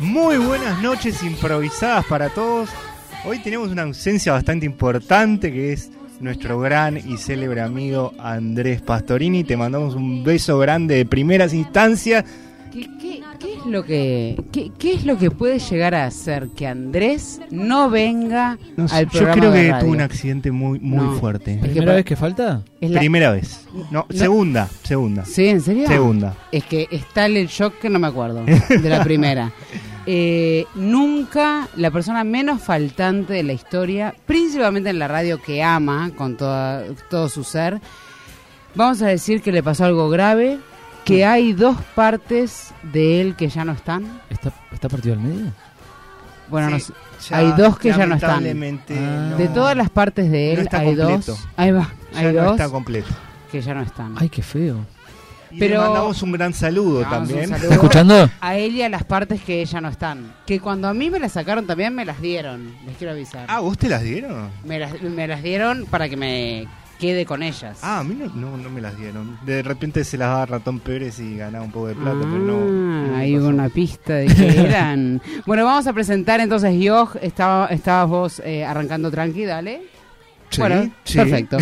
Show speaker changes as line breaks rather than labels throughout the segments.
Muy buenas noches improvisadas para todos. Hoy tenemos una ausencia bastante importante que es nuestro gran y célebre amigo Andrés Pastorini. Te mandamos un beso grande de primeras instancias.
¿Qué, qué- qué es lo que qué, qué es lo que puede llegar a hacer que Andrés no venga
No sé,
al
yo
programa
creo
de
que
radio?
tuvo un accidente muy, muy
No.
fuerte.
Es que
¿Primera
pa-
vez que falta?
es la-
Primera vez. No,
No.
segunda, segunda.
¿Sí, en serio?
Segunda.
Es que está el shock que no me acuerdo de la primera. Eh, nunca la persona menos faltante de la historia, principalmente en la radio que ama con toda, todo su ser, vamos a decir que le pasó algo grave,
Mm.
que hay dos partes de él que ya no están.
¿Está, está partido al medio?
Bueno, no
Sí,
sé. hay dos que ya no están.
lamentablemente,
Ah.
no.
De todas las partes de
No
él
está
hay
completo.
dos. Ahí va,
Ya
hay
no
dos
está completo.
que ya no están.
Ay, qué feo.
Pero
Pero-
mandamos un gran saludo
Le mandamos un
también.
saludo
¿Está escuchando?
A él y a las partes que ya no están. Que cuando a mí me las sacaron también me las dieron. Les quiero avisar.
Ah, ¿vos te las dieron?
me, las, me las dieron para que me quede con ellas.
Ah, a mí no, no, no me las dieron. De repente se las daba Ratón Pérez y ganaba un poco de plata, pero no.
Ah,
no me
hay
pasó.
una pista de que eran. bueno, vamos a presentar entonces, Yog. Estaba, estabas vos eh, arrancando tranqui, dale.
Sí,
bueno,
sí.
perfecto.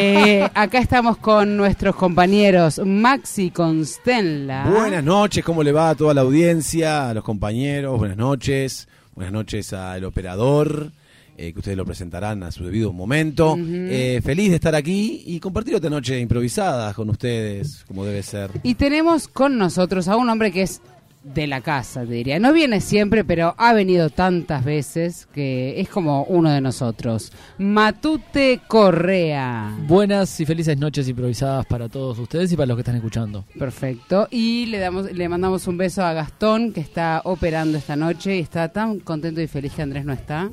Eh, acá estamos con nuestros compañeros Maxi Constenla.
Buenas noches, ¿cómo le va a toda la audiencia, a los compañeros? Buenas noches, buenas noches al operador, eh, que ustedes lo presentarán a su debido momento. Eh, feliz de estar aquí y compartir otra noche improvisada con ustedes, como debe ser.
Y tenemos con nosotros a un hombre que es de la casa, te diría. No viene siempre, pero ha venido tantas veces que es como uno de nosotros. Matute Correa.
Buenas y felices noches improvisadas para todos ustedes y para los que están escuchando.
Perfecto. Y le damos, le mandamos un beso a Gastón, que está operando esta noche y está tan contento y feliz que Andrés no está.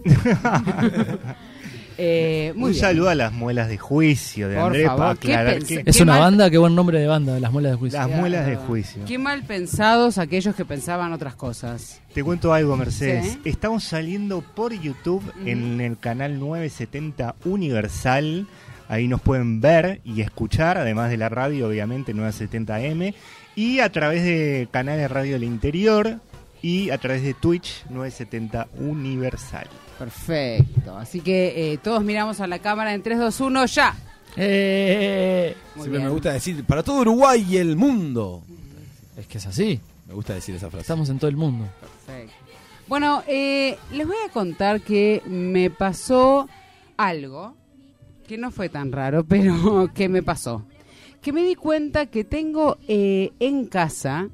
Eh, muy
un
bien.
saludo a las muelas de juicio de
Por
Andrés
favor,
para
¿qué
aclarar
pensé?
que
Es
Qué
una
mal-
banda, qué buen nombre de banda, las muelas de juicio.
las muelas de juicio.
Qué mal pensados aquellos que pensaban otras cosas.
Te cuento algo, Mercedes.
Sí.
Estamos saliendo por YouTube en el canal 970 Universal. Ahí nos pueden ver y escuchar, además de la radio, obviamente, 970M. Y a través de canal de radio del interior y a través de Twitch 970 Universal.
Perfecto. Así que eh, todos miramos a la cámara en 3, 2, 1, ya.
Eh,
Muy
Siempre
bien.
me gusta decir, para todo Uruguay y el mundo.
es que es así.
Me gusta decir esa frase.
Estamos en todo el mundo.
Perfecto. Bueno, eh, les voy a contar que me pasó algo que no fue tan raro, pero que me pasó. Que me di cuenta que tengo eh, en casa,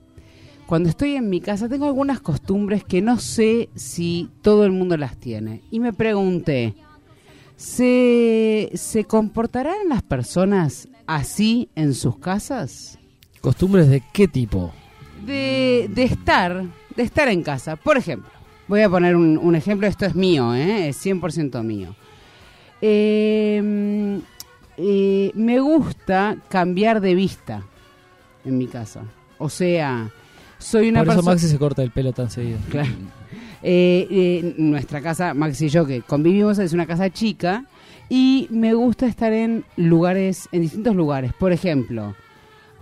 cuando estoy en mi casa, tengo algunas costumbres que no sé si todo el mundo las tiene. Y me pregunté, ¿se, ¿se comportarán las personas así en sus casas?
¿Costumbres de qué tipo?
de, de estar, de estar en casa. Por ejemplo, voy a poner un, un ejemplo, esto es mío, ¿eh? es 100% mío. Eh, eh, me gusta cambiar de vista en mi casa. O sea, soy una
Por eso
persona...
Maxi se corta el pelo tan seguido.
Claro. Eh, eh, nuestra casa, Max y yo que convivimos, es una casa chica y me gusta estar en lugares, en distintos lugares. Por ejemplo,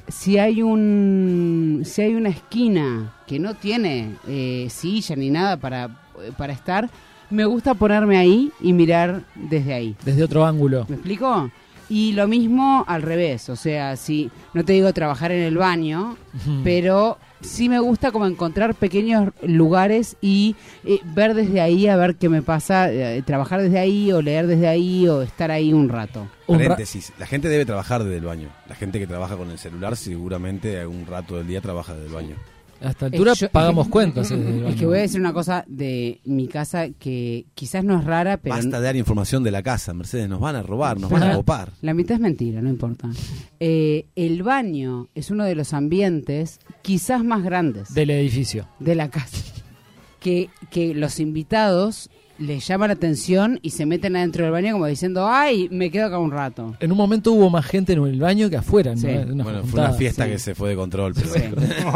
si hay un, si hay una esquina que no tiene eh, silla ni nada para, para estar, me gusta ponerme ahí y mirar desde ahí.
Desde otro ángulo.
¿Me explico? Y lo mismo al revés, o sea, si no te digo trabajar en el baño,
Ujú.
pero sí me gusta como encontrar pequeños lugares y eh, ver desde ahí a ver qué me pasa, eh, trabajar desde ahí o leer desde ahí o estar ahí un rato.
Un ra-
Paréntesis, la gente debe trabajar desde el baño. La gente que trabaja con el celular seguramente algún rato del día trabaja desde el baño.
a esta altura
Es Eh, yo-
pagamos cuentas. eh, desde el
Es que
baño.
voy a decir una cosa de mi casa que quizás no es rara, pero
Basta de dar información de la casa, Mercedes, nos van a robar, nos van a
Ajá.
copar.
La mitad es mentira, no importa. Eh, el baño es uno de los ambientes quizás más grandes de,
Del edificio.
la casa. Que, que los invitados les llama la atención y se meten adentro del baño como diciendo, ay, me quedo acá un rato.
En un momento hubo más gente en el baño que afuera. ¿no?
Sí.
Una
bueno, fue
juntada.
una fiesta
sí.
que se fue de control, pero
Sí.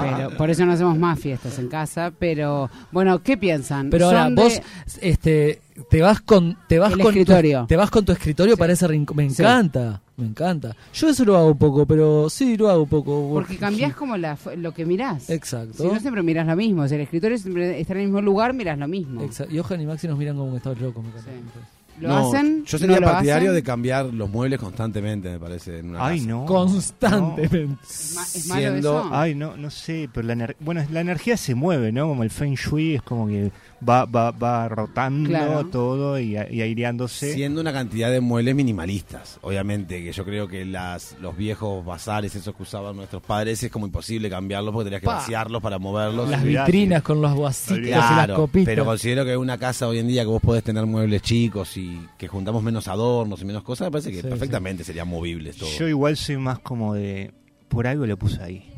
Pero por eso no hacemos más fiestas en casa, pero bueno, ¿qué piensan?
Pero ahora
Son de-
vos este te vas con te vas
El
con tu-
escritorio.
te vas con tu escritorio para ese rincón. Me
Sí.
encanta, me encanta. Yo eso lo hago poco, pero sí lo hago poco.
Porque cambiás como la, fo- lo que mirás. Si
Exacto.
no siempre mirás lo mismo, si el escritorio siempre está en el mismo lugar, mirás lo mismo.
Exa- Y Ojan y Maxi nos miran como que estamos locos. me encanta.
Sí. ¿Lo
No,
hacen?
Yo sería
¿No lo
partidario
hacen?
de cambiar los muebles constantemente, me parece, en una
Ay,
casa.
no.
Constantemente.
¿Es ma- es malo
Siendo-
No.
eso?
Ay, no, no sé, pero la ener- bueno, la energía se mueve, ¿no? Como el feng shui es como que va, va, va rotando
Claro.
todo y, a- y aireándose.
Siendo una cantidad de muebles minimalistas, obviamente, que yo creo que las, los viejos bazares, esos que usaban nuestros padres, es como imposible cambiarlos porque tenías que
Pa.
vaciarlos para moverlos.
Las
Olvidate.
vitrinas con los vasitos y las
Claro,
copitas.
pero considero que una casa hoy en día que vos podés tener muebles chicos y que juntamos menos adornos y menos cosas, me parece que
Sí,
perfectamente serían movibles todo.
Yo igual soy más como de. Por algo lo puse ahí.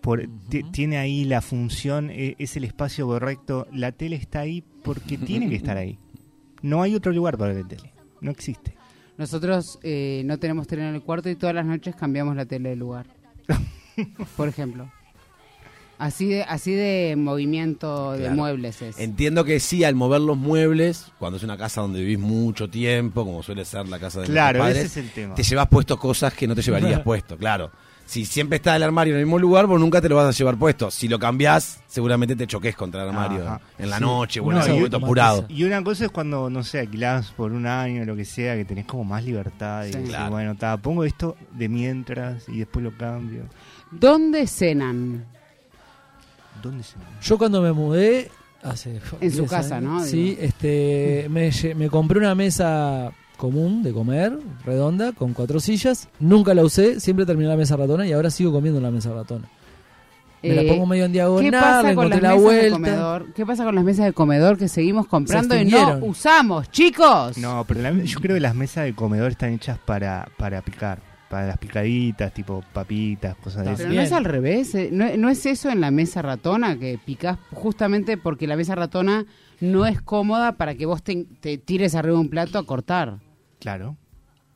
Por, ti- Tiene ahí la función, e- es el espacio correcto. La tele está ahí porque tiene que estar ahí. No hay otro lugar para la tele. No existe.
Nosotros eh, no tenemos tele en el cuarto y todas las noches cambiamos la tele de lugar. Por ejemplo. Así de, así de movimiento de
Claro.
muebles es.
Entiendo que sí, al mover los muebles, cuando es una casa donde vivís mucho tiempo, como suele ser la casa de
Claro,
nuestros
ese
padres,
es el tema.
te llevas puesto cosas que no te llevarías puesto, claro. Si siempre está el armario en el mismo lugar, vos nunca te lo vas a llevar puesto. Si lo cambiás, seguramente te choques contra el armario
Ajá.
en la
Sí.
noche o en
No,
ese
y-
momento apurado.
Y una cosa es cuando, no sé, alquilás por un año o lo que sea, que tenés como más libertad. Y
Sí.
decís,
Claro.
bueno, ta, pongo esto de mientras y después lo cambio.
¿Dónde cenan?
¿Dónde se me-
Yo cuando me mudé hace
En su
10
casa, ¿no?
Sí,
Digo.
este me, lle- me compré una mesa común de comer, redonda, con cuatro sillas. Nunca la usé, siempre terminé la mesa ratona y ahora sigo comiendo en la mesa ratona. Me
Eh,
la pongo medio en diagonal,
¿Qué pasa
le
con las
encontré la
mesas de
vuelta.
comedor? ¿Qué pasa con las mesas de comedor que seguimos comprando y no
extinguieron.
usamos, chicos?
No, pero la- yo creo que las mesas de comedor están hechas para, para picar. Para las picaditas, tipo papitas, cosas
Está
de esas.
Pero
Bien.
no es al revés, eh, no, no es eso en la mesa ratona que picás justamente porque la mesa ratona no es cómoda para que vos te, te tires arriba de un plato a cortar.
Claro.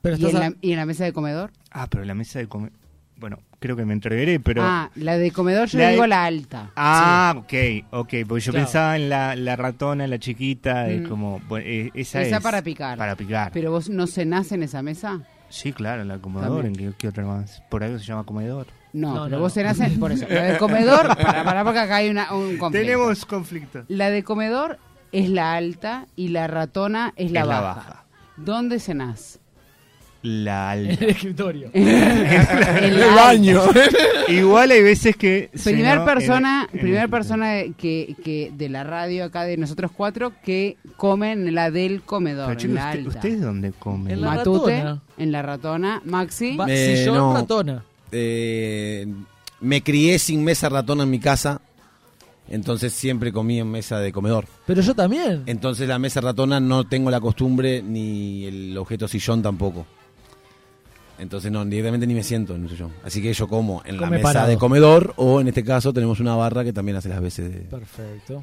Pero
¿Y en,
estás a-
la, y en la mesa de comedor?
Ah, pero la mesa de comedor. Bueno, creo que me entreveré, pero.
ah, la de comedor yo
La
le digo
de-
la alta.
Ah, ok, ok. Porque yo
Claro.
pensaba en la, la ratona, la chiquita, eh,
Mm.
como. bueno, eh, esa
Esa
es
para picar.
Para picar.
Pero vos no cenás en esa mesa?
Sí, claro, la comedor. ¿en qué, qué otra más? Por algo se llama comedor.
No,
No,
pero
no,
vos
no.
cenás en por eso. La de comedor, para, para porque acá hay una- un conflicto.
Tenemos conflicto.
La de comedor es la alta y la ratona es la,
Es la
baja.
baja.
¿Dónde cenás?
La
en
alta.
el escritorio.
En la alta.
baño.
Igual hay veces que. si
Primer
no, en-
persona,
en-
primer persona de- que, que de la radio acá de nosotros cuatro que comen la del comedor,
Pero,
en
chicos,
la
¿usted-
alta.
¿ustedes dónde comen?
En la
Matute,
ratona.
en la ratona, Maxi.
Va-
Eh,
sillón
no.
ratona.
Eh, me crié sin mesa ratona en mi casa, entonces siempre comí en mesa de comedor.
Pero yo también.
Entonces la mesa ratona no tengo la costumbre ni el objeto sillón tampoco. Entonces no, directamente ni me siento en un sillón. Así que yo como en la
Come
mesa
parado.
de comedor o en este caso tenemos una barra que también hace las veces de,
Perfecto.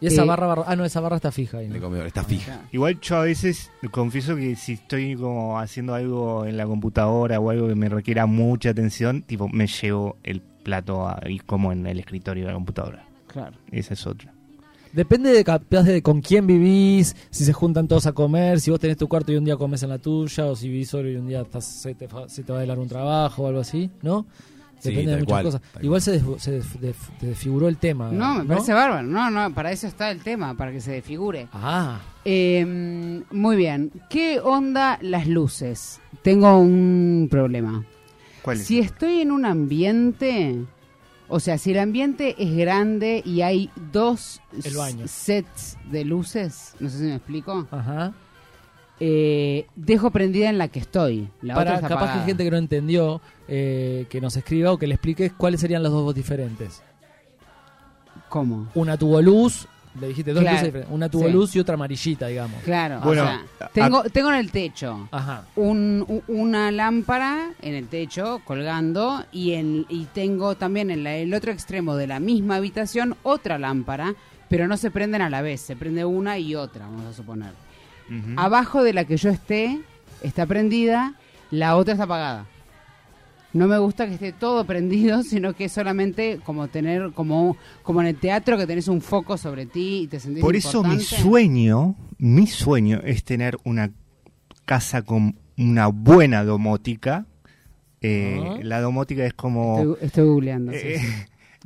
Y esa
Eh,
barra, barra- ah no, esa barra está fija ahí. ¿no?
de comedor. Está fija.
Igual yo a veces confieso que si estoy como haciendo algo en la computadora o algo que me requiera mucha atención, tipo me llevo el plato a- y como en el escritorio de la computadora.
Claro.
Esa es otra.
Depende de, capaz de con quién vivís, si se juntan todos a comer, si vos tenés tu cuarto y un día comes en la tuya, o si vivís solo y un día estás- se, te, fa- se te va a delar un trabajo o algo así, ¿no?
Sí,
Depende de
tal
muchas
cual,
cosas.
tal
Igual se, desf- se desf- def- te desfiguró el tema.
No, me parece bárbaro. No, no, para eso está el tema, para que se desfigure.
Ah,
Eh, muy bien. ¿Qué onda las luces? Tengo un problema.
¿Cuál es?
Si estoy en un ambiente, o sea, si el ambiente es grande y hay dos
El baño.
sets de luces, no sé si me explico,
ajá.
eh, dejo prendida en la que estoy. La otra
Para capaz
está
que
apagada.
hay gente que no entendió, eh, que nos escriba o que le explique cuáles serían los dos votos diferentes.
¿Cómo?
Una tuvo luz, le dijiste dos
Claro,
luces diferentes. Una tuvo
sí.
luz y otra amarillita, digamos.
Claro,
Bueno,
o sea, tengo, tengo en el techo
Ajá.
un- u- una lámpara en el techo colgando y, en, y tengo también en la- el otro extremo de la misma habitación otra lámpara, pero no se prenden a la vez, se prende una y otra, vamos a suponer.
Ujú.
Abajo de la que yo esté está prendida, la otra está apagada. No me gusta que esté todo prendido, sino que solamente como tener, como, como en el teatro que tenés un foco sobre ti y te sentís
Por eso mi
importante.
sueño, mi sueño es tener una casa con una buena domótica. Eh,
Ah.
La domótica es como...
Estoy, estoy googleando. sí,
eh,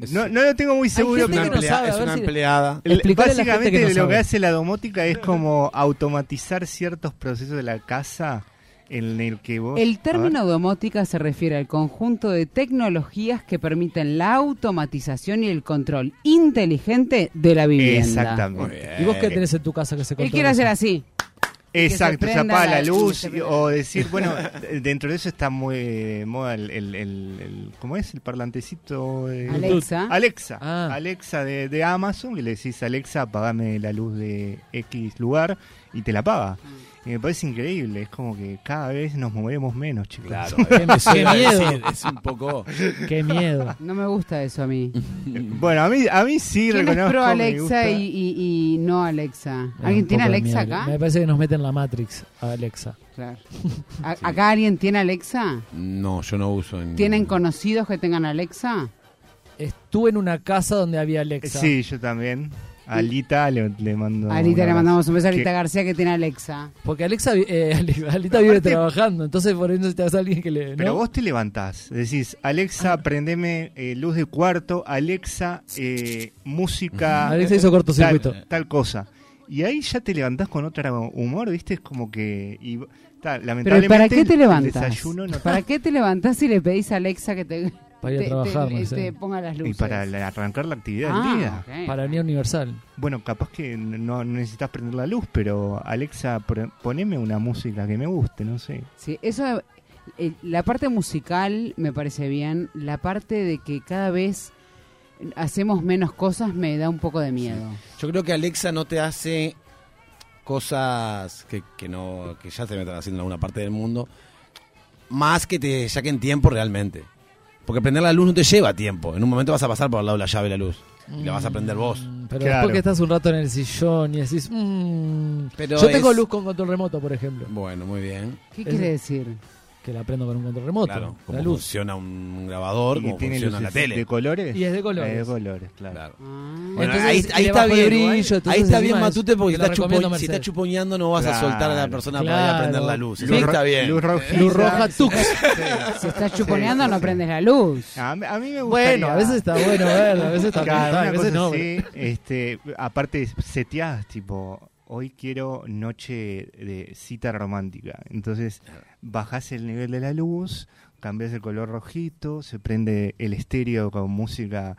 sí.
no, no lo tengo muy seguro,
Es una,
gente que no
pero...
emplea-
sabe, a
es
ver
una
si-
empleada.
El-
Explicarle a la gente
Básicamente
que no
lo
sabe.
que hace la domótica es como automatizar ciertos procesos de la casa en el que vos...
El
a
término domótica se refiere al conjunto de tecnologías que permiten la automatización y el control inteligente de la
ver,
vivienda.
Muy
Exactamente.
bien.
¿Y vos qué tenés en tu casa que se
Él
controla?
quiere hacer así. que se
Exacto, se
prenda
apaga
la-
la
que
luz
se
y-
prenda.
o decir, bueno, dentro de eso está muy de moda el, el- el- el- ¿cómo es? El parlantecito de
Alexa.
Alexa,
Ah.
Alexa de, de Amazon, y le decís, Alexa, apagame la luz de X lugar y te la apaga.
Ah.
Y me parece increíble, es como que cada vez nos movemos menos, chicos.
Claro,
Qué-
eso
qué
iba a
miedo.
decir, Es un poco.
Qué miedo.
No me gusta eso a mí.
Bueno, a mí, a mí sí
¿Quién es
reconozco.
pro
me
Alexa
gusta.
y, y- y no Alexa?
Me da
¿Alguien
Eh, un
tiene
poco de
Alexa
miedo.
acá?
Me parece que nos meten la Matrix a Alexa.
Claro. ¿A- ¿Acá alguien tiene Alexa?
No, yo no uso en.
¿Tienen conocidos que tengan Alexa?
Mm. Estuve en una casa donde había Alexa.
Sí, yo también. A Alita le, le mando.
a Alita
un
le
abrazo.
mandamos un beso a Alita
Que-
García que tiene Alexa.
Porque Alexa, vi- eh, Ale- Alita vive trabajando, entonces por eso necesitas a alguien que le. ¿no?
Pero vos te levantás, decís,
Ah.
Alexa, prendeme eh, luz de cuarto, Alexa, eh, música.
Alexa hizo cortocircuito.
Tal, tal cosa. Y ahí ya te levantás con otro humor, ¿viste? Es como que. y- ta,
Pero ¿y
lamentablemente,
¿para qué te
el
levantas?
desayuno no
¿Para qué te levantás si le pedís a Alexa que te,
Para ir a
te-
trabajar,
te-
no sé.
te ponga las
Y
luces?
para la- arrancar la actividad
Ah,
del día.
ok.
Para Unidad Universal.
Bueno, capaz que no necesitas prender la luz, pero Alexa, pr- poneme una música que me guste, no sé.
Sí, eso, eh, la parte musical me parece bien, la parte de que cada vez hacemos menos cosas me da un poco de miedo.
Yo creo que Alexa no te hace cosas que, que no que ya se me están haciendo en alguna parte del mundo más que te saquen tiempo realmente. Porque prender la luz no te lleva tiempo. En un momento vas a pasar por al lado de la llave de la luz. Y la vas a prender vos.
Mm, Pero
Claro.
después que estás un rato en el sillón y decís. mm,
Pero
yo tengo
es-
luz con control remoto, por ejemplo.
Bueno, muy bien.
¿Qué
Es-
quiere decir?
Que la prendo con un control remoto.
Claro,
la
como
luz.
funciona un grabador,
Y
como
tiene
funciona la
luces
tele.
¿De colores?
Y es de colores.
Eh, de colores, claro.
Claro.
Ah,
Bueno,
Entonces,
ahí,
y
ahí
le
está
bajó el
bien,
brillo,
ahí
entonces
está
encima
bien
es-
Matute porque
te
si
lo
está, chupo-
recomiendo,
si
Mercedes.
está chuponeando no vas
Claro.
a soltar a la persona para ir a
Claro.
prender la luz. Eso
Luz
está
ro-
bien.
Luz rojiza.
Luz roja tux.
Si estás chuponeando
Sí, sí,
no
sí.
prendes la luz.
A, mí- a mí me gusta.
Bueno, a veces está bueno verla, a veces está
Claro,
está,
una
a veces
cosa
no.
así, este, aparte seteás, tipo, hoy quiero noche de cita romántica. Entonces bajás el nivel de la luz, cambias el color rojito, se prende el estéreo con música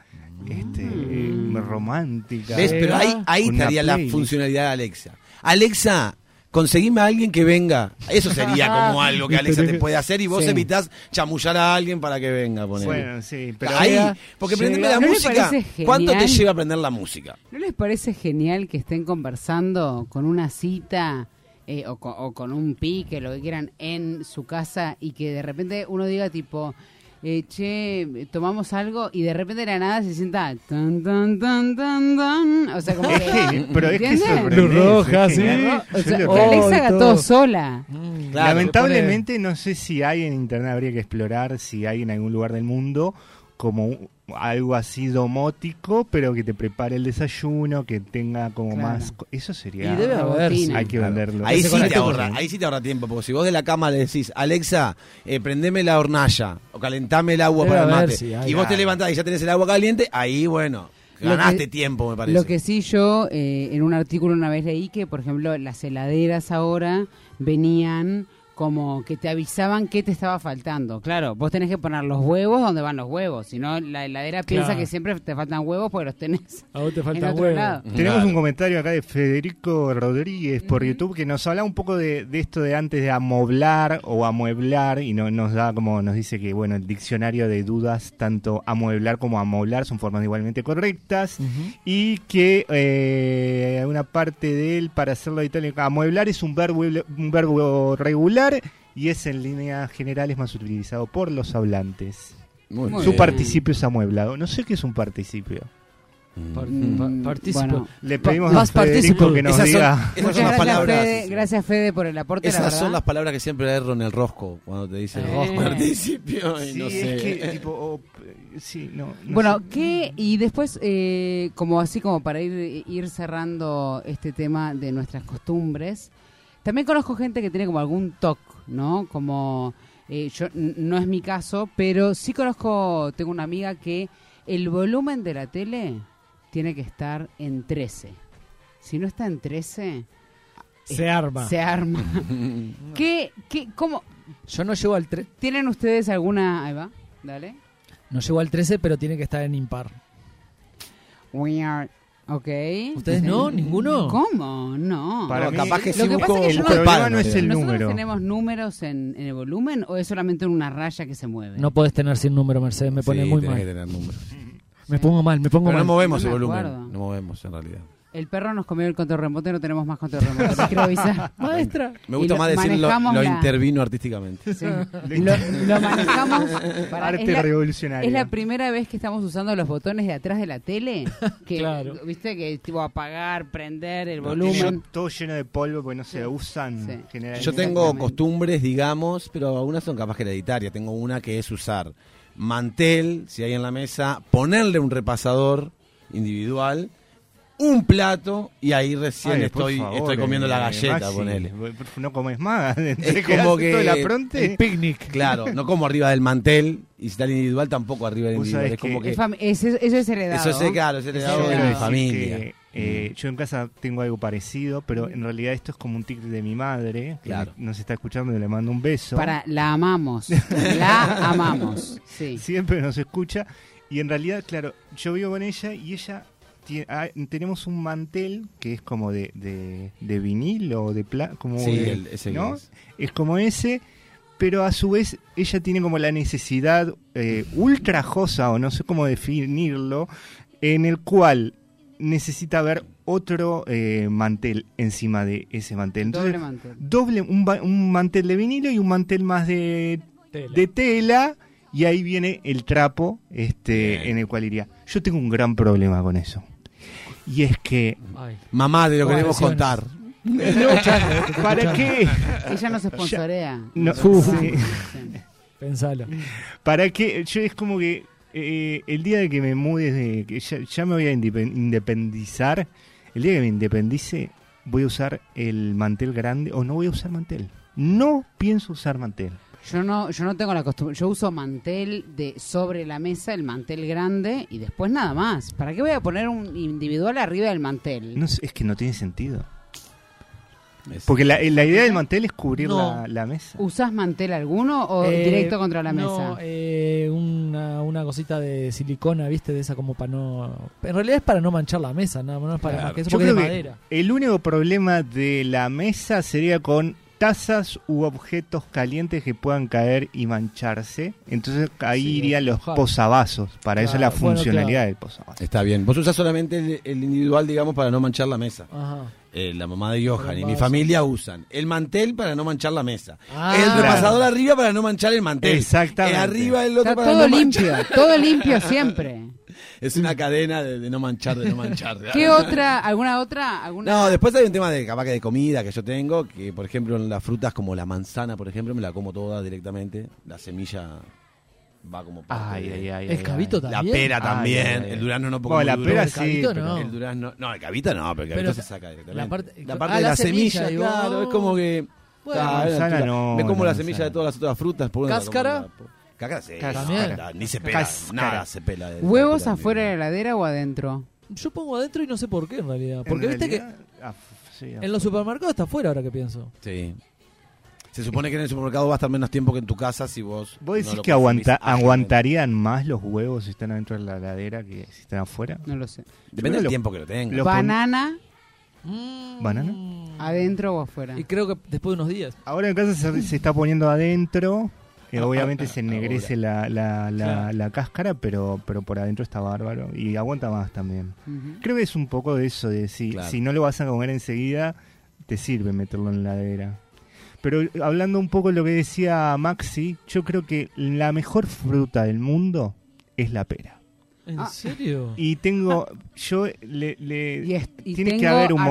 este,
Mm.
romántica.
¿Ves? Pero ahí, ahí
Una
estaría la
playlist.
funcionalidad de Alexa. Alexa, conseguime a alguien que venga. Eso sería como algo que Alexa te puede hacer y vos
Sí.
evitás chamullar a alguien para que venga. ponele.
Bueno, sí, pero
ahí,
llega-
porque
llega-
prenderme la
¿No le
música.
parece
¿Cuánto te
genial?
lleva aprender la música?
¿No les parece genial que estén conversando con una cita eh, o, co- o con un pique, lo que quieran, en su casa y que de repente uno diga tipo, eh, che, tomamos algo y de repente de la nada se sienta tan, tan, tan, tan, tan. O sea, como
es
que...
que, pero es que
¿Entienden?
sorprendente,
Luz roja,
es
sí.
genial.
O sea,
Yo lo
Oh,
que Alexa haga
todo.
todo sola.
Mm,
Claro,
Lamentablemente no sé si hay en internet, habría que explorar si hay en algún lugar del mundo como un- algo así domótico, pero que te prepare el desayuno, que tenga como
Claro.
más... co- Eso sería...
Y debe
la
haber, sí.
botina.
Hay que venderlo.
Ahí
Ese
sí, te
contacto
ahorra,
con-
ahí sí te ahorra tiempo, porque si vos de la cama le decís, Alexa, eh, prendeme la hornalla o calentame el agua
Debe
para el
haber,
mate,
sí,
y
hay.
vos te levantás y ya tenés el agua caliente, ahí bueno,
Lo
ganaste
que-
tiempo, me parece.
Lo que sí yo eh, en un artículo una vez leí que, por ejemplo, las heladeras ahora venían como que te avisaban qué te estaba faltando. Claro, vos tenés que poner los huevos donde van los huevos, si no la heladera piensa
Claro.
que siempre te faltan huevos porque los tenés.
A vos te falta
En otro
huevo.
lado.
Tenemos
Claro.
un comentario acá de Federico Rodríguez por YouTube que nos habla un poco de, de esto de antes de amoblar o amueblar y no, nos da como nos dice que bueno el diccionario de dudas tanto amueblar como amoblar son formas igualmente correctas y que eh, una parte de él para hacerlo de Italia amueblar es un verbo un verbo regular y es en líneas generales más utilizado por los hablantes.
Muy
Su
bien.
Su
bien.
participio es amueblado. No sé qué es un participio.
Par-
Mm,
par- participo.
bueno.
Le pedimos
Pa-
a
más
Federico
participo.
que nos
Este, Esas son-
diga.
esas
Muchas
son las
gracias,
palabras.
Fede, gracias Fede por el aporte. la
Esas
verdad.
son las palabras que siempre erro en el rosco cuando te dicen
Eh.
"Oh, participio y
Sí,
no
es
sé.
que, tipo, o, eh, sí, no, no
Bueno,
sé.
¿qué? Y después, eh, como así como para ir, ir cerrando este tema de nuestras costumbres, también conozco gente que tiene como algún toque, ¿no? Como, eh, yo n- no es mi caso, pero sí conozco, tengo una amiga que el volumen de la tele tiene que estar en 13. Si no está en 13,
Se arma.
se arma. ¿Qué, qué, ¿Cómo?
Yo no llego al 3.
¿Tienen ustedes alguna... Ahí va, dale.
No llego al 13, pero tiene que estar en impar.
We are... Ok. Eh,
¿Ustedes no? ¿Ninguno?
¿Cómo? No.
Para
No,
mí-
capaz que
Lo
sí
que
busco,
pasa es que yo
busco
no-
el pan,
problema no es
digamos.
el
¿Nosotros
número.
tenemos números en, en el volumen o es solamente una raya que se mueve?
No podés tener sin número, Mercedes. Me pone
Sí,
muy
tenés que
mal.
tener números.
Me pongo mal, me pongo
Pero no
mal.
movemos
No
el
me
volumen,
acuerdo.
no movemos en realidad.
El perro nos comió el control remoto y no tenemos más control remoto. les quiero avisar.
Maestra.
Me gusta
Y lo-
más decir lo,
manejamos
lo
la-
intervino artísticamente.
Sí. Lo, lo manejamos. para-
arte
es, la,
revolucionario.
es la primera vez que estamos usando los botones de atrás de la tele. Que,
Claro.
¿Viste? Que tipo apagar, prender el
No,
volumen.
tiene todo lleno de polvo porque no se usan
Sí.
generalmente.
Yo tengo
Exactamente.
costumbres, digamos, pero algunas son capaz que hereditarias. Tengo una que es usar mantel, si hay en la mesa, ponerle un repasador individual, un plato y ahí recién
Ay, por
estoy,
favor,
estoy comiendo la
eh,
galleta,
Maxi,
ponele.
No comes más.
Es
Te
como
quedás
que
todo el
El
apronte.
picnic.
Claro, no como arriba del mantel y si está el individual tampoco arriba del
Vos
individual.
sabés
Es como
que-
que
Es fam- es- es- eso es heredado.
eso es claro, es heredado
Eso
de mi
heredado.
Quiero decir
familia. Mm.
que, eh, yo en casa tengo algo parecido, pero en realidad esto es como un tic de mi madre, que
Claro.
nos está escuchando y le mando un beso.
Para, la amamos. La amamos. Sí.
siempre nos escucha. Y en realidad, claro, yo vivo con ella y ella. tie- ah, tenemos un mantel que es como de, de, de vinilo o de pla, como
Sí,
de-
el- ese que
¿no?
es.
Es como ese, pero a su vez ella tiene como la necesidad eh, ultrajosa, o no sé cómo definirlo, en el cual necesita ver otro eh, mantel encima de ese mantel. Entonces,
Doble mantel.
doble un, ba- un mantel de vinilo y un mantel más de
Tela.
de tela y ahí viene el trapo este en el cual iría. Yo tengo un gran problema con eso. Y es que
Ay.
Mamá, te lo queremos
Pobreciones.
contar.
¿para qué?
Ella nos sponsorea.
No, sí.
Sí.
Pensalo.
¿Para qué? Yo es como que eh, el día de que me mude, de que ya, ya me voy a indipe- independizar, el día que me independice voy a usar el mantel grande o no voy a usar mantel. No pienso usar mantel.
Yo no, yo no tengo la costumbre. Yo uso mantel de sobre la mesa, el mantel grande y después nada más. ¿Para qué voy a poner un individual arriba del mantel?
No, sé, es que no tiene sentido.
Es-
Porque la, la idea del mantel es cubrir
No.
la, la mesa.
¿Usás mantel alguno o
Eh,
directo contra la
no,
mesa?
eh, una, una cosita de silicona, viste, de esa como para no. En realidad es para no manchar la mesa, nada más, no es para
Claro.
más que eso,
Yo
porque es
creo
de
que
madera.
el único problema de la mesa sería con tazas u objetos calientes que puedan caer y mancharse. Entonces ahí
Sí,
irían los
ojalá.
posavasos. Para eso la
Claro, bueno,
funcionalidad
claro.
del posavasos.
Está bien. Vos usás solamente el, el individual, digamos, para no manchar la mesa.
Ajá.
Eh, la mamá de Johan
Pero
y
vas-
mi familia usan el mantel para no manchar la mesa.
Ah.
el
Claro.
repasador arriba para no manchar el mantel.
Exactamente.
Eh, arriba el otro
Está
para
todo
no manchar.
limpio, todo limpio siempre.
Es una cadena de, de no manchar, de no manchar.
¿Qué otra? ¿Alguna otra? ¿Alguna?
No, después hay un tema de capaz que de comida que yo tengo, que por ejemplo en las frutas como la manzana, por ejemplo, me la como toda directamente, la semilla va como parte
Ay,
de-
ay, ay.
El
ay,
cabito
ay.
La
también.
pera
Ay,
también,
ay, ay.
el durazno no porque
Bueno, la
es muy
pera
duro.
El
sí.
cabito
pero-
no.
El durazno, no, el cavita no, pero el cavita
Pero
se saca directamente.
la parte-
de
ah,
la,
la
semilla,
semilla, digo,
claro,
no.
es como que
Bueno,
Ah,
la
es una
manzana
altura.
no,
Me como
la
la semilla
manzana.
de todas las otras frutas, por una-
¿Cáscara?
como una- Cáscara sí,
Cáscara.
no, ni se pela,
Cáscara.
nada se pela. de-
¿Huevos
de-
afuera de la heladera o adentro?
Yo pongo adentro y no sé por qué en realidad.
En
Porque viste
realidad, ah, f- sí,
que
ah.
en los supermercados está afuera ahora que pienso.
Sí. Se supone que en el supermercado va a estar menos tiempo que en tu casa si vos
¿Vos decís
no lo
que aguanta,
consumís ágilmente.
aguantarían más los huevos si están adentro de la heladera que si están afuera?
No lo sé.
Depende
Yo
del
lo-
tiempo que lo tengas.
lo- pon-
¿Banana
¿Banana?
adentro o afuera?
Y creo que después de unos días.
Ahora en casa se, se está poniendo adentro. eh,
Ah,
obviamente se ennegrece la, la, la-
Claro.
la cáscara, pero, pero por adentro está bárbaro. Y aguanta más también.
Ujú.
Creo que es un poco de eso, de si,
Claro.
si no lo vas a comer enseguida, te sirve meterlo en la heladera. Pero eh, hablando un poco de lo que decía Maxi, yo creo que la mejor fruta del mundo es la pera.
¿En
Ah.
serio?
Y tengo, yo le... le-
Y es- y
tiene que
tengo
haber un
argumentos.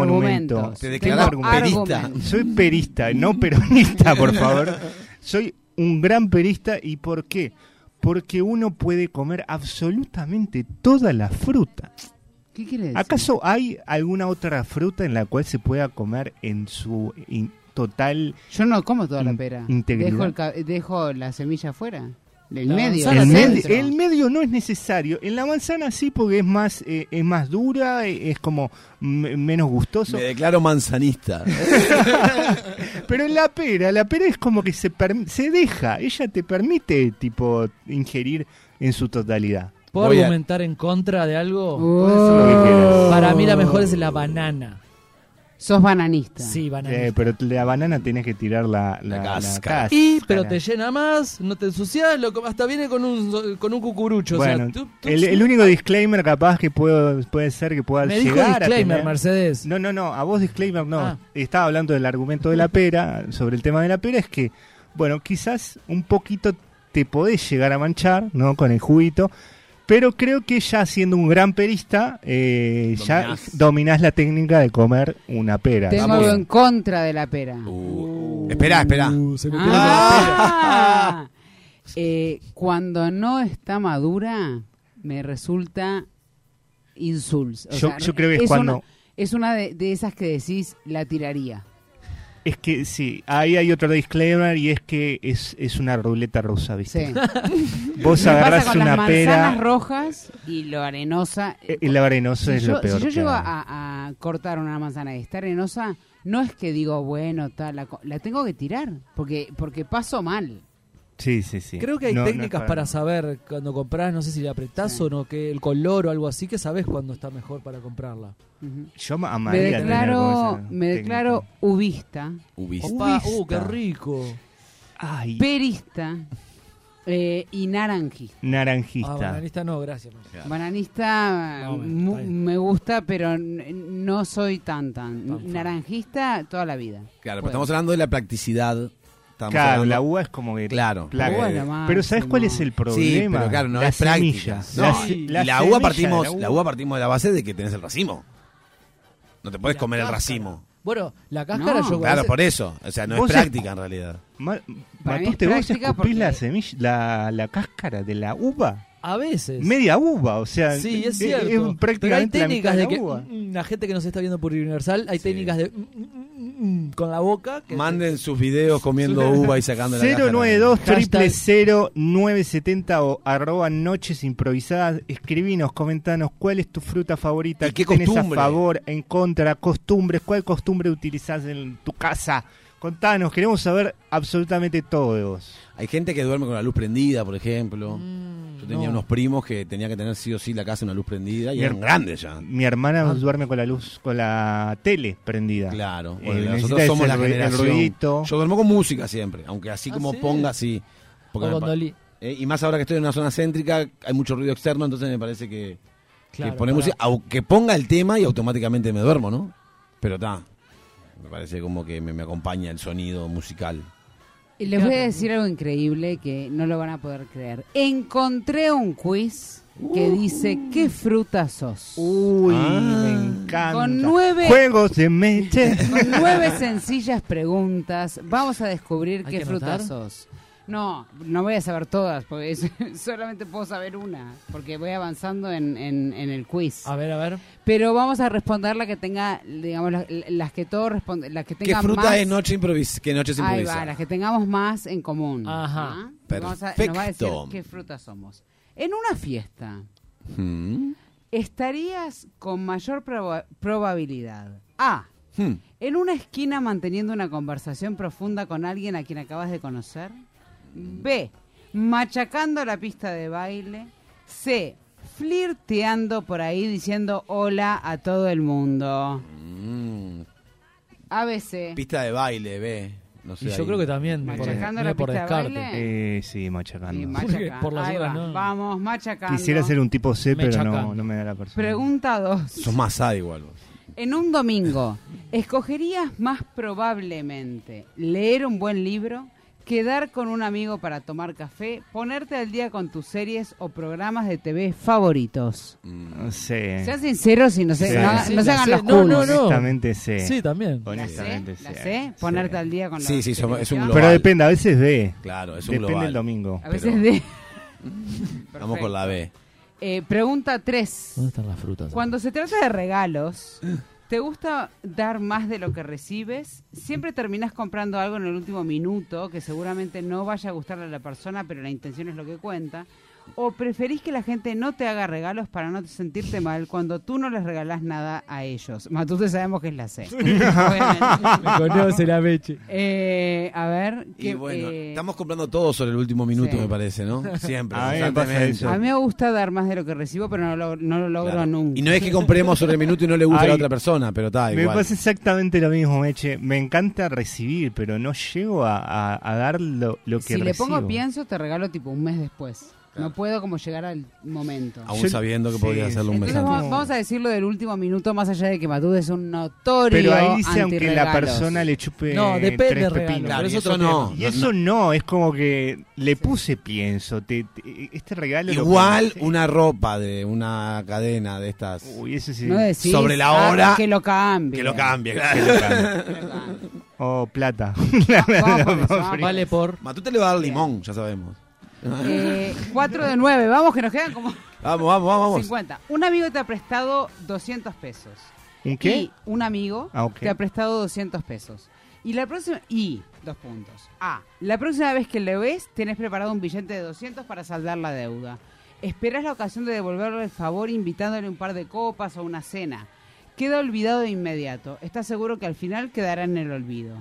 monumento.
Te
Tengo
declarás perista.
argumentos.
Soy perista, no peronista, por favor. Soy un gran perista y ¿por qué? Porque uno puede comer absolutamente toda la fruta.
¿Qué quiere decir?
¿Acaso hay alguna otra fruta en la cual se pueda comer en su in- total
Yo no como toda la
In-
pera.
integridad.
Dejo, el ca- dejo la semilla afuera. Del
La
medio.
manzana
el,
del
sí.
med-
centro.
el medio no es necesario. En la manzana sí, porque es más eh, es más dura, eh, es como m- menos gustoso.
Me declaro manzanista.
Pero en la pera, la pera es como que se perm- se deja. Ella te permite tipo ingerir en su totalidad.
¿Puedo
Voy a-
argumentar en contra de algo?
Oh.
lo que quieras.
Para mí la mejor es la banana.
Sos bananista.
Sí, banana.
Eh, pero la banana tenés que tirar la, la,
La
la
cáscara.
cáscara.
Y, pero te llena más, no te ensucias, loco, hasta viene con un, con un cucurucho.
Bueno,
o sea, tú- tú-
el, el único disclaimer capaz que puedo, puede ser que pueda
me dijo
llegar a
disclaimer,
tener-
Mercedes.
No, no, no, a vos disclaimer no.
Ah.
Estaba hablando del argumento de la pera, sobre el tema de la pera, es que, bueno, quizás un poquito te podés llegar a manchar, ¿no? Con el juguito, pero creo que ya siendo un gran perista, eh, ya
Dominás.
dominás la técnica de comer una pera.
Tengo
Vamos.
algo en contra de la pera.
Uh, Espera, espera.
Uh, se copió
Ah. Eh, cuando no está madura, me resulta insulso.
Yo- yo creo que es cuando-
Una, es una de, de esas que decís, la tiraría.
Es que sí, ahí hay otro disclaimer y es que es, es una ruleta rusa, ¿viste?
Sí.
Vos
Me pasa
agarrás
con las
una
manzanas
pera...
rojas y lo arenosa.
eh, El arenoso es
si yo,
lo peor.
si yo
que
llego
hay.
a, a cortar una manzana y está arenosa, no es que digo, bueno, tal, la, co- la tengo que tirar, porque porque paso mal.
Sí, sí, sí.
Creo que hay
No, no es
técnicas para... saber cuando compras, no sé si le apretás
Sí.
o no, que el color o algo así, que sabes cuándo está mejor para comprarla.
Ujú.
Yo ma-
Me
amaría tener como
declaro,
esa
me
técnica.
declaro ubista,
Ubis.
Opa,
Ubista.
uh, qué rico.
Ay,
perista eh, y naranjista.
Ah,
naranjista.
bananista no, gracias.
Bananista
No, bueno,
mu-
está bien.
me gusta, pero n- no soy tan tan.
Tan fan.
Naranjista toda la vida.
Claro, pero estamos hablando de la practicidad. Estamos
claro,
hablando-
la uva es como que
Claro.
plaga.
La uva es
la más,
pero ¿sabes
sí,
cuál
no.
es el
Sí,
problema?
pero claro, no
La
es práctica.
semilla.
No,
La
se-
y
la
la,
semilla
uva
de
partimos,
la
la
uva.
uva. partimos de la base de que tenés el racimo. No te puedes comer el
cáscara.
racimo.
Bueno, la cáscara
No.
yo
Claro,
a veces-
por eso. O sea, no
Vos
es
es-
práctica en realidad.
Ma-
Para mí es
Matute, vos
práctica
escupís la
porque-
semilla, la, la cáscara de la uva.
a veces.
Media uva, o sea.
Sí, es cierto. Pero hay
prácticamente la mitad
técnicas
de
de
la
que
uva.
mm, mm, la gente que nos está viendo por Universal, hay técnicas de mm, mm, mm, con la boca que
Manden sus videos comiendo uva y sacando la cáscara.
092
Hashtag-
000 970 o arroba noches improvisadas. Escribinos, comentanos cuál es tu fruta favorita,
¿Y qué
tenés a
costumbre?
favor, en contra, costumbres, cuál costumbre utilizás en tu casa. Contanos, queremos saber absolutamente todo de vos.
Hay gente que duerme con la luz prendida, por ejemplo. Yo tenía
Mm. no.
unos primos que tenían que tener sí o sí la casa una luz prendida y
Bien.
eran grandes ya.
Mi hermana
Ah.
duerme con la luz, con la tele prendida.
Claro,
Eh,
bueno,
necesita
nosotros
ese
somos la
ru- el
generación.
ruidito.
Yo duermo con música siempre, aunque así
Ah,
como
¿sí?
ponga, sí.
o
Porque me pa-
gondolí.
Eh, y más ahora que estoy en una zona céntrica, hay mucho ruido externo, entonces me parece que, que
Claro,
poner
para-
música, aunque ponga el tema y automáticamente me duermo, ¿no? Pero está, me parece como que me, me acompaña el sonido musical.
Y les voy a decir algo increíble que no lo van a poder creer. Encontré un quiz que Uh. dice ¿qué fruta sos?
Uy,
Ah.
me encanta.
Con nueve-
Juegos de meche.
Con nueve sencillas preguntas vamos a descubrir
Hay
qué
que
fruta
anotar.
sos. No, no voy a saber todas, porque es- solamente puedo saber una, porque voy avanzando en, en- en el quiz.
A ver, a ver.
Pero vamos a responder la que tenga, digamos, la- la- las que todos responde, las que
¿Qué
tengan
fruta
más.
es noche improvisada? ¿Qué noche
Ahí va,
improvisada?
las que tengamos más en común.
Ajá.
¿ah? Y vamos a- nos va a decir
Perfecto.
qué fruta somos. En una fiesta,
Hmm.
estarías con mayor proba- probabilidad. A.
Hmm.
En una esquina manteniendo una conversación profunda con alguien a quien acabas de conocer.
Mm.
B. Machacando la pista de baile. C. Flirteando por ahí diciendo hola a todo el mundo.
Mm.
ABC.
Pista de baile, ve. No sé,
Y yo
ahí.
creo que también. Por,
Machacando
medio
la
por
pista de
descarte.
baile.
Eh, sí, machacando.
Y
macha-
machaca-
Por las
ahí
dudas,
va.
no.
Vamos, machacando.
Quisiera ser un tipo C, pero
Machacando.
no, no me da la persona.
Pregunta 2.
Sos más sad igual. vos.
En un domingo, ¿escogerías más probablemente leer un buen libro, quedar con un amigo para tomar café, ponerte al día con tus series o programas de TV favoritos?
Mm.
No sé.
Sean sinceros y no se,
Sí.
no, hagan-
Sí,
no se
la
hagan
sé.
los
No,
culos.
no, no.
Honestamente C.
Sí, también.
¿La sé?
Honestamente
¿La
sí.
sé?
Sí.
Ponerte al día con la
Sí, sí, somos- es
televisión.
un global.
Pero depende, a veces D.
Claro, es un
Depende
global.
el domingo.
A veces
pero-
de...
Vamos con la B.
Eh, pregunta 3.
¿Dónde están las frutas?
Cuando se trata de regalos, ¿te gusta dar más de lo que recibes? Siempre terminás comprando algo en el último minuto que seguramente no vaya a gustarle a la persona, pero la intención es lo que cuenta. ¿O preferís que la gente no te haga regalos para no sentirte mal cuando tú no les regalás nada a ellos? Matute sabemos que es la C. Obviamente.
Me conoce la meche.
Eh, a ver,
Y
que,
bueno,
eh,
estamos comprando todo sobre el último minuto,
sí.
me parece, ¿no? Siempre.
A mí me pasa
constantemente.
eso.
a mí me gusta dar más de lo que recibo, pero no lo, no lo logro
Claro.
nunca.
Y no es que compremos sobre el minuto y no le gusta a la
Ay.
otra persona, pero está
Me
igual.
pasa exactamente lo mismo, Meche. Me encanta recibir, pero no llego a, a- a dar lo, lo que
si le
recibo.
pongo pienso, te regalo tipo un mes después. No puedo como llegar al momento.
Aún
Yo-
sabiendo que
sí,
podría hacerlo un
sí.
mes
Entonces
antes.
vamos, vamos a decirlo del último minuto, más allá de que Matú es un notorio
Pero ahí dice aunque la
antirregalos.
persona le chupe
No, depende
tres
del regalo.
pepinos.
Claro,
Pero es
y
otro
eso no.
Y eso no, es como que le puse pienso. te- te- este regalo lo
Igual
pensé.
una ropa de una cadena de estas.
Uy, ese sí.
No decís,
Sobre la
ah,
hora,
que lo cambie.
que lo cambie,
Que
claro.
lo cambio. o plata. La- la-
Vamos
la-
por eso,
la-
vamos.
Vale por.
Matute le va a dar limón, ya sabemos.
Eh, 4 de 9, vamos que nos quedan como
Vamos, vamos, vamos.
50. Un amigo te ha prestado 200 pesos.
¿Un qué?
Y un amigo
Ah, ok.
te ha prestado 200 pesos. Y la próxima. Y dos puntos. A. La próxima vez que le ves, tenés preparado un billete de 200 para saldar la deuda. Esperás la ocasión de devolverle el favor invitándole un par de copas o una cena. Queda olvidado de inmediato. Estás seguro que al final quedará en el olvido.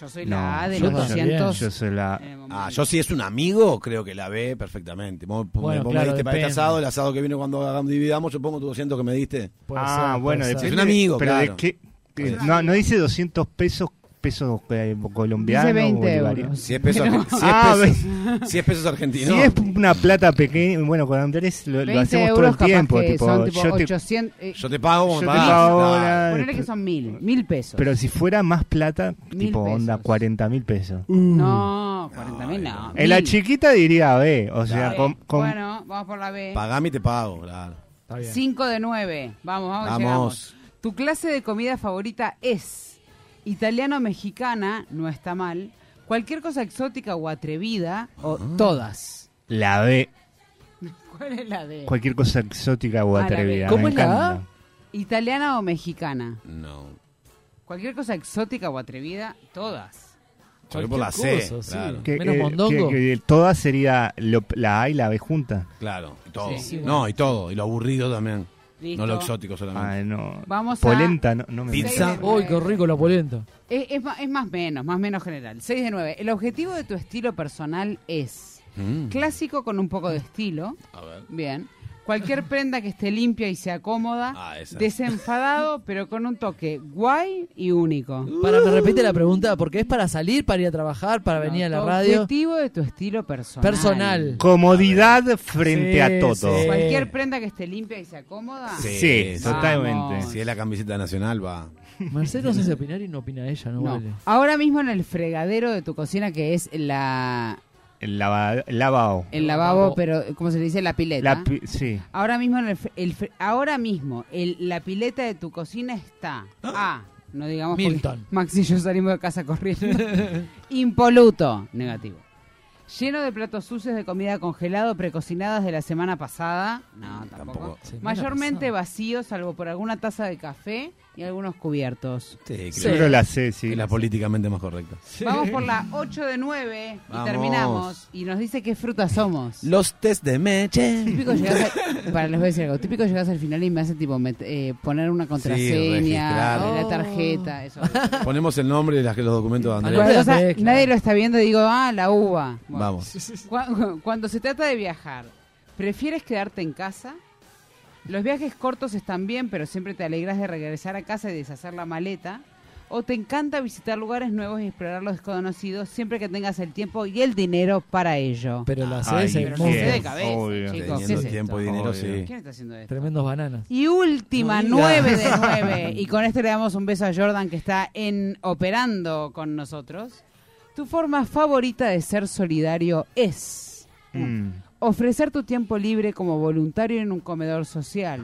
Yo soy la A de
yo
los Eh,
no-
200.
Yo soy la.
en el momento.
Ah, yo si es un amigo, creo que la ve perfectamente. Vos, vos
Bueno,
me- vos
claro,
me diste para este
depende.
asado, el asado que viene cuando hagamos- dividamos, yo pongo tu 200 que me diste.
puede ser,
Ah,
puede
bueno,
ser.
depende.
Es un amigo,
pero
claro.
de qué.
Puede
eh,
ser.
No, no dice 200 pesos, pesos eh, colombianos.
Dice 20
bolivarianos.
euros.
Si es pesos, argen- si es
Ah,
pesos, si es pesos
Si
argentinos.
es una plata pequeña, bueno, con Andrés lo, lo
20
hacemos todo
euros
el tiempo.
capaz que
Tipo,
son tipo
yo te-
800. eh,
Yo te pago como
yo te
pagás.
pago
Dale.
ahora,
Ponele que son mil, mil pesos.
Pero si fuera más plata,
Mil
tipo onda,
pesos. Uh.
40 mil pesos.
no, 40 mil no.
En la
mil.
chiquita diría B, o sea,
B.
con, con-
Bueno, eh. vamos por la B.
Pagame y te pago, claro.
Está bien.
5 de 9. Vamos, vamos,
Vamos.
llegamos. Tu clase de comida favorita es italiano-mexicana, no está mal. Cualquier cosa exótica o atrevida, o todas.
la B,
¿Cuál es la D?
cualquier cosa exótica o
Ah, la B.
atrevida.
¿Cómo
me
es la
encanta.
A?
¿Italiana o mexicana?
No.
Cualquier cosa exótica o atrevida, todas.
Yo voy por la C.
Cualquier cosa,
claro.
sí.
Que,
Menos
eh,
mondongo.
que- que toda sería lo- la A y la B juntas.
Claro, y todo.
Sí, sí,
No, y todo. Y lo aburrido también.
Listo.
No lo exótico solamente.
Ay, no.
Vamos a-
Polenta, no, no me
Pizza.
gusta.
Uy, qué rico la polenta.
Es, es ma- es más menos, más menos general. 6 de 9. El objetivo de tu estilo personal es
Mm.
clásico con un poco de estilo.
A ver.
Bien. Cualquier prenda que esté limpia y sea cómoda.
Ah, esa.
desenfadado, pero con un toque guay y único.
Para, me repite la pregunta, porque es para salir, para ir a trabajar, para venir a la
Tu
radio.
Objetivo de tu estilo personal.
Personal.
Comodidad frente
Sí,
a todo.
sí.
Cualquier prenda que esté limpia y sea cómoda.
Sí,
Sí,
sí.
totalmente.
Vamos.
Si es la camiseta nacional, va.
Marcelo no sé si opinar y no opina ella, no,
No.
vale.
Ahora mismo en el fregadero de tu cocina, que es la
El lava- lavado.
el lavabo,
Lavabo.
pero como se le dice, la pileta.
La pi- sí.
ahora mismo, en el, fre- el fre- ahora mismo el- la pileta de tu cocina está. A. No digamos porque
Milton.
Max y yo salimos de casa corriendo. Impoluto. Negativo. Lleno de platos sucios de comida congelado, precocinadas de la semana pasada. No, tampoco.
Tampoco.
Semana
Mayormente
pasada.
vacíos, salvo por alguna taza de café y algunos cubiertos.
Sí, creo
Sí.
Seguro la sé,
que
sí.
es la políticamente más correcta.
Vamos por la 8 de 9 y
Vamos.
terminamos. Y nos dice qué frutas pues, somos.
Los test de Meche.
Típico llegás al- para les voy a decir algo. Típico llegás al final y me hace tipo met- eh, poner una contraseña,
registrar. Oh.
la tarjeta, eso.
Ponemos el nombre de las que los documentos de Andrea.
Cualquier cosa,
mezcla.
nadie lo está viendo y digo, ah, la uva. Bueno.
Vamos.
Cu- Cuando se trata de viajar, ¿prefieres quedarte en casa? Los viajes cortos están bien, pero siempre te alegras de regresar a casa y deshacer la maleta. ¿O te encanta visitar lugares nuevos y explorar los desconocidos siempre que tengas el tiempo y el dinero para ello?
Pero la
Ay,
haces
Pero no
bien,
sé de cabeza,
obvio.
chicos. ¿Qué
Teniendo
es
tiempo
esto?
y dinero,
Obvio.
sí.
¿Quién está haciendo esto?
Tremendos bananas.
Y última,
No digas.
9 de 9. Y con esto le damos un beso a Jordan que está en operando con nosotros. Tu forma favorita de ser solidario es
Mm.
ofrecer tu tiempo libre como voluntario en un comedor social.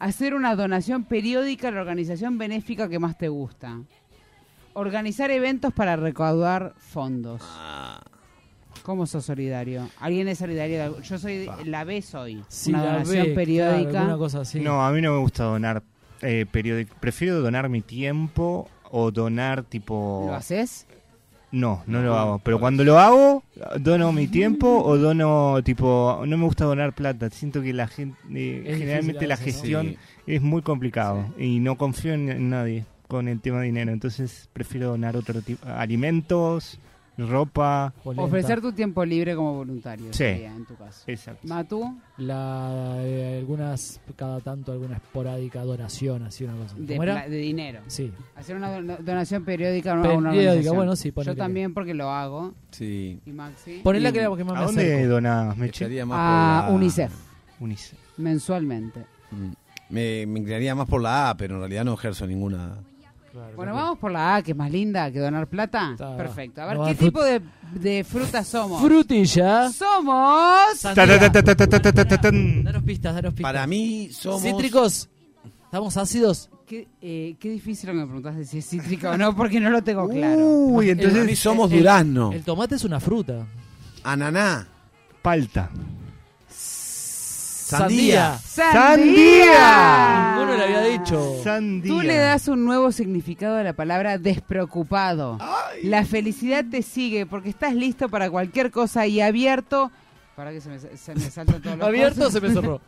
Hacer una donación periódica a la organización benéfica que más te gusta. Organizar eventos para recaudar fondos.
Ah.
¿Cómo sos solidario? ¿Alguien es solidario? de algo? Yo soy la B soy.
Si
una
la
donación
ve,
periódica.
claro, alguna cosa así.
No, a mí no me gusta donar eh, periódico. Prefiero donar mi tiempo o donar tipo...
¿Lo haces? Ah,
No, no lo hago. Pero cuando lo hago, dono mi tiempo o dono, tipo, no me gusta donar plata. Siento que la gente, eh,
difícil
generalmente
a
la
veces, ¿no?
gestión
Sí.
es muy complicado y no confío en, en nadie con el tema de dinero. Entonces prefiero donar otro tipo, alimentos, ropa,
Polenta.
Ofrecer tu tiempo libre como voluntario.
Sí.
sería, en tu caso.
esa.
Matú,
la eh, algunas cada tanto alguna esporádica donación así una cosa
de,
¿Cómo era?
pla- de dinero.
sí
Hacer una don- donación periódica a una
Periódica,
organización.
bueno, sí, ponele
Yo
que-
también porque lo hago.
Sí.
Y Maxi.
ponela
Y-
que era que más
¿A
me
dónde
acerco.
donás, Meche?
Estaría más
A
por la-
UNICEF,
Unicef.
mensualmente.
Mm. Me, me inclinaría más por la A, pero en realidad no ejerzo ninguna.
Bueno, vamos por la A, que es más linda que donar plata.
Está.
Perfecto. A ver,
No,
¿qué
frut-
tipo de, de fruta somos?
frutilla
Somos...
Sandía.
Ta, ta, ta, ta, ta, ta, ta, ta, ta, tan.
danos pistas danos pistas
Para mí somos.
cítricos estamos ácidos
Qué, eh, qué difícil lo que me preguntaste si es cítrica o no, porque no lo tengo claro.
Uy,
Para
entonces
mí somos
el-
durazno.
el tomate es una fruta
Ananá.
palta.
Sandía.
¡Sandía!
ninguno le había dicho
Sandía.
Tú le das un nuevo significado a la palabra despreocupado. La felicidad te sigue porque estás listo para cualquier cosa y abierto. Para que se me, se me saltan todos los
abierto
cosos.
se me cerró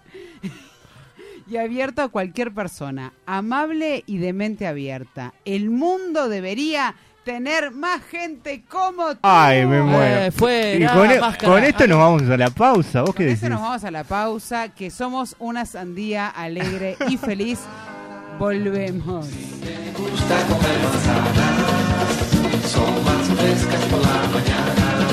Y abierto a cualquier persona. Amable y de mente abierta. El mundo debería tener más gente como tú.
Ay, me muero.
Eh, fue
Y
nada,
con, e-
máscara.
con esto nos vamos a la pausa. ¿Vos qué
Ah. Con
decís?
esto nos vamos a la pausa, que somos una sandía alegre y feliz. Volvemos.
gusta comer manzanas, son más frescas por la mañana.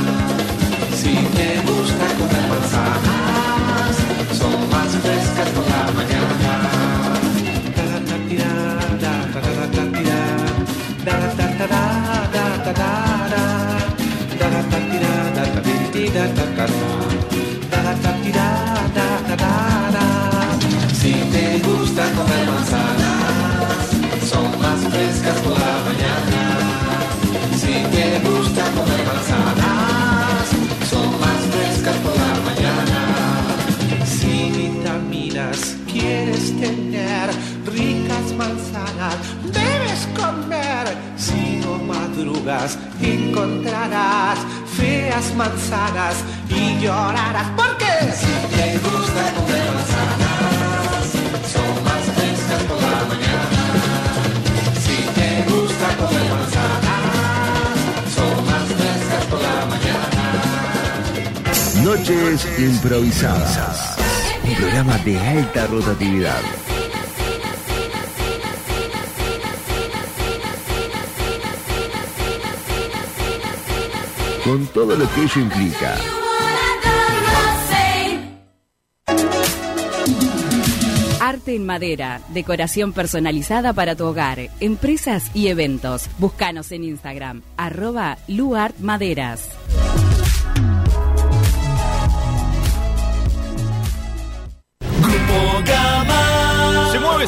Si te gusta comer manzanas, son más frescas por la mañana. Taratatira, tataratatira, taratatara, tatatara, taratatira, tatatatira, tatatara, taratatira, tatatara. Si te gusta comer manzanas, son más frescas por la mañana. Si te gusta comer manzanas, son más frescas por la mañana. Si vitaminas quieres tener, ricas manzanas debes comer. Si no madrugas, encontrarás feas manzanas y llorarás. Porque si te gusta comer manzanas, son más frescas por la mañana. Si te gusta comer manzanas, son más frescas por la mañana.
Noches improvisadas. Un programa de alta rotatividad. Con todo lo que ello implica.
Arte en madera, decoración personalizada para tu hogar, empresas y eventos. Búscanos en Instagram, arroba luartmaderas.
Grupo Gama. Se mueve
mueve,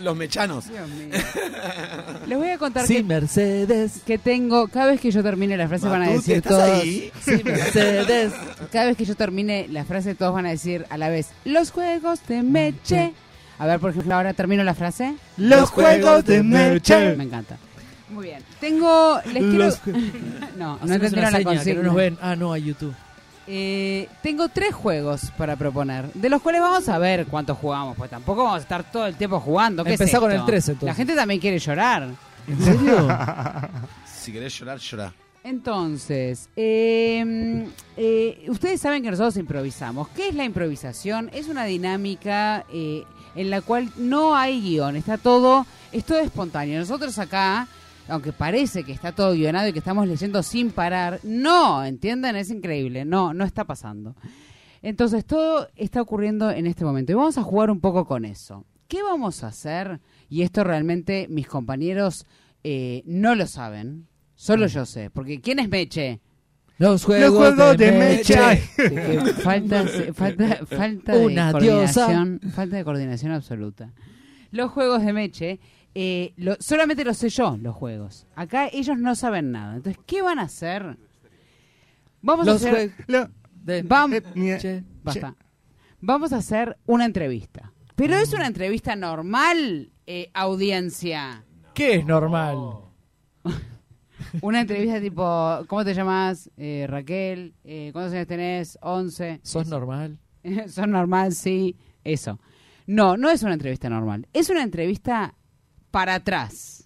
los mechanos.
Dios mío. Les voy a contar
Sí,
que-
Mercedes.
que tengo, cada vez que yo termine la frase van a
Matute,
decir
¿estás
todos,
ahí?
Sí, Mercedes.
cada vez que yo termine la frase todos van a decir a la vez, los juegos de Meche. A ver, por ejemplo, ahora termino la frase.
Los juegos de Merche.
Me encanta. Muy bien. Tengo, les quiero...
Los
no, no
Hacenos una
entendieron la
seña, que no nos
consigna.
ven. Ah, no, a YouTube.
Eh, tengo tres juegos para proponer, de los cuales vamos a ver cuántos jugamos, pues tampoco vamos a estar todo el tiempo jugando. ¿Qué es
Empezá con
esto?
el tres, entonces.
La gente también quiere llorar.
¿En serio?
Si querés llorar, llorá.
Entonces, eh, eh, ustedes saben que nosotros improvisamos. ¿Qué es la improvisación? Es una dinámica eh, en la cual no hay guión, está todo, es todo espontáneo. Nosotros acá, aunque parece que está todo guionado y que estamos leyendo sin parar, no, ¿entienden? Es increíble, no, no está pasando. Entonces, todo está ocurriendo en este momento y vamos a jugar un poco con eso. ¿Qué vamos a hacer? Y esto realmente mis compañeros eh, no lo saben. Solo yo sé, porque ¿quién es Meche?
Los
juegos
juegos,
de
de,
mecha.
mecha.
Falta, falta, falta de
Una
coordinación, falta de coordinación absoluta. Los juegos de Meche, eh, lo- solamente los sé yo, los juegos. Acá ellos no saben nada. Entonces, ¿qué van a hacer? Vamos a
Los
hacer
jue- eh,
Lo-
Vam-
che,
Basta. Vamos a hacer una entrevista. Pero es una entrevista normal, eh, audiencia.
¿Qué es normal?
Una entrevista tipo, ¿cómo te llamas? Eh, Raquel. Eh, ¿Cuántos años tenés? 11.
¿Sos normal?
¿Sos normal? Sí. Eso. No, no es una entrevista normal. Es una entrevista para atrás.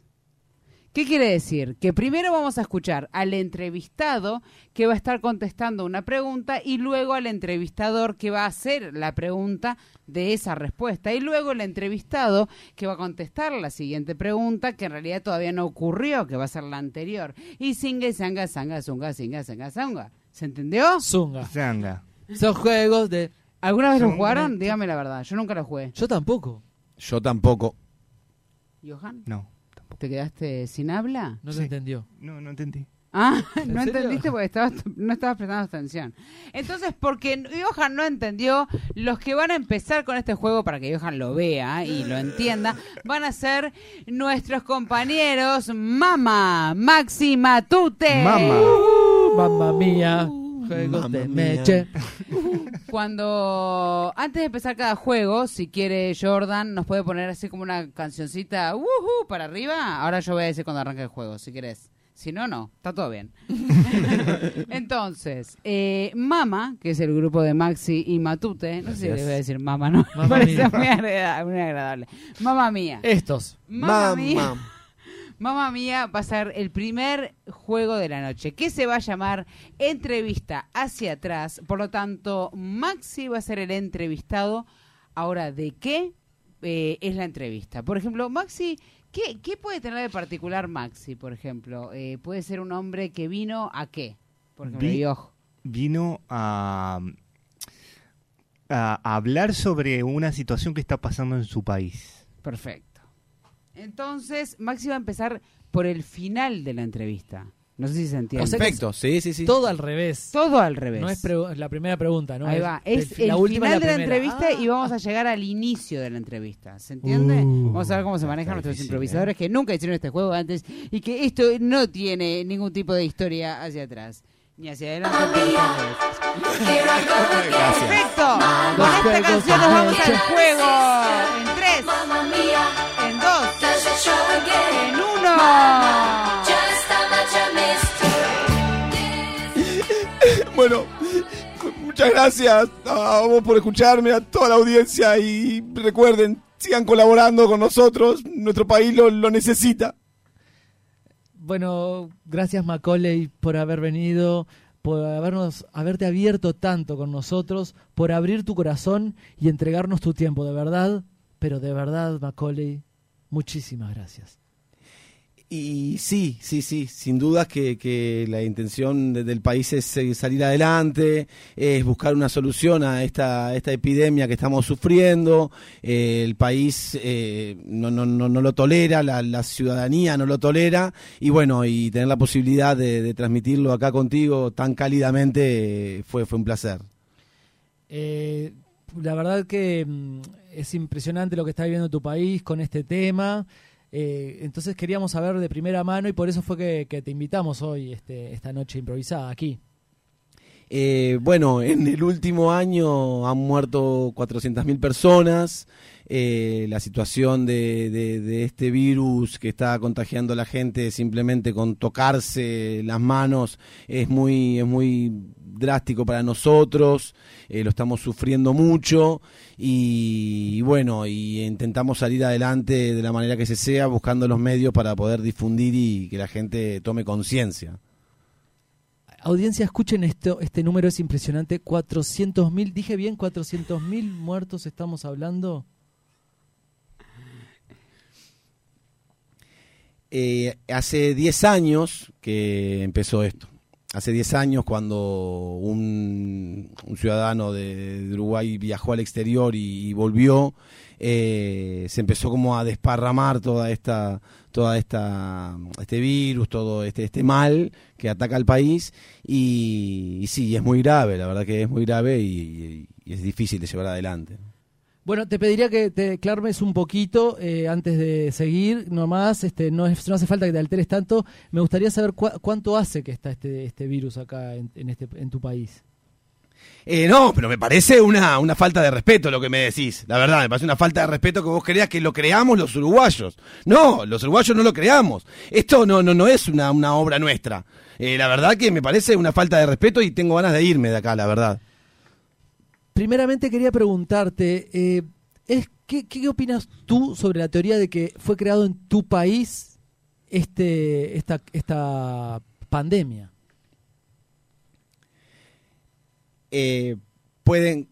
¿Qué quiere decir? Que primero vamos a escuchar al entrevistado que va a estar contestando una pregunta y luego al entrevistador que va a hacer la pregunta de esa respuesta y luego el entrevistado que va a contestar la siguiente pregunta que en realidad todavía no ocurrió, que va a ser la anterior. Y singa, y sanga, sanga, zunga, singa, sanga, zanga. ¿Se entendió?
Zunga.
Zanga.
Son juegos de.
¿Alguna vez lo
Zunga.
jugaron? Dígame la verdad, yo nunca lo jugué.
Yo tampoco.
Yo tampoco.
¿Johan?
No.
¿Te quedaste sin habla?
No se
Sí.
entendió.
No, no entendí.
Ah,
¿En
no
serio?
entendiste porque estabas, no estabas prestando atención. Entonces, porque Johan no entendió, los que van a empezar con este juego para que Johan lo vea y lo entienda, van a ser nuestros compañeros Mama, Maxi Matute.
Mama.
Mamma Uh, mía. Juegos
Mamma
de
mía.
meche.
Cuando, antes de empezar cada juego, si quiere Jordan, nos puede poner así como una cancioncita "Wujú", para arriba. Ahora yo voy a decir cuando arranque el juego, si querés. Si no, no, está todo bien. Entonces, eh, Mama, que es el grupo de Maxi y Matute, no sé si
Gracias.
les voy a decir Mama, ¿no? Me
Mamma
parece
mía.
muy agrada- muy agradable. Mama mía.
Estos.
Mamma mía. Mamma mía va a ser el primer juego de la noche, que se va a llamar Entrevista hacia atrás. Por lo tanto, Maxi va a ser el entrevistado. Ahora, ¿de qué eh, es la entrevista? Por ejemplo, Maxi, ¿qué, qué puede tener de particular Maxi, por ejemplo? Eh, ¿Puede ser un hombre que vino a qué? Por ejemplo,
Vi-
y ojo.
Vino a, a hablar sobre una situación que está pasando en su país.
Perfecto. Entonces, Maxi va a empezar por el final de la entrevista. No sé si se entiende.
O sea que
Perfecto, sí, sí, sí.
Todo al revés.
Todo al revés.
No es pregu- la primera pregunta, ¿no?
Ahí va, es
fi-
el
última
final
es
de la
primera. Ah.
entrevista y vamos a llegar al inicio de la entrevista, ¿se entiende?
Uh,
vamos a ver cómo se manejan
está
nuestros
difícil,
¿eh?
improvisadores que nunca hicieron este juego antes y que esto no tiene ningún tipo de historia hacia atrás, ni hacia adelante. ni hacia atrás. Perfecto, con esta
Juegos
canción
de
nos vamos
noche.
al juego. En tres, en dos, en uno.
Bueno, muchas gracias a vos por escucharme, a toda la audiencia y recuerden, sigan colaborando con nosotros, nuestro país lo, lo necesita.
Bueno, gracias Macaulay por haber venido, por habernos, haberte abierto tanto con nosotros, por abrir tu corazón y entregarnos tu tiempo, de verdad, pero de verdad, Macaulay, muchísimas gracias.
Y sí, sí, sí, sin dudas que, que la intención de- del país es eh, salir adelante, es buscar una solución a esta, esta epidemia que estamos sufriendo. Eh, el país eh, no, no, no, no lo tolera, la, la ciudadanía no lo tolera. Y bueno, y tener la posibilidad de, de transmitirlo acá contigo tan cálidamente eh, fue, fue un placer.
Eh, la verdad que mm, es impresionante lo que está viviendo tu país con este tema. Eh, entonces queríamos saber de primera mano y por eso fue que, que te invitamos hoy, este, esta noche improvisada, aquí.
Eh, bueno, en el último año han muerto 400.000 personas. Eh, la situación de, de- de este virus que está contagiando a la gente simplemente con tocarse las manos es muy, es muy drástico para nosotros. Eh, lo estamos sufriendo mucho y, y bueno, y intentamos salir adelante de la manera que se sea, buscando los medios para poder difundir y que la gente tome conciencia.
Audiencia, escuchen esto, este número es impresionante, 400.000, dije bien, 400.000 muertos estamos hablando.
Eh, hace 10 años que empezó esto. Hace 10 años cuando un, un ciudadano de, de Uruguay viajó al exterior y, y volvió, eh, se empezó como a desparramar toda esta, toda esta, este virus, todo este, este mal que ataca al país y, y sí, es muy grave, la verdad que es muy grave y, y- y es difícil de llevar adelante.
Bueno, te pediría que te declarmes un poquito eh, antes de seguir, nomás, este, no, es- no hace falta que te alteres tanto. Me gustaría saber cua- cuánto hace que está este, este virus acá en, en este, en tu país.
Eh, no, pero me parece una, una falta de respeto lo que me decís. La verdad, me parece una falta de respeto que vos creas que lo creamos los uruguayos. No, los uruguayos no lo creamos. Esto no, no, no es una, una obra nuestra. Eh, la verdad que me parece una falta de respeto y tengo ganas de irme de acá, la verdad.
Primeramente quería preguntarte, eh, es, ¿qué, ¿qué opinas tú sobre la teoría de que fue creado en tu país este esta, esta pandemia?
eh, pueden,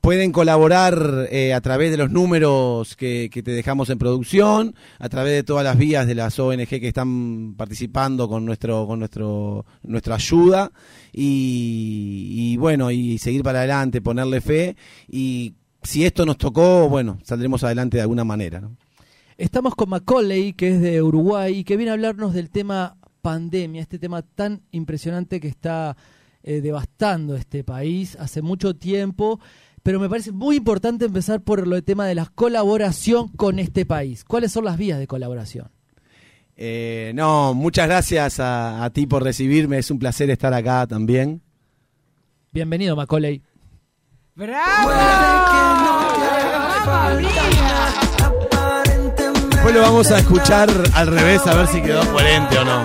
pueden colaborar eh, a través de los números que, que te dejamos en producción, a través de todas las vías de las ONG que están participando con nuestro, con nuestro, nuestra ayuda, y, y bueno, y seguir para adelante, ponerle fe, y si esto nos tocó, bueno, saldremos adelante de alguna manera, ¿no?
Estamos con Macaulay, que es de Uruguay, y que viene a hablarnos del tema pandemia, este tema tan impresionante que está eh, devastando este país hace mucho tiempo. Pero me parece muy importante empezar por lo del tema de la colaboración con este país. ¿Cuáles son las vías de colaboración?
Eh, no, muchas gracias a, a ti por recibirme, es un placer estar acá también.
Bienvenido, Macaulay.
Después lo vamos a escuchar al revés a ver si quedó coherente o no.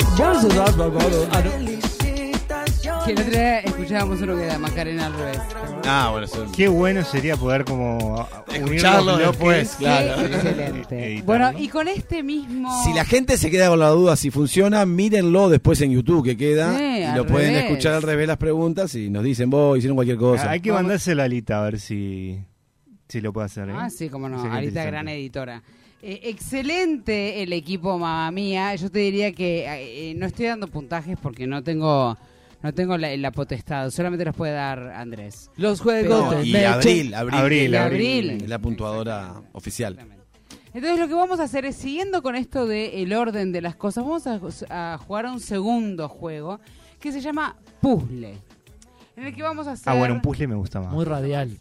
Que el otro día escuchábamos uno que era Macarena al revés.
Ah, bueno, eso-
Qué bueno sería poder como unir
Escucharlo
los bloques.
después, claro.
Qué excelente.
Editarlo.
Bueno, y con este mismo...
Si la gente se queda con la duda si funciona, mírenlo después en YouTube que queda
Sí,
y
al
lo pueden
revés.
escuchar al revés las preguntas y nos dicen vos hicieron cualquier cosa.
Hay que mandárselo a Alita a ver si, si lo puede hacer. ¿eh?
Ah, sí, cómo no.
Sería
Ahorita
interesante.
gran e- editora. Eh, excelente el equipo, mamá mía. Yo te diría que eh, eh, no estoy dando puntajes porque no tengo no tengo la, la potestad. Solamente los puede dar Andrés.
Los juegos
Pero-
de
y
Meche.
abril, abril,
Abril,
que-
abril.
es la puntuadora oficial.
Exactamente. Entonces lo que vamos a hacer es, siguiendo con esto del orden de las cosas, vamos a, a jugar a un segundo juego que se llama Puzzle. En el que vamos a hacer...
Ah, bueno, un puzzle me gusta más.
Muy radial.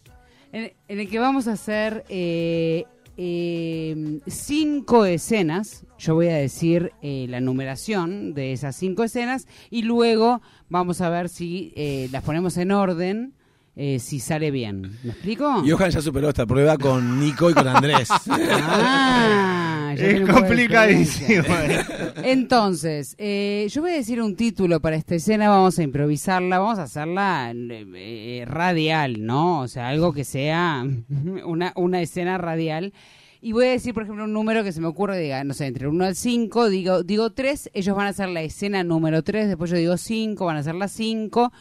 En, en el que vamos a hacer eh, eh, cinco escenas. Yo voy a decir eh, la numeración de esas cinco escenas y luego vamos a ver si eh, las ponemos en orden, eh, si sale bien. ¿Me explico?
Johan ya superó esta prueba con Nico y con Andrés.
Ah, ya tiene
es
un poco de
complicadísimo.
experiencia. Entonces, eh, yo voy a decir un título para esta escena, vamos a improvisarla, vamos a hacerla eh, eh, radial, ¿no? O sea, algo que sea una, una escena radial. Y voy a decir, por ejemplo, un número que se me ocurre, diga, no sé, entre 1 al 5, digo, digo 3, ellos van a hacer la escena número 3, después yo digo 5, van a hacer la 5,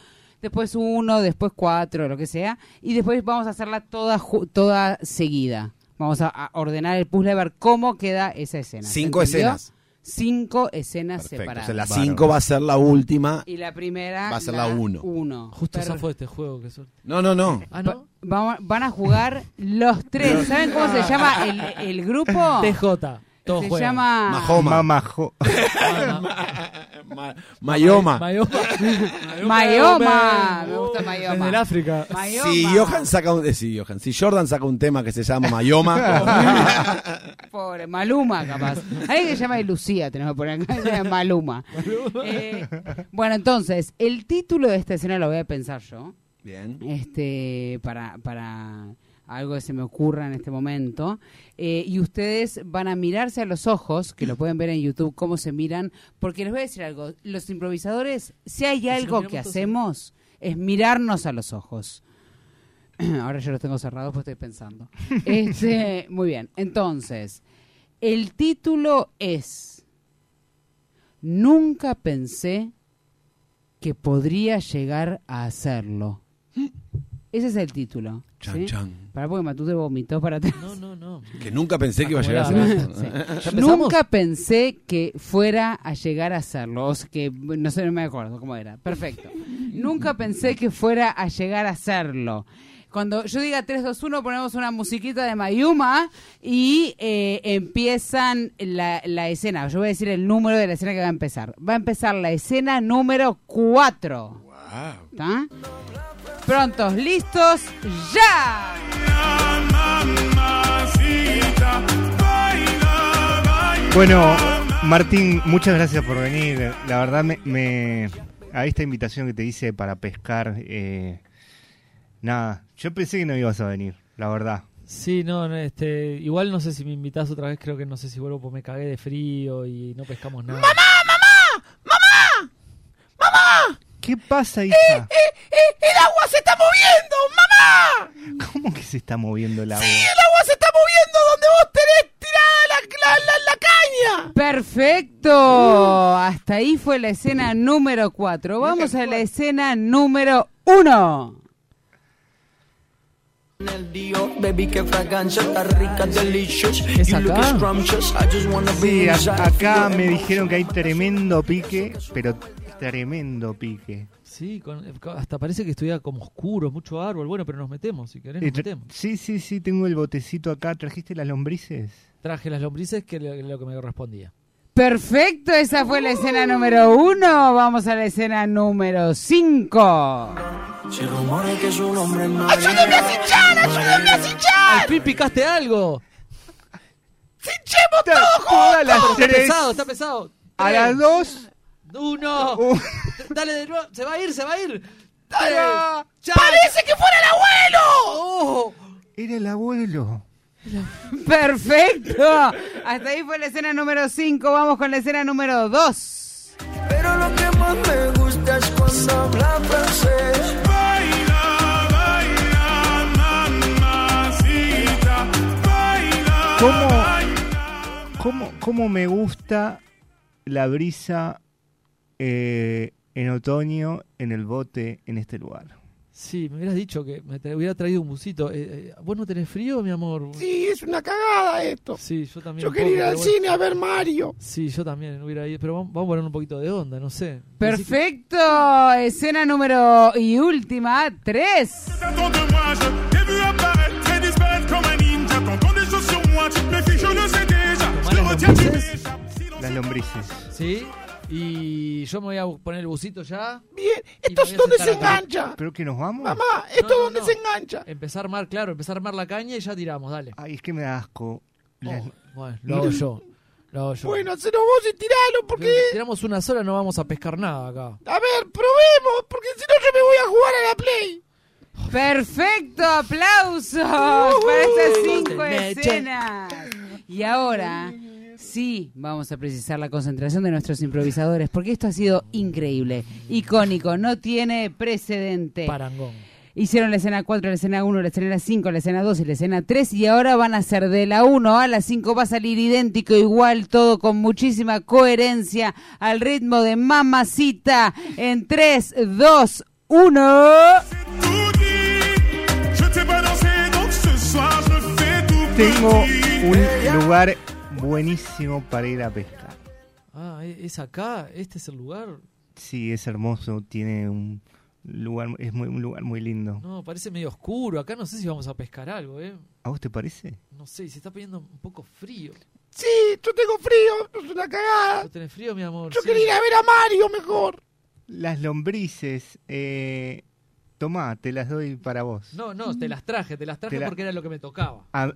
después 1, después 4, lo que sea, y después vamos a hacerla toda, ju- toda seguida. Vamos a, a ordenar el puzzle a ver cómo queda esa escena. ¿Se
Cinco
entendió?
escenas.
Cinco escenas
Perfecto. O
separadas.
sea, la
Bárbaro.
5 va a ser la última.
Y la primera
Va a ser la uno.
uno.
Justo
Per-
esa fue este juego que son.
No, no, no.
Ah,
Va-
¿no?
vamos- van a jugar los tres. ¿Saben cómo se llama el, el grupo?
TJ. Todo
se
juega.
llama
Majoma.
Mamajo.
Ah, ma-
Ma- Mayoma.
Mayoma.
Mayoma. Me gusta
Desde el
Mayoma.
África.
Mayoma.
Si Johan saca un, eh, si Johan, si Jordan saca un tema que se llama Mayoma,
Pobre, Maluma, capaz. Alguien que se llama Lucía, tenemos que poner acá, se llama Maluma. Eh, bueno, entonces, el título de esta escena lo voy a pensar yo.
bien.
este para, para algo que se me ocurra en este momento. Eh, y ustedes van a mirarse a los ojos, que lo pueden ver en YouTube, cómo se miran, porque les voy a decir algo, los improvisadores, si hay algo que hacemos, es mirarnos a los ojos. Ahora yo los tengo cerrados, pues estoy pensando. Este, muy bien, entonces, el título es Nunca pensé que podría llegar a hacerlo. Ese es el título.
Chan, chan.
Para porque Matute vomitó para atrás.
No, no, no.
Que nunca pensé que iba a llegar a ser
Acumulada.
esto.
Sí.
¿Ya empezamos?
Nunca pensé que fuera a llegar a hacerlo. O sea, que no sé, no me acuerdo cómo era. Perfecto. Nunca pensé que fuera a llegar a hacerlo. Cuando yo diga 3, 2, 1, ponemos una musiquita de Mayuma y eh, empiezan la, la escena. Yo voy a decir el número de la escena que va a empezar. Va a empezar la escena número 4. ¿Está? Prontos, listos, ya.
Bueno, Martín, muchas gracias por venir. La verdad, me, me- a esta invitación que te hice para pescar, eh, Nada, yo pensé que no ibas a venir, la verdad.
Sí, no, no, este, igual no sé si me invitás otra vez, creo que no sé si vuelvo porque me cagué de frío y no pescamos nada.
¿Qué pasa,
Eh.
hija?
Eh, ¡El agua se está moviendo, mamá!
¿Cómo que se está moviendo el agua?
¡Sí, el agua se está moviendo donde vos tenés tirada la, la- la- la caña!
Perfecto. Hasta ahí fue la escena número 4. Vamos a la escena número 1.
Baby, qué fragancia tan rica, delicious.
¿Es
You look
acá?
scrumptious. I just wanna
Sí,
be
a-
inside
acá
you.
me dijeron que hay tremendo pique, pero tremendo pique.
Sí, con- eh, hasta parece que estuviera como oscuro, mucho árbol. Bueno, pero nos metemos, si querés,
Eh,
nos
tra-
metemos.
Sí, sí, sí, tengo el botecito acá. ¿Trajiste las lombrices?
Traje las lombrices, que era lo que me correspondía.
Perfecto, esa fue la escena número 1. Vamos a la escena número 5.
Se rumora que su nombre es
¡Ayúdame
María.
a cinchar! ¡Ayúdame a
¡Al
cinchar!
fin picaste algo!
¡Cinchemos
Está- todas las
Está
tres.
pesado, está pesado.
A las dos.
Tres, Uno.
Uh.
Dale de nuevo. Se va a ir, se va a ir.
Dale.
Tres, ya.
¡Parece que fuera el abuelo!
Oh.
Era el abuelo.
Perfecto. Hasta ahí fue la escena número 5. Vamos con la escena número 2.
Pero lo que más me gusta es cuando habla francés.
¿Cómo, cómo, cómo me gusta la brisa eh, en otoño en el bote en este lugar?
Sí, me hubieras dicho que me tra- hubiera traído un busito. Eh, eh, ¿Vos no tenés frío, mi amor?
Sí, es una cagada esto.
Sí, yo también.
Yo
un
quería
poco,
ir al
pero bueno.
cine a ver Mario.
Sí, yo también hubiera ido. Pero vamos, vamos a poner un poquito de onda, no sé.
Perfecto. Escena número y última 3.
T'attends de moi, je t'ai vu apparaître et disparaître comme un ninja. T'entends des choses sur moi, tu te méfies, je le sais déjà. Je te retiens, tu
Lombrices.
m'échappes. Silence
Las lombrices.
Sí. Y yo me voy a poner el busito ya.
Bien,
Y
esto
me
es
voy a
donde
sentar
se
acá.
engancha.
¿Pero que nos vamos?
Mamá, esto es
no,
donde
no.
se engancha.
Empezar a armar, claro, empezar a armar la caña y ya tiramos, dale.
Ay, es que me da asco. Las-
Oh, bueno, lo hago yo. Lo hago yo.
Bueno, hacenos vos y tiralo,
Pero
porque.
si tiramos una sola, no vamos a pescar nada acá.
A ver, probemos, porque si no yo me voy a jugar a la Play.
Perfecto, aplausos para
Uh-huh.
estas cinco
Leche.
escenas. Y ahora sí, vamos a precisar la concentración de nuestros improvisadores porque esto ha sido increíble, icónico, no tiene precedente.
Parangón.
Hicieron la escena 4, la escena 1, la escena 5, la escena 2 y la escena 3 y ahora van a ser de la 1 a la 5, va a salir idéntico, igual, todo con muchísima coherencia al ritmo de Mamacita en 3, 2, 1.
tout dit. Je t'ai pas dansé, donc ce soir, je le fais tout
Tengo
petit.
un lugar buenísimo para ir a pescar.
Ah, ¿e- es acá, este es el lugar.
Sí, es hermoso, tiene un lugar, es muy, un lugar muy lindo.
No, parece medio oscuro. Acá no sé si vamos a pescar algo, ¿eh?
¿A vos te parece?
No sé, se está poniendo un poco frío.
Sí, yo tengo frío, esto es una cagada.
¿Vos tenés frío, mi amor?
Yo
Sí.
quería ir a ver a Mario mejor.
Las lombrices, eh, tomá, te las doy para vos.
No, no, te las traje, te las traje
Te la-
porque era lo que me tocaba.
A-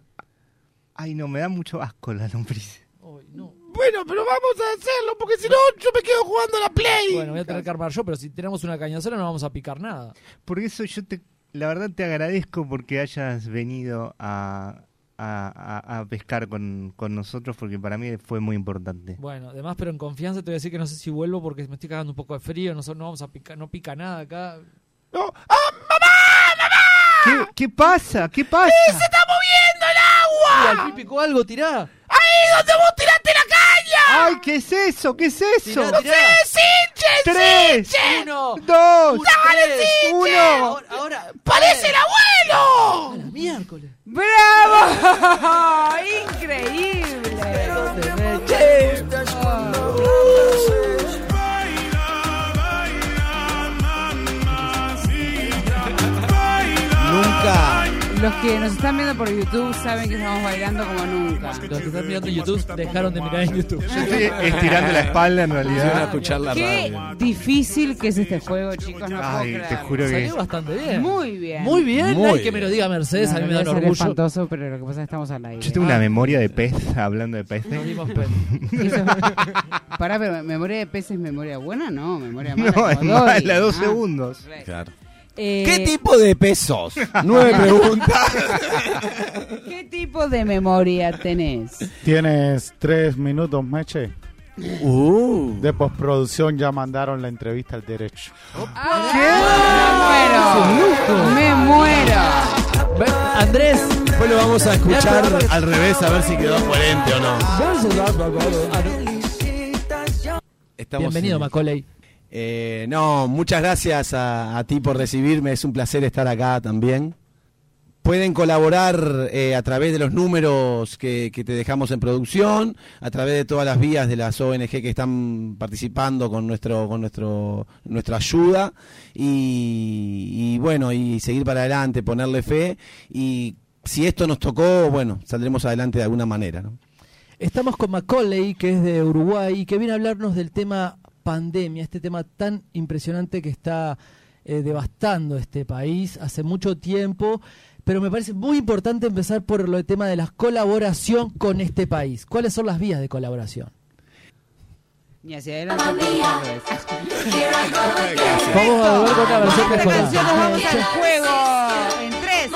ay, no, me da mucho asco las lombrices.
Ay, no.
Bueno, pero vamos a hacerlo, porque si no yo me quedo jugando a la Play.
Bueno, voy a tener que armar yo, pero si tiramos una caña sola no vamos a picar nada.
Por eso yo te, la verdad te agradezco porque hayas venido a, a- a- a pescar con, con nosotros porque para mí fue muy importante.
Bueno, además, pero en confianza te voy a decir que no sé si vuelvo porque me estoy cagando un poco de frío, no, so- no vamos a picar, no pica nada acá.
No. ¡Ah,
¿Qué, qué pasa? ¿Qué pasa?
está moviendo el agua!
Mira, al fin picó algo, tirá.
¡Ahí donde vos tiraste la caña!
¡Ay, qué es eso! ¿Qué es eso?
Tirá, tirá.
¡Es hinche,
¡Tres!
Uno,
¡Dos!
tres,
¡Uno!
Ahora, ahora,
¡Parece el abuelo!
la miércoles.
¡Bravo! ¡Increíble!
Ah.
Nunca.
Los que nos están viendo por YouTube saben que estamos bailando como nunca.
Los que están mirando en YouTube dejaron de mirar en YouTube.
Yo estoy estirando la espalda en
Quisiera
realidad.
escuchar la
Qué
radio.
difícil que es este juego, chicos. No puedo
Ay, te
creerlo.
juro que
Salió bastante bien.
Muy bien.
Muy bien,
Muy
ay, que
bien.
me lo diga Mercedes,
No,
a mí
no
me da
debe
un
ser
orgullo.
espantoso, pero lo que pasa es que estamos al aire. Ah,
yo tengo una memoria de pez, hablando de
Nos
peces.
dimos cuenta.
Eso- Pará, pero memoria de peces, memoria buena, no, memoria mala.
No, es
como Dory.
mala, dos
Ah,
segundos.
re.
Claro.
Eh,
¿Qué tipo de pesos? Nueve preguntas.
¿Qué tipo de memoria tenés?
Tienes tres minutos, Meche. De postproducción ya mandaron la entrevista al derecho.
Me muero.
Andrés,
después lo vamos a escuchar al revés a ver si quedó coherente o no. Estamos
Bienvenido, Macaulay.
Eh, no, muchas gracias a, a ti por recibirme. Es un placer estar acá también. Pueden colaborar eh, a través de los números que, que te dejamos en producción, a través de todas las vías de las ONG que están participando con nuestro con nuestro nuestra ayuda y, y bueno y seguir para adelante, ponerle fe y si esto nos tocó, bueno, saldremos adelante de alguna manera. ¿no?
Estamos con Macaulay, que es de Uruguay, y que viene a hablarnos del tema pandemia, este tema tan impresionante que está eh, devastando este país hace mucho tiempo. Pero me parece muy importante empezar por lo del tema de la colaboración con este país. ¿Cuáles son las vías de colaboración?
Y hacia adelante. Gracias.
Vamos a volver con una versión
Otra
mejorada.
canción, nos vamos al juego. En tres.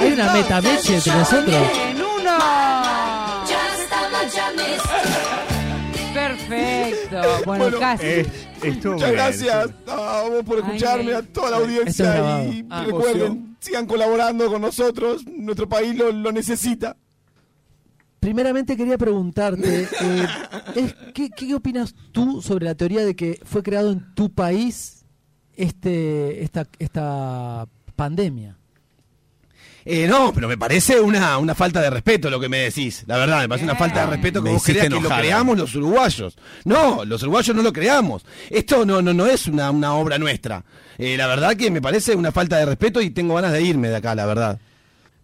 Hay una meta meche entre nosotros.
En uno. Perfecto. Bueno, casi.
eh, estuvo
Muchas
muy bien,
gracias a vos por escucharme, a toda la
Esto es
audiencia
grabado.
y
Ah.
recuerden, sigan colaborando con nosotros, nuestro país lo, lo necesita.
Primeramente quería preguntarte, eh, es- ¿qué, qué opinas tú sobre la teoría de que fue creado en tu país este esta, esta pandemia?
Eh, no, pero me parece una, una falta de respeto lo que me decís. La verdad, me parece una falta de respeto que
Me
vos creas
hiciste
que
enojar.
lo creamos los uruguayos. No, los uruguayos no lo creamos. Esto no, no, no es una, una obra nuestra. Eh, la verdad que me parece una falta de respeto y tengo ganas de irme de acá, la verdad.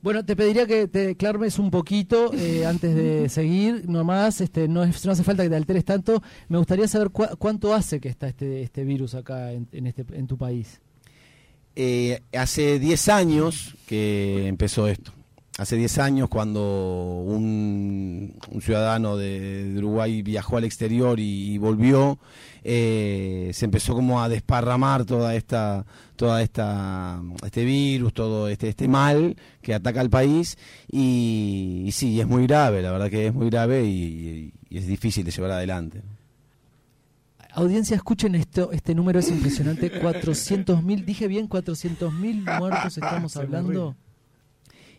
Bueno, te pediría que te declarmes un poquito eh, antes de seguir, nomás, este, no, es- no hace falta que te alteres tanto. Me gustaría saber cua- cuánto hace que está este, este virus acá en, en este, en tu país.
Eh, hace 10 años que empezó esto. Hace 10 años cuando un, un ciudadano de, de Uruguay viajó al exterior y, y volvió, eh, se empezó como a desparramar toda esta, toda esta, este virus, todo este, este mal que ataca al país y, y sí, es muy grave, la verdad que es muy grave y- y- y es difícil de llevar adelante.
Audiencia, escuchen esto, este número es impresionante, 400.000, dije bien, 400.000 muertos estamos
Se me
hablando.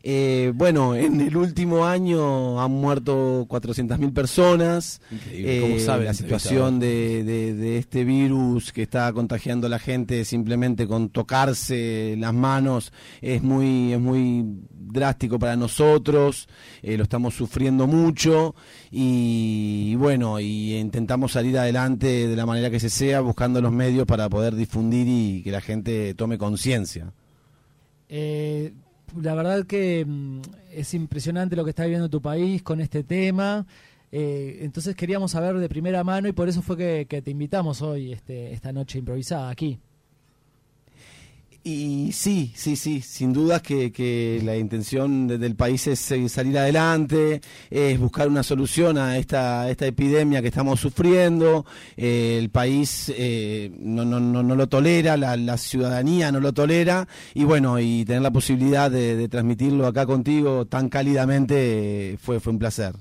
Eh, bueno, en el último año han muerto 400.000 personas. Eh,
Increíble, ¿cómo sabe
la
el
situación de, de- de este virus que está contagiando a la gente simplemente con tocarse las manos es muy, es muy drástico para nosotros. eh, lo estamos sufriendo mucho y, y bueno, y intentamos salir adelante de la manera que se sea, buscando los medios para poder difundir y que la gente tome conciencia.
Eh, la verdad que mm, es impresionante lo que está viviendo tu país con este tema. Eh, entonces queríamos saber de primera mano y por eso fue que, que te invitamos hoy, este, esta noche improvisada aquí.
Y sí, sí, sí, sin dudas que, que la intención de- del país es eh, salir adelante, es buscar una solución a esta, a esta epidemia que estamos sufriendo. Eh, el país eh, no, no, no, no lo tolera, la, la ciudadanía no lo tolera. Y bueno, y tener la posibilidad de, de transmitirlo acá contigo tan cálidamente eh, fue, fue un placer.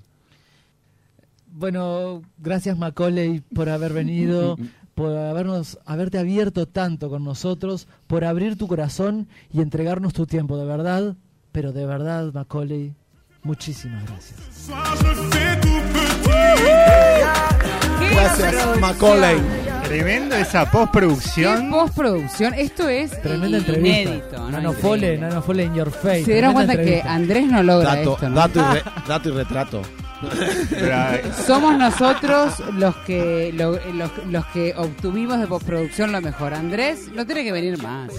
Bueno, gracias Macaulay por haber venido, por habernos, haberte abierto tanto con nosotros, por abrir tu corazón y entregarnos tu tiempo, de verdad, pero de verdad Macaulay, muchísimas gracias.
Gracias, Macaulay.
Tremendo esa postproducción.
¿Qué postproducción? Esto es
Tremenda entrevista.
inédito. ¿no?
Nano Fole, Nano Fole in your face.
Se dieron
Tremenda
cuenta que
entrevista.
Andrés no logra
Dato,
esto, ¿no?
dato, y re- dato y retrato.
Somos nosotros los que lo- los, los que obtuvimos de postproducción lo mejor. Andrés, no tiene que venir más.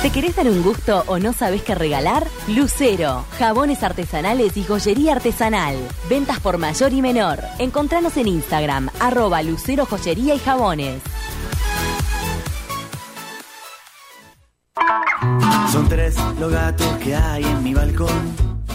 ¿Te querés dar un gusto o no sabes qué regalar? Lucero, jabones artesanales y joyería artesanal. Ventas por mayor y menor. Encontranos en Instagram, arroba Lucero Joyería y Jabones.
Son tres los gatos que hay en mi balcón.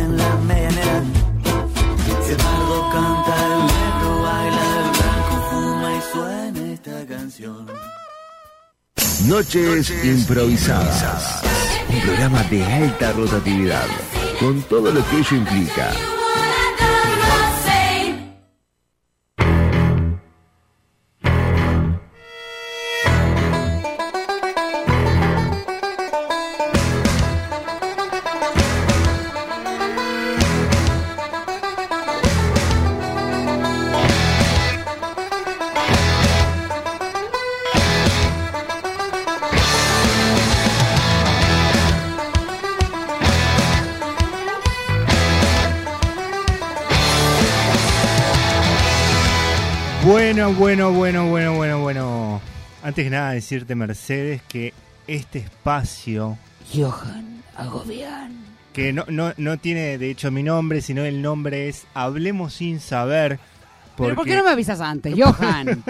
en la medianera. Si el pardo canta, el negro baila, el blanco fuma y suena esta canción.
Noches improvisadas. Un programa de alta rotatividad, con todo lo que ello implica.
Bueno, bueno, bueno, bueno, bueno, bueno. Antes que nada decirte, Mercedes, que este espacio...
Johan Agobián.
que no, no, no tiene de hecho mi nombre, sino el nombre es Hablemos sin saber.
Pero ¿por qué no me avisas antes, Johan?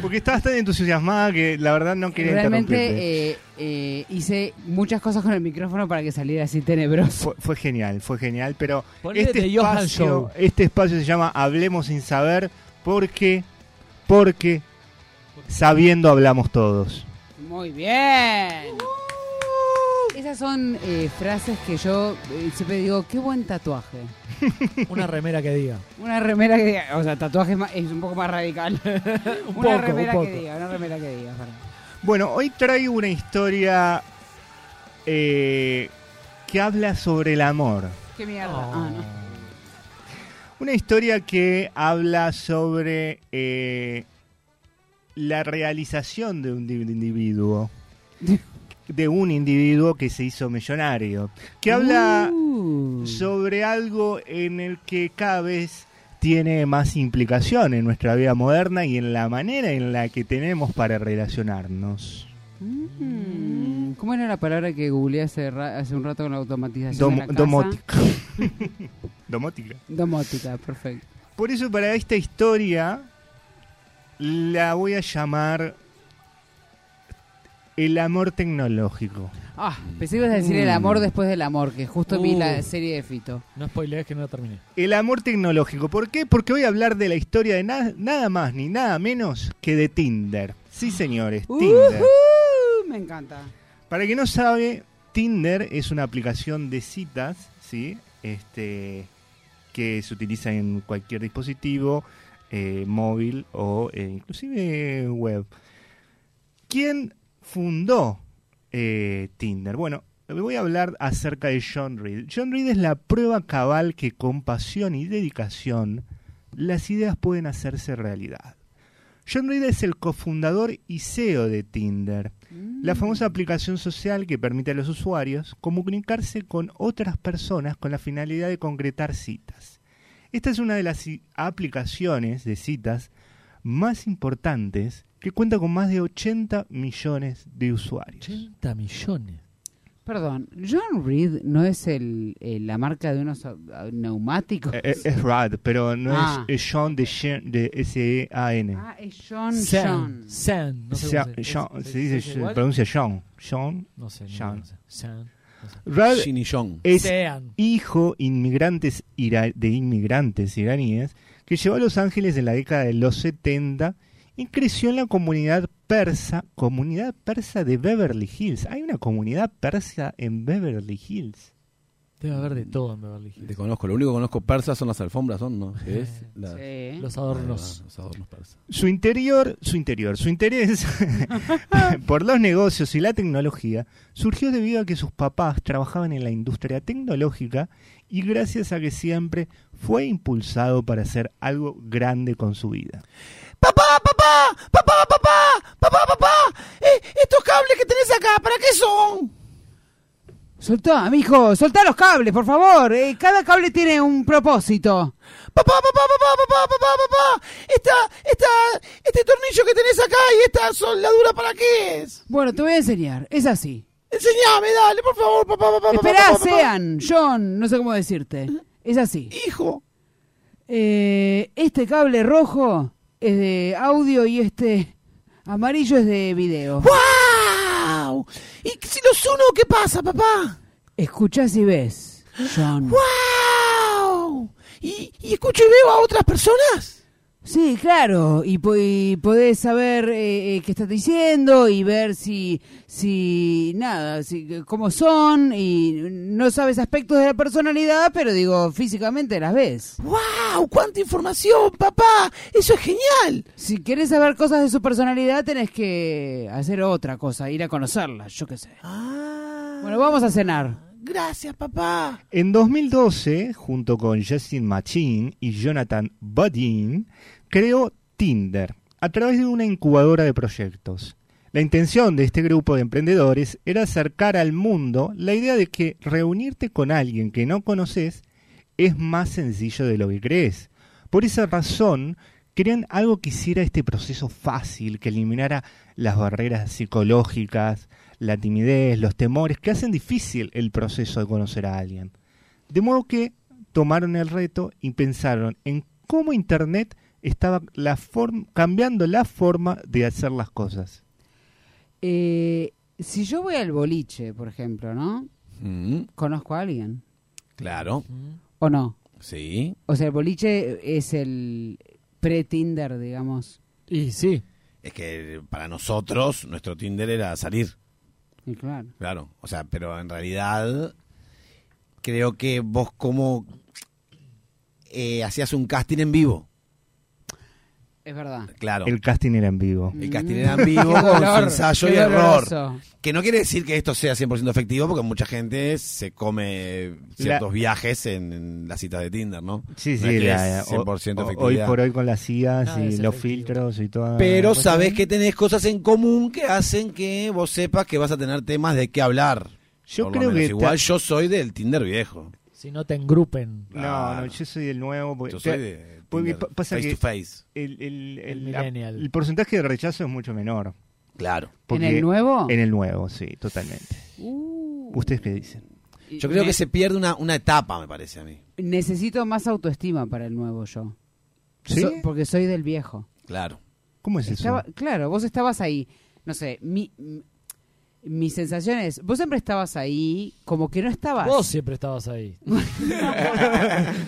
Porque estabas tan entusiasmada que la verdad no quería interrumpirte.
Realmente eh, eh, hice muchas cosas con el micrófono para que saliera así tenebroso.
Fue, fue genial, fue genial, pero
Ponle
este
de Johan
espacio,
Show.
este espacio se llama Hablemos sin saber porque, porque sabiendo hablamos todos.
Muy bien. Esas son eh, frases que yo eh, siempre digo, qué buen tatuaje.
Una remera que diga.
Una remera que diga, o sea, tatuaje es, más- es un poco más radical.
Un
una
poco,
remera
un
que
poco.
diga, una remera que diga. para.
Bueno, hoy traigo una historia eh, que habla sobre el amor.
Qué mierda.
Oh.
Ah, no.
Una historia que habla sobre eh, la realización de un di- de individuo. De un individuo que se hizo millonario. Que habla sobre algo en el que cada vez tiene más implicación en nuestra vida moderna y en la manera en la que tenemos para relacionarnos.
Mm, ¿Cómo era la palabra que googleé hace, ra- hace un rato con la automatización?
Domo-
de la casa?
domótica. Domótica.
Domótica, perfecto.
Por eso para esta historia la voy a llamar El amor tecnológico. Mm.
Ah, pensé que ibas a decir el amor después del amor, que justo vi la serie de
Mm.
Fito.
Uh. No spoilees que no la terminé.
Uh. El amor tecnológico. ¿Por qué? Porque voy a hablar de la historia de na- nada más ni nada menos que de Tinder. Sí, señores, Tinder.
Ujú, Uh-huh, Me encanta.
Para el que no sabe, Tinder es una aplicación de citas, ¿sí? Este, que se utiliza en cualquier dispositivo, eh, móvil o eh, inclusive web. ¿Quién fundó eh, Tinder? Bueno, le voy a hablar acerca de John Reed. John Reed es la prueba cabal que con pasión y dedicación las ideas pueden hacerse realidad. John Reed es el cofundador y CEO de Tinder, la
Mm.
famosa aplicación social que permite a los usuarios comunicarse con otras personas con la finalidad de concretar citas. Esta es una de las i- aplicaciones de citas más importantes que cuenta con más de 80 millones de usuarios.
80 millones.
Perdón, John Reed no es el, eh, la marca de unos ah, ah, neumáticos.
Eh, eh, Es, Rad, pero no
Ah.
es, es John de, Shen- de E S-E-A-N.
Ah, es John
Sean,
John.
Sean, no sé
Sea-
cómo se-
Sean,
es-
se dice,
es
se
igual.
pronuncia John. John.
No sé, no,
Sean.
no sé. Sean, no sé.
Rad
Shin y John.
es
Sean.
hijo inmigrantes ira- de inmigrantes iraníes que llegó a Los Ángeles en la década de los 70 y creció en la comunidad persa, comunidad persa de Beverly Hills. Hay una comunidad persa en Beverly Hills.
Debe haber de todo en Beverly Hills.
Te conozco, lo único que conozco persa son las alfombras, ¿son? ¿No? ¿Qué es? Las-
Sí.
Los adornos.
Ah, los adornos persas.
Su interior, su interior, su interés por los negocios y la tecnología surgió debido a que sus papás trabajaban en la industria tecnológica y gracias a que siempre fue impulsado para hacer algo grande con su vida.
Papá, papá, papá, papá, papá, papá. Eh, estos cables que tenés acá, ¿para qué son?
Soltá, mijo, soltá los cables, por favor. eh, cada cable tiene un propósito.
Papá, papá, papá, papá, papá, papá. Esta, esta, este tornillo que tenés acá y esta soldadura, ¿para qué es?
Bueno, te voy a enseñar, es así.
Enseñame, dale, por favor, papá, papá, papá.
Esperá,
papá, papá.
Sean, John, no sé cómo decirte. Es así.
Hijo.
Eh, este cable rojo es de audio y este amarillo es de video.
¡Wow! ¿Y si los uno qué pasa, papá?
Escuchás y ves, John.
¡Wow! ¿Y, y escucho y veo a otras personas?
Sí, claro, y, po- y podés saber eh, eh, qué estás diciendo y ver si, si nada, si, cómo son y no sabes aspectos de la personalidad, pero digo, físicamente las ves.
¡Wow! ¡Cuánta información, papá! ¡Eso es genial!
Si querés saber cosas de su personalidad, tenés que hacer otra cosa, ir a conocerla, yo qué sé.
Ah.
Bueno, vamos a cenar.
Gracias, papá.
En 2012, junto con Justin Machin y Jonathan Budin, creó Tinder a través de una incubadora de proyectos. La intención de este grupo de emprendedores era acercar al mundo la idea de que reunirte con alguien que no conoces es más sencillo de lo que crees. Por esa razón, querían algo que hiciera este proceso fácil, que eliminara las barreras psicológicas, la timidez, los temores, que hacen difícil el proceso de conocer a alguien. De modo que tomaron el reto y pensaron en cómo Internet estaba la form- cambiando la forma de hacer las cosas.
Eh, si yo voy al boliche, por ejemplo, ¿no?
Mm,
¿Conozco a alguien?
claro.
¿O no?
Sí.
O sea, el boliche es el pre-Tinder, digamos.
Y sí.
Es que para nosotros, nuestro Tinder era salir.
Y claro.
Claro. O sea, pero en realidad, creo que vos como eh, hacías un casting en vivo.
Es verdad.
Claro.
El casting era en vivo.
El casting era en vivo
Qué
con su
dolor,
ensayo
qué
y error.
doloroso.
Que no quiere decir que esto sea 100% efectivo, porque mucha gente se come ciertos viajes en, en las citas de Tinder, ¿no?
Sí,
No
sí,
es que
la- eh,
es
o-
100%
o- hoy
efectividad.
por hoy con las IAs
Nada
y
es
los filtros y todo.
Pero sabés que tenés cosas en común que hacen que vos sepas que vas a tener temas de qué hablar.
Yo
Por lo
creo que
menos. Igual
ta-
yo soy del Tinder viejo.
Si no te engrupen.
No, no, yo soy del nuevo. Porque,
Yo soy de
porque
Tinder,
pa- pasa
face
que
to face.
El, el- el-
El
la-
millennial.
el porcentaje de rechazo es mucho menor.
Claro.
Porque-
¿En el nuevo? Uh.
En el nuevo, sí, totalmente. ¿Ustedes qué dicen?
Yo creo
Me-
que se pierde una, una etapa, me parece a mí.
Necesito más autoestima para el nuevo yo.
¿Sí?
So- porque soy del viejo.
Claro.
¿Cómo es eso?
Estaba- claro, vos estabas ahí. No sé, mi, m- mis sensaciones. Vos siempre estabas ahí, como que no estabas.
Vos siempre estabas ahí.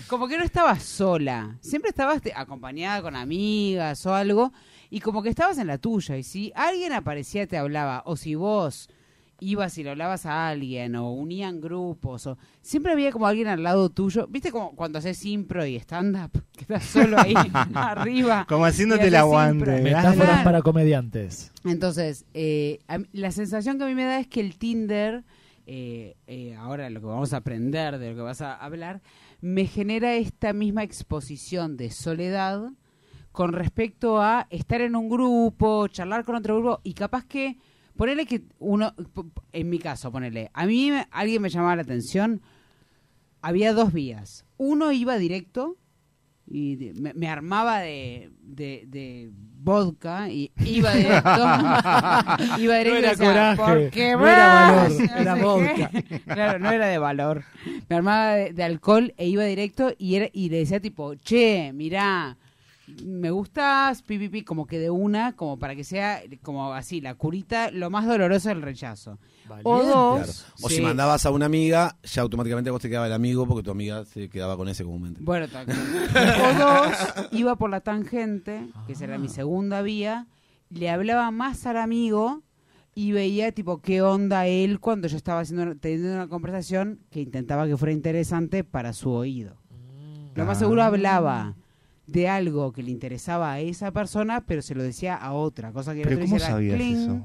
como que no estabas sola. Siempre estabas te- acompañada con amigas o algo. Y como que estabas en la tuya. Y si alguien aparecía, te hablaba. O si vos ibas y le hablabas a alguien. O unían grupos. O... Siempre había como alguien al lado tuyo. ¿Viste como cuando haces impro y stand-up? Que estás solo ahí, arriba.
Como haciéndote
y
el
haces
aguante.
impro.
Metáforas
Claro.
para comediantes.
Entonces, eh, a mí- la sensación que a mí me da es que el Tinder, eh, eh, ahora lo que vamos a aprender, de lo que vas a hablar, me genera esta misma exposición de soledad con respecto a estar en un grupo, charlar con otro grupo y capaz que, ponele que uno, p- p- en mi caso, ponele, a mí me- alguien me llamaba la atención, había dos vías. Uno iba directo y de- me, me armaba de, de- de vodka y iba directo. iba directo
No era
y decía,
coraje,
"¿Por qué
no era
vas?".
valor,
No
era
sé
vodka.
qué. Claro, no era de valor. Me armaba de, de alcohol e iba directo y, era, y le decía tipo, che, mirá, me gustas, pi, pi, pi, como que de una, como para que sea como así, la curita, lo más doloroso del rechazo. O dos.
Claro. O si
sí.
mandabas a una amiga, ya automáticamente vos te quedaba el amigo porque tu amiga se quedaba con ese comúnmente.
Bueno, tal cual. O dos, iba por la tangente, que esa
Ah.
era mi segunda vía, le hablaba más al amigo y veía tipo qué onda él cuando yo estaba haciendo una- teniendo una conversación que intentaba que fuera interesante para su oído.
Mm.
Lo más
Ah.
seguro hablaba de algo que le interesaba a esa persona, pero se lo decía a otra, cosa que el
Pero
otro
¿cómo
hiciera
sabías
cling
eso?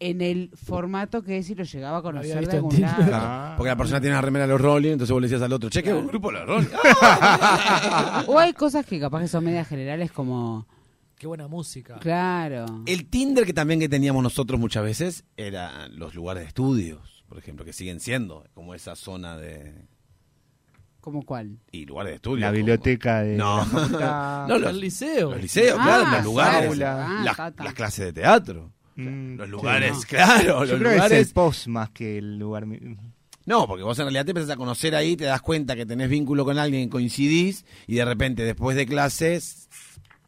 en el formato que es si lo llegaba a
había
conocer de
visto en Ah.
algún lado.
Claro, Porque la persona tiene la remera de los Rolling, entonces vos le decías al otro, cheque un grupo de los Rolling.
O hay cosas que capaz que son medias generales como,
Qué buena música.
claro.
El Tinder que también que teníamos nosotros muchas veces eran los lugares de estudios, por ejemplo, que siguen siendo como esa zona de
¿Como cuál?
y lugares de estudio.
La
como-
biblioteca de.
No,
facultad.
no los,
El liceo.
los liceos,
Ah,
claro, los lugares,
aulas.
Ah,
las,
ta, ta.
las clases de teatro,
Mm,
los lugares,
sí, no.
claro,
Yo creo
los
que es
lugares.
el post más que el lugar. mi-
No, porque vos en realidad te empezás a conocer ahí, te das cuenta que tenés vínculo con alguien, coincidís y de repente después de clases,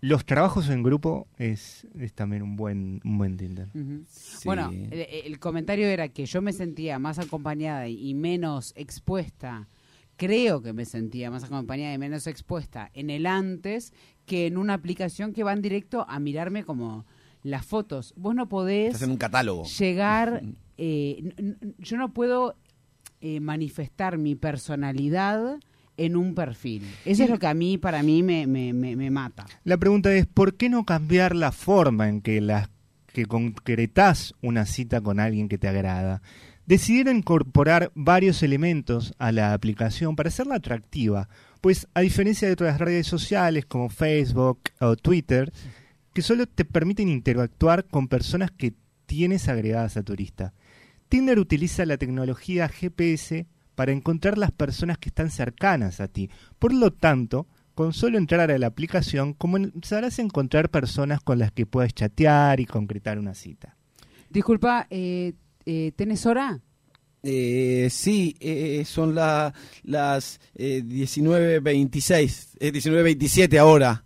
Los trabajos en grupo es, es también un buen, un buen Tinder.
Ujú. Bueno, el, el comentario era que yo me sentía más acompañada y y menos expuesta. Creo que me sentía más acompañada y menos expuesta en el antes que en una aplicación que van directo a mirarme como las fotos. Vos no podés
estás en un catálogo.
llegar, eh, n- n- yo no puedo eh, manifestar mi personalidad en un perfil. Eso es lo que a mí, para mí, me, me, me- me mata.
La pregunta es, ¿por qué no cambiar la forma en que las que concretás una cita con alguien que te agrada? Decidieron incorporar varios elementos a la aplicación para hacerla atractiva, pues a diferencia de otras redes sociales como Facebook o Twitter, que solo te permiten interactuar con personas que tienes agregadas a tu lista. Tinder utiliza la tecnología GPS para encontrar las personas que están cercanas a ti. Por lo tanto, con solo entrar a la aplicación comenzarás a encontrar personas con las que puedas chatear y concretar una cita.
Disculpa, eh, eh, ¿tenés hora?
Eh, sí, eh, son la- las eh, 19.26, eh, 19.27 ahora.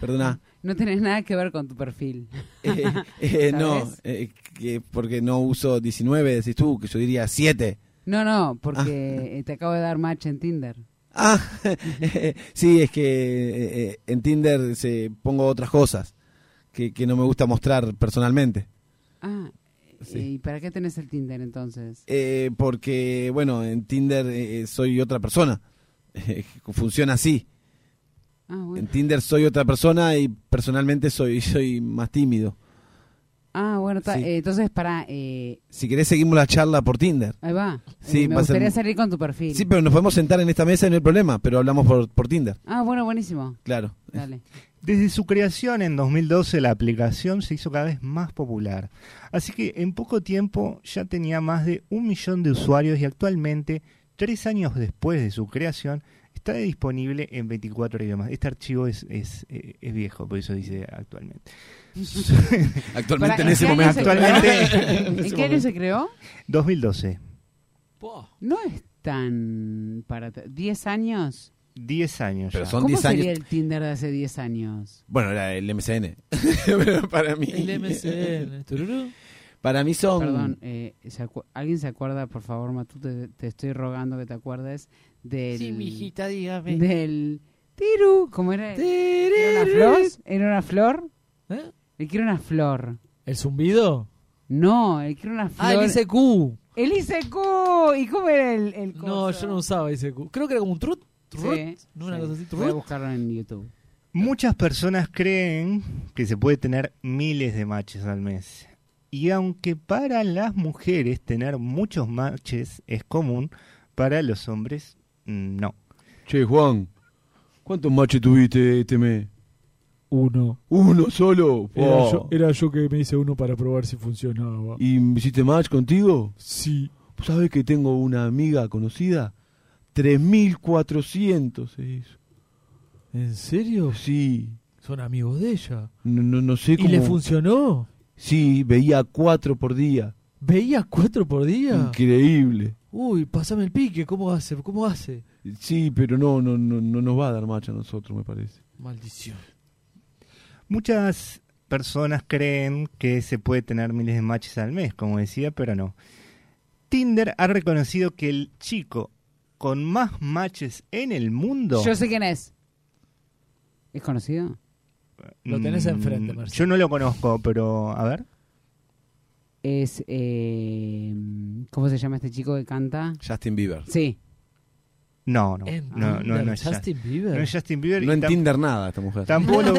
Perdona.
No tenés nada que ver con tu perfil.
Eh, eh, no,
¿Sabes?
eh, que- porque no uso 19, decís tú, que yo diría 7.
No, no, porque eh, te acabo de dar match en Tinder.
Ah, sí, es que eh, eh, en Tinder se pongo otras cosas que, que no me gusta mostrar personalmente.
Ah,
Sí.
¿y para qué tenés el Tinder entonces?
Eh, porque, bueno, en Tinder eh, soy otra persona. Funciona así.
Ah, bueno.
En Tinder soy otra persona y personalmente soy, soy más tímido.
Ah, bueno, ta-
Sí.
eh, entonces para... Eh,
Si querés seguimos la charla por Tinder.
ahí va. Eh,
Sí,
me
va a ser-
gustaría salir con tu perfil.
Sí, pero nos podemos sentar en esta mesa, no hay problema, pero hablamos por, por Tinder,
Ah, bueno, buenísimo.
claro.
Dale.
Desde su creación en 2012 la aplicación se hizo cada vez más popular, así que en poco tiempo ya tenía más de un millón de usuarios y actualmente, tres años después de su creación, está disponible en 24 idiomas. Este archivo es, es, eh, es viejo, por eso dice actualmente.
Actualmente
Pará,
en ese
qué este año
momento.
se creó?
Actualmente,
¿En, qué año se creó?
2012,
No es tan... para t- ¿10 años?
10 años
Pero
ya.
son
¿Cómo
10 años.
sería el Tinder de hace 10 años?
Bueno, era el MCN. pero para mí.
El MCN. tururú.
Para mí son.
Perdón, eh, ¿se acu- ¿alguien se acuerda, por favor, Matú, te, te estoy rogando que te acuerdes del...
Sí, mijita, dígame.
Del... Tiru, ¿cómo era? ¿Era una flor? ¿Era una flor?
¿Eh?
El que era una flor.
¿El zumbido?
No, el que era una flor...
Ah, el ICQ.
¡El ICQ! ¿Y cómo era el, el
No, yo no usaba ICQ. Creo que era como un trut. trut, ¿no? Una cosa así,
Voy a
trut.
buscarlo en YouTube.
Muchas personas creen que se puede tener miles de matches al mes. Y aunque para las mujeres tener muchos matches es común, para los hombres mm, no.
Che, Juan, ¿cuántos matches tuviste este mes?
Uno.
¿Uno solo?
Era
Oh.
yo, era yo que me hice uno para probar si funcionaba.
¿Y me hiciste match contigo? Sí. ¿Sabes que tengo una amiga conocida? 3.400 se hizo.
¿En serio?
Sí.
Son amigos de ella.
No, no, no sé
¿Y
cómo.
le funcionó?
Sí, veía cuatro por día.
¿Veía cuatro por día?
Increíble.
Uy, pasame el pique, ¿cómo hace? ¿Cómo hace?
Sí, pero no, no, no, no nos va a dar match a nosotros, me parece.
Maldición.
Muchas personas creen que se puede tener miles de matches al mes, como decía, pero no. Tinder ha reconocido que el chico con más matches en el mundo...
Yo sé quién es. ¿Es conocido?
Lo tenés enfrente, Marcelo. Mm, Yo no lo conozco, pero a ver.
Es, eh, ¿cómo se llama este chico que canta?
Justin Bieber.
Sí.
No, no.
En
No, no,
Tinder,
no es Justin
Justin
Eh, Bieber. No es Justin Bieber. y
No en
tam-
Tinder nada esta mujer.
Tampoco lo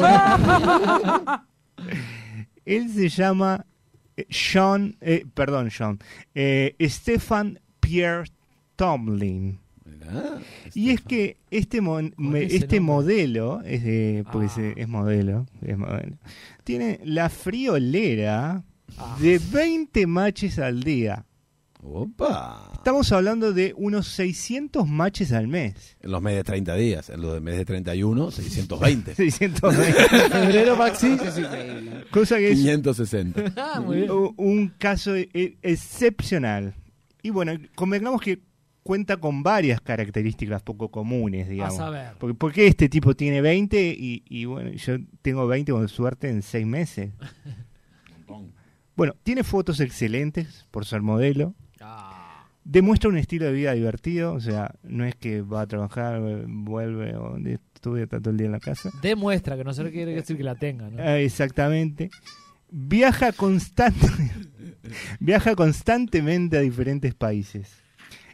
Él se llama eh, Sean, eh, perdón, Sean, eh, Stefan Pierre Tomlin. Y es que este mon- me-
ese
este modelo, es de- porque se- es modelo, es modelo, tiene la friolera de 20 matches al día.
Opa.
Estamos hablando de unos 600 matches al mes.
En los meses de 30 días, en los de mes de 31, 620.
620. Febrero, Maxi. Eso es increíble. Cosa que es-
560.
un, un caso e- excepcional. Y bueno, convengamos que cuenta con varias características poco comunes, digamos.
saber.
Porque, porque este tipo tiene 20 y, y bueno, yo tengo 20 con suerte en 6 meses. Bueno, tiene fotos excelentes por ser modelo. Demuestra un estilo de vida divertido, o sea, no es que va a trabajar, eh, vuelve, o estudia todo el día en la casa.
Demuestra que no se quiere decir que la tenga,
Eh,
¿no?
Ah, Exactamente. Viaja constante, viaja constantemente a diferentes países.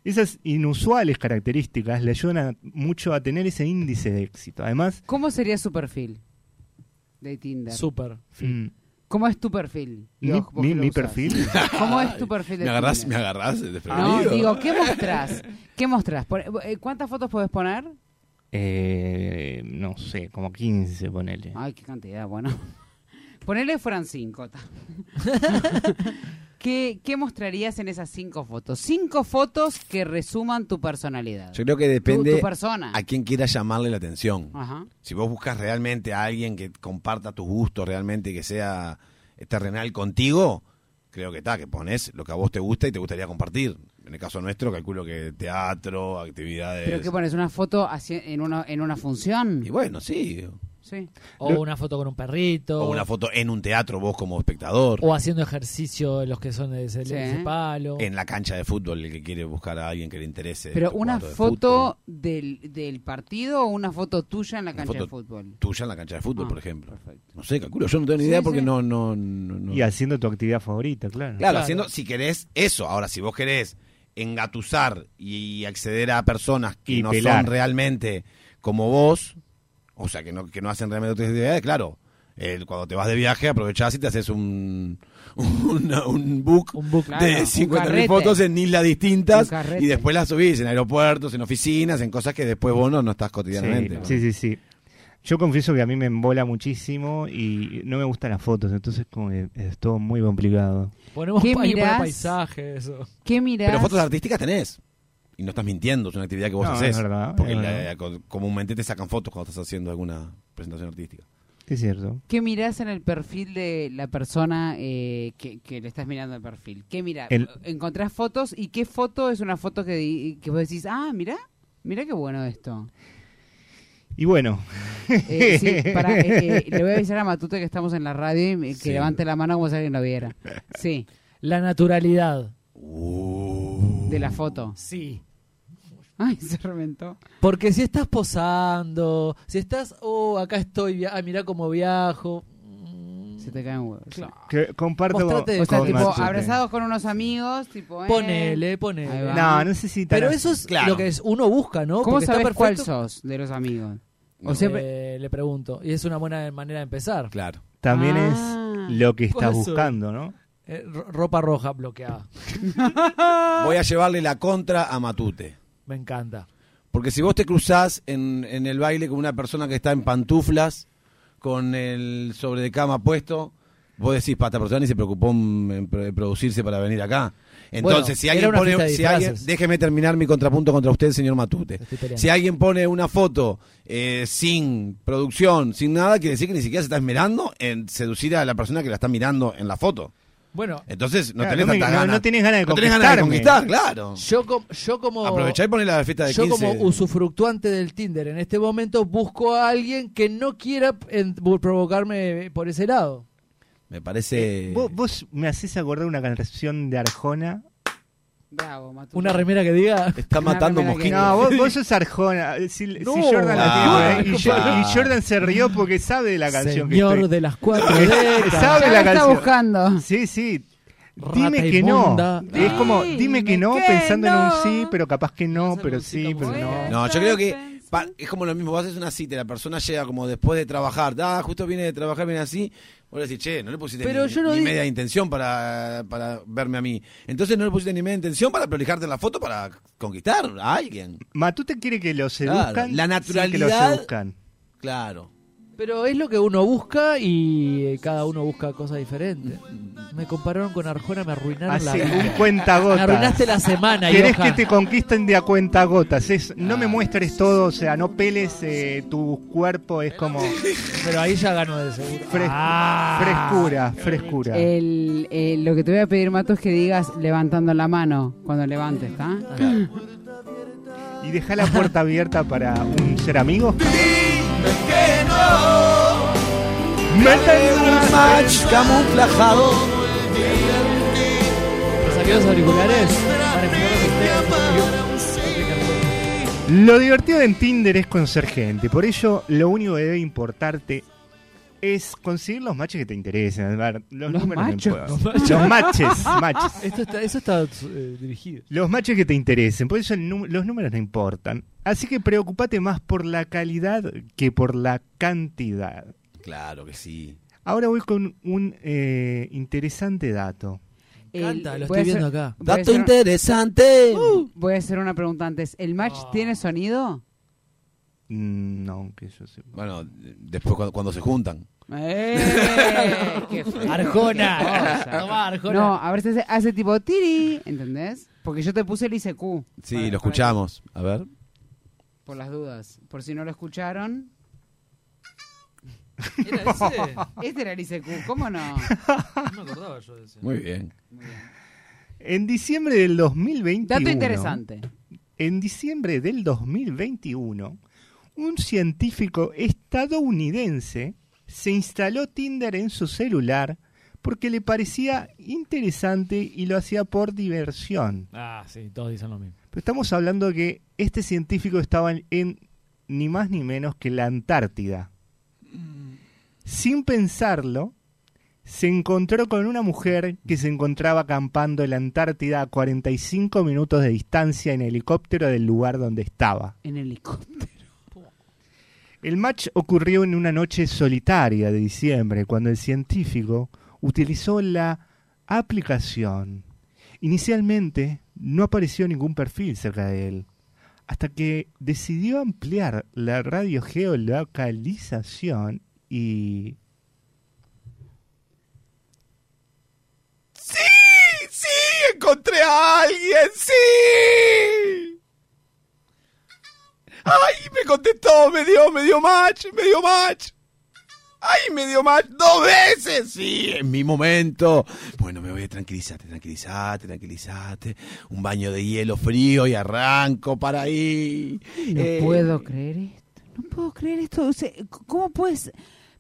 Esas inusuales características le ayudan a- mucho a tener ese índice de éxito. Además,
¿Cómo sería su perfil de Tinder?
Super.
mm,
¿Cómo es tu perfil?
Mi-
Digo, vos
mi-
que lo
mi
usás.
perfil.
¿Cómo es tu perfil de
Me agarrás, me
Tinder?
agarrás
No,
desprevenido.
digo, ¿qué mostrás? ¿Qué mostrás? Por- eh, ¿Cuántas fotos podés poner?
eh, no sé, como 15, ponele.
Ay, qué cantidad, bueno. Ponele fueran cinco. ta. ¿Qué, qué mostrarías en esas cinco fotos? Cinco fotos que resuman tu personalidad.
Yo creo que depende
Tu- tu persona.
a quién quiera llamarle la atención.
Ajá.
Si vos buscas realmente a alguien que comparta tus gustos realmente y que sea eh, terrenal contigo, creo que está, que pones lo que a vos te gusta y te gustaría compartir. En el caso nuestro, calculo que teatro, actividades.
¿Pero qué pones? ¿Una foto así en, una, en una función? Y
bueno, sí.
Sí.
O una foto con un perrito.
O una foto en un teatro, vos como espectador.
O haciendo ejercicio los que son de ese, de ese palo.
En la cancha de fútbol, el que quiere buscar a alguien que le interese.
Pero
tu
una
cuadro Este de
foto del, del partido o una foto tuya en la cancha
foto
de fútbol.
fútbol. Tuya en la cancha de fútbol,
Ah,
por ejemplo. No sé, calculo. Yo no tengo ni
Sí,
idea porque
sí.
no, no, no, no-
Y haciendo tu actividad favorita, claro.
Claro, haciendo, si querés eso. Ahora, si vos querés engatusar y acceder a personas que
Y
no
pelar.
son realmente como vos, o sea, que no, que no hacen realmente otras actividades, claro. el- cuando te vas de viaje, aprovechás y te haces un, una- un book,
claro,
de
un
50.000
carrete.
fotos en islas
Un
distintas
carrete.
y después las subís en aeropuertos, en oficinas, en cosas que después vos no, no estás cotidianamente.
Sí, sí, sí, sí. Yo confieso que a mí me embola muchísimo y no me gustan las fotos, entonces como que es todo muy complicado.
Ponemos
¿Qué
pa- ahí para
mirás?
paisaje, eso.
¿Qué mirás?
Pero fotos artísticas tenés. Y no estás mintiendo, es una actividad que vos
No,
haces.
es verdad,
porque
es
la-
verdad.
co- comúnmente te sacan fotos cuando estás haciendo alguna presentación artística.
Es cierto.
¿Qué mirás en el perfil de la persona eh, que, que le estás mirando el perfil? ¿Qué mirás?
El-
¿Encontrás fotos? ¿Y qué foto es una foto que, di- que vos decís, ah, mirá, mirá qué bueno esto?
Y bueno.
Eh, sí, para, eh, le voy a avisar a Matute que estamos en la radio y me- que levante la mano como si alguien lo viera. Sí.
la naturalidad.
De la foto.
Sí.
Ay, se reventó.
Porque si estás posando, si estás, oh, acá estoy, via- ah, mirá cómo viajo. Mm.
Se te caen huevos.
Que comparto
Mostrate
con-
de-
O sea,
con
este tipo, ah,
Machete.
abrazados con unos amigos, tipo. eh.
Ponele, ponele.
Ahí va.
No, no sé si tan
Pero
así.
eso es
Claro.
lo que es, uno busca, ¿no?
¿Cómo
Porque está
sabes cuál
perfecto-
sos de los amigos?
Eh,
O siempre.
le pregunto. Y es una buena manera de empezar.
Claro.
También
Ah.
es lo que
Por
estás
eso.
buscando, ¿no?
Eh, ro- ropa roja bloqueada.
Voy a llevarle la contra a Matute.
Me encanta.
Porque si vos te cruzás en, en el baile con una persona que está en pantuflas, con el sobre de cama puesto, vos decís, pata persona ni se preocupó en, en pro- en producirse para venir acá. Entonces,
Bueno,
si
era
alguien
una fiesta
pone.
de
si alguien-
disfraces.
déjeme terminar mi contrapunto contra usted, señor Matute.
Estoy peleando.
Si alguien pone una foto eh, sin producción, sin nada, quiere decir que ni siquiera se está esmerando en seducir a la persona que la está mirando en la foto.
Bueno,
Entonces, no
Claro,
tenés
no me-
tanta
no-
gana.
no tenés ganas de
No tenés ganas de conquistar,
conquistarme.
claro.
yo, com- yo como.
Aprovechá y poné la fiesta de
Yo
15.
como usufructuante del Tinder en este momento busco a alguien que no quiera en- bu- provocarme por ese lado.
Me parece.
Vos, vos me haces acordar una canción de Arjona.
Bravo, Matute.
Una remera que diga.
Está
Una
matando
remera que-
mosquitos.
No, vos, vos sos Arjona. Si, si
No.
Jordan la tiene
Ah,
por ahí. y, Jo-
compadre.
y Jordan se rió porque sabe de la canción
Señor
que estoy.
de las cuatro
Sabe
décadas.
Ya
la
la está
canción.
buscando.
Sí, sí.
Rata
Dime que
inmunda.
no. Es como, dime que no,
Dime que
pensando en un
no.
sí, pero capaz que no, pero sí, pero
buena.
no.
No, yo creo que pa- es como lo mismo. Vos haces una cita y la persona llega como después de trabajar. Ah, justo viene de trabajar, viene así. Vos le decís, che, no le pusiste
Pero
ni,
yo no
ni
di-
media intención para, para verme a mí. Entonces no le pusiste ni media intención para prolijarte la foto para conquistar a alguien.
Matute quiere que lo seduzcan.
Claro, la
sin que lo
naturalidad-
seduzcan.
Claro.
Pero es lo que uno busca y eh, cada uno busca cosas diferentes. Me compararon con Arjona, me
Ah,
arruinaron la
Así, un
vida. Me
cuentagotas.
arruinaste la semana,
Querés
Johan. Ah,
que te conquisten de a cuentagotas. Es, no me muestres todo, o sea, no peles eh, tu cuerpo, es como
Pero ahí ya ganó de seguro.
fres-
Ah.
frescura, frescura.
El, eh, lo que te voy a pedir, Mato, es que digas levantando la mano cuando levantes, ¿está?
Ah,
Y deja la puerta abierta para un ser amigo.
match camuflajado.
Me saqué los auriculares. para escuchar los ustedes.
Lo divertido en Tinder es conocer gente. Por ello, lo único que debe importarte es conseguir los matches que te interesen. Alvar. Los,
Los
números no
machos.
importan. Los matches, matches.
Esto está, eso está eh, dirigido.
Los matches que te interesen, por eso el nu- los números no importan. Así que preocupate más por la calidad que por la cantidad.
Claro que sí.
Ahora voy con un eh, interesante dato.
El-
Canta, lo
voy a
estoy viendo
hacer-
acá.
voy a
Dato
hacer-
interesante.
Voy a hacer una pregunta antes. ¿El match
Ah.
tiene sonido?
Mm, No, que yo sepa.
Bueno, después cuando, cuando se juntan.
¡Eh! ¡Qué feo!
Arjona.
Qué cosa.
Tomá, Arjona.
No, a veces hace, hace tipo tiri, ¿entendés? Porque yo te puse el ICQ,
Sí,
Para-
lo
para-
escuchamos. A ver.
por las dudas. Por si no lo escucharon.
Era ese.
Este era el ICQ, ¿cómo no?
No me acordaba yo de ese.
Muy bien.
En diciembre del 2021.
Dato interesante.
En diciembre del 2021, un científico estadounidense se instaló Tinder en su celular porque le parecía interesante y lo hacía por diversión.
Ah, sí, todos dicen lo mismo.
Pero estamos hablando que este científico estaba en ni más ni menos que la Antártida. Sin pensarlo, se encontró con una mujer que se encontraba acampando en la Antártida a 45 minutos de distancia en helicóptero del lugar donde estaba.
En helicóptero.
El match ocurrió en una noche solitaria de diciembre, cuando el científico utilizó la aplicación. Inicialmente no apareció ningún perfil cerca de él, hasta que decidió ampliar la radiogeolocalización y...
¡Sí! ¡Encontré a alguien! ¡Sí! ¡Ay! Me contestó, me dio, me dio match, me dio match. ¡Ay! Me dio match dos veces.
Sí, en mi momento. Bueno, me voy a tranquilizarte, tranquilizarte, tranquilizarte. Un baño de hielo frío y arranco para ahí.
No
Eh,
puedo creer esto. No puedo creer esto. O sea, c- ¿Cómo puedes?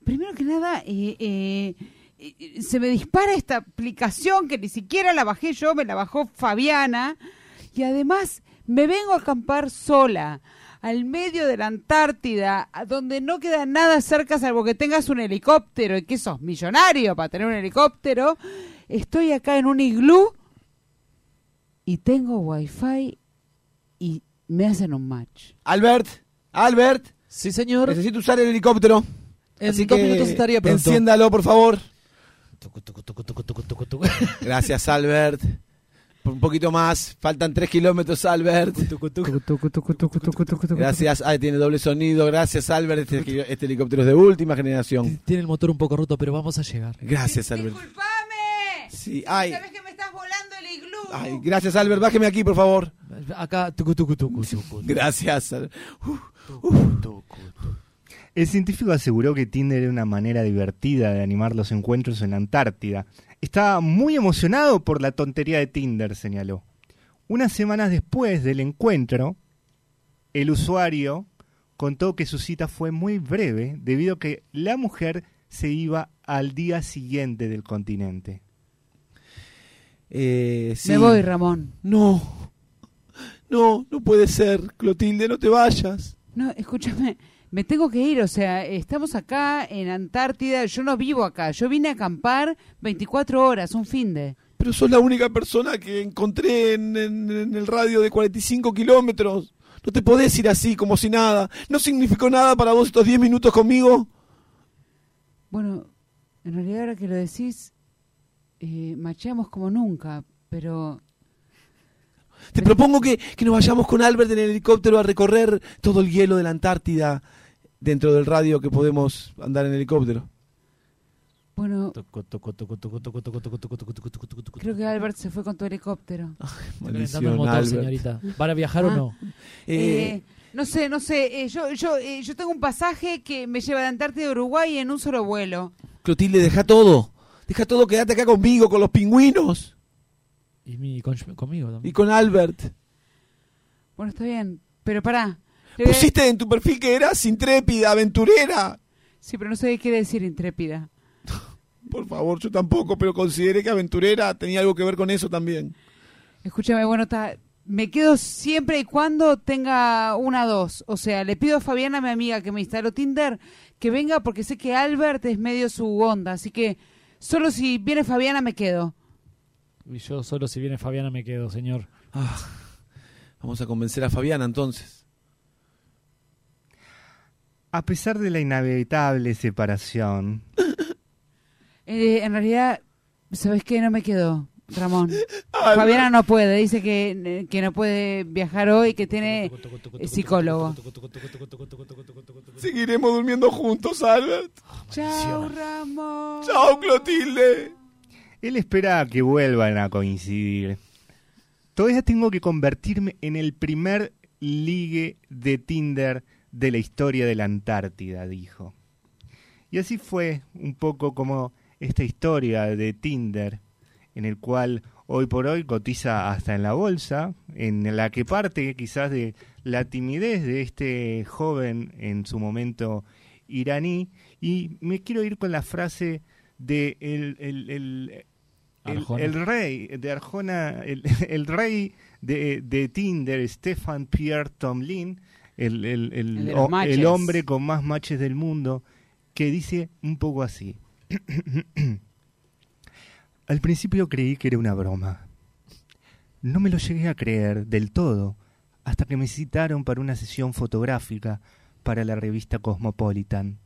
Primero que nada, eh, eh, y- y se me dispara esta aplicación que ni siquiera la bajé yo, me la bajó Fabiana. Y además me vengo a acampar sola, al medio de la Antártida, a donde no queda nada cerca salvo que tengas un helicóptero y que sos millonario para tener un helicóptero. Estoy acá en un iglú y tengo wifi y me hacen un match.
Albert, Albert.
Sí, señor.
Necesito usar el helicóptero.
En dos minutos estaría pronto.
Enciéndalo, por favor. Gracias, Albert. Un poquito más. Faltan tres kilómetros, Albert. Gracias. Ah, tiene doble sonido. Gracias, Albert. Este, este helicóptero es de última generación.
Tiene el motor un poco roto, pero vamos a llegar.
Gracias, Albert.
¡Disculpame!
Sí, ay.
¿Sabes que me estás volando el iglú?
Ay, gracias, Albert. Bájeme aquí, por favor.
Acá, tucu, tucu, tucu, tucu.
Gracias. Albert.
El científico aseguró que Tinder era una manera divertida de animar los encuentros en la Antártida. Estaba muy emocionado por la tontería de Tinder, señaló. Unas semanas después del encuentro, el usuario contó que su cita fue muy breve debido a que la mujer se iba al día siguiente del continente.
Me voy, Ramón.
No. No, no puede ser. Clotilde, no te vayas.
No, escúchame, me tengo que ir, o sea, estamos acá en Antártida, yo no vivo acá, yo vine a acampar 24 horas, un fin de...
Pero sos la única persona que encontré en, en- en el radio de 45 kilómetros. No te podés ir así, como si nada. ¿No significó nada para vos estos 10 minutos conmigo?
Bueno, en realidad ahora que lo decís, eh, macheamos como nunca, pero...
Te propongo que, que nos vayamos con Albert en el helicóptero a recorrer todo el hielo de la Antártida dentro del radio que podemos andar en helicóptero.
Bueno, creo que Albert se fue con tu helicóptero.
Calentando el motor, señorita. ¿Van a viajar o
Ah.
no?
Eh, no sé, no sé, eh, yo, yo, eh, yo tengo un pasaje que me lleva de Antártida a Uruguay en un solo vuelo.
Clotilde, deja todo. Deja todo, quédate acá conmigo, con los pingüinos
Y mi, con- conmigo también.
y con Albert.
Bueno, está bien, pero pará. le voy a-
Pusiste en tu perfil que eras intrépida, aventurera.
Sí, pero no sé qué quiere decir intrépida.
Por favor, yo tampoco, pero consideré que aventurera tenía algo que ver con eso también.
Escúchame, bueno, ta- me quedo siempre y cuando tenga una dos. O sea, le pido a Fabiana, mi amiga, que me instaló Tinder, que venga porque sé que Albert es medio su onda. Así que solo si viene Fabiana me quedo.
Y yo solo si viene Fabiana me quedo, señor.
Ah. Vamos a convencer a Fabiana entonces.
A pesar de la inevitable separación,
Eh, en realidad, ¿sabes qué? No me quedo, Ramón. Fabiana no puede, dice que, que no puede viajar hoy, que tiene eh, psicólogo.
Seguiremos durmiendo juntos, Albert.
Chao, Ramón.
Chao, Clotilde.
Él espera que vuelvan a coincidir. Todavía tengo que convertirme en el primer ligue de Tinder de la historia de la Antártida, dijo. Y así fue un poco como esta historia de Tinder, en el cual hoy por hoy cotiza hasta en la bolsa, en la que parte quizás de la timidez de este joven en su momento iraní. Y me quiero ir con la frase de el, el- el- el-
Arjona.
el rey de Arjona, el, el rey de, de Tinder, Stefan Pierre Tomlin, el- el- el-
El de los
o-
matches.
el hombre con más matches del mundo, que dice un poco así. Al principio creí que era una broma. No me lo llegué a creer del todo hasta que me citaron para una sesión fotográfica para la revista Cosmopolitan,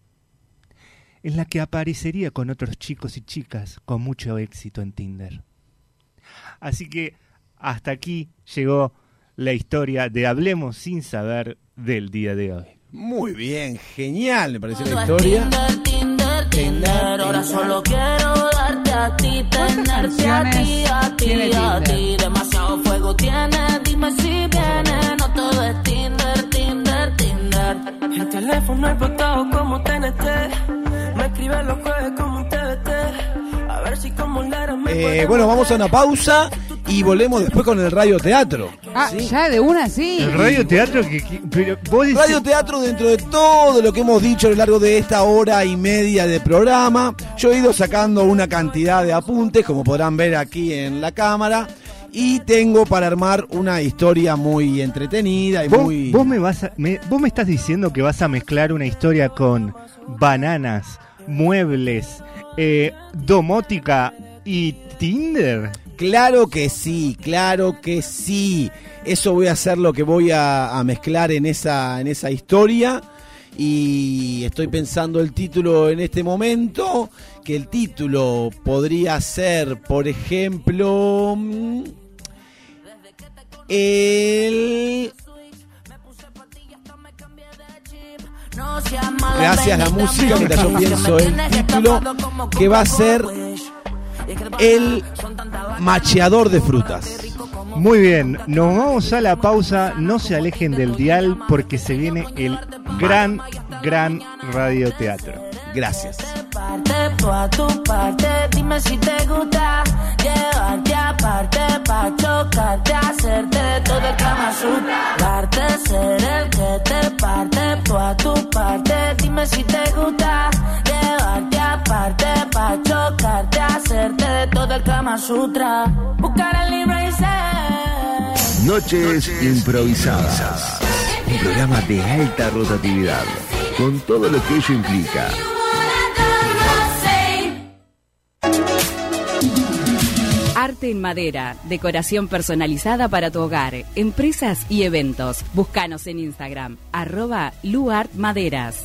en la que aparecería con otros chicos y chicas con mucho éxito en Tinder. Así que hasta aquí llegó la historia de Hablemos sin saber del día de hoy.
Muy bien, genial, me pareció la
Todo es
historia.
Tinder, Tinder, Tinder. Ahora solo quiero darte a ti, tenerte a ti, a ti,
tiene
a ti.
Tinder?
Demasiado fuego tiene, dime si viene. No todo es Tinder, Tinder, Tinder.
El teléfono es botado como TNT. Me escribe los jueves como un TBT. A ver si como Lara me
Pues
Eh, bueno, vamos a una pausa y volvemos después con el radioteatro.
Ah, ya de una sí.
El radioteatro que, Radioteatro dentro de todo lo que hemos dicho a lo largo de esta hora y media de programa. Yo he ido sacando una cantidad de apuntes, como podrán ver aquí en la cámara. Y tengo para armar una historia muy entretenida y
¿Vos,
muy...
vos me vas a- me- vos me estás diciendo que vas a mezclar una historia con bananas, muebles, eh, domótica y Tinder.
Claro que sí, claro que sí. Eso voy a hacer lo que voy a, a mezclar en esa, en esa historia. Y estoy pensando el título en este momento. Que el título podría ser, por ejemplo. mm, El.
Gracias a la música, mientras yo pienso el título
que va a ser el macheador de frutas.
Muy bien, nos vamos a la pausa, no se alejen del dial porque se viene el gran, gran radioteatro.
Gracias.
parte, tú a tu parte. Dime si te gusta llevarte aparte, pa' chocarte, hacerte todo el Kama Sutra. Parte, ser el que te parte, tú a tu parte. Dime si te gusta llevarte aparte, pa' chocarte, hacerte todo el Kama Sutra. Buscar el libro y ser.
Noches improvisadas. Un programa de alta rotatividad, con todo lo que ello implica.
Arte en madera, decoración personalizada para tu hogar, empresas y eventos. Búscanos en Instagram, arroba luartmaderas.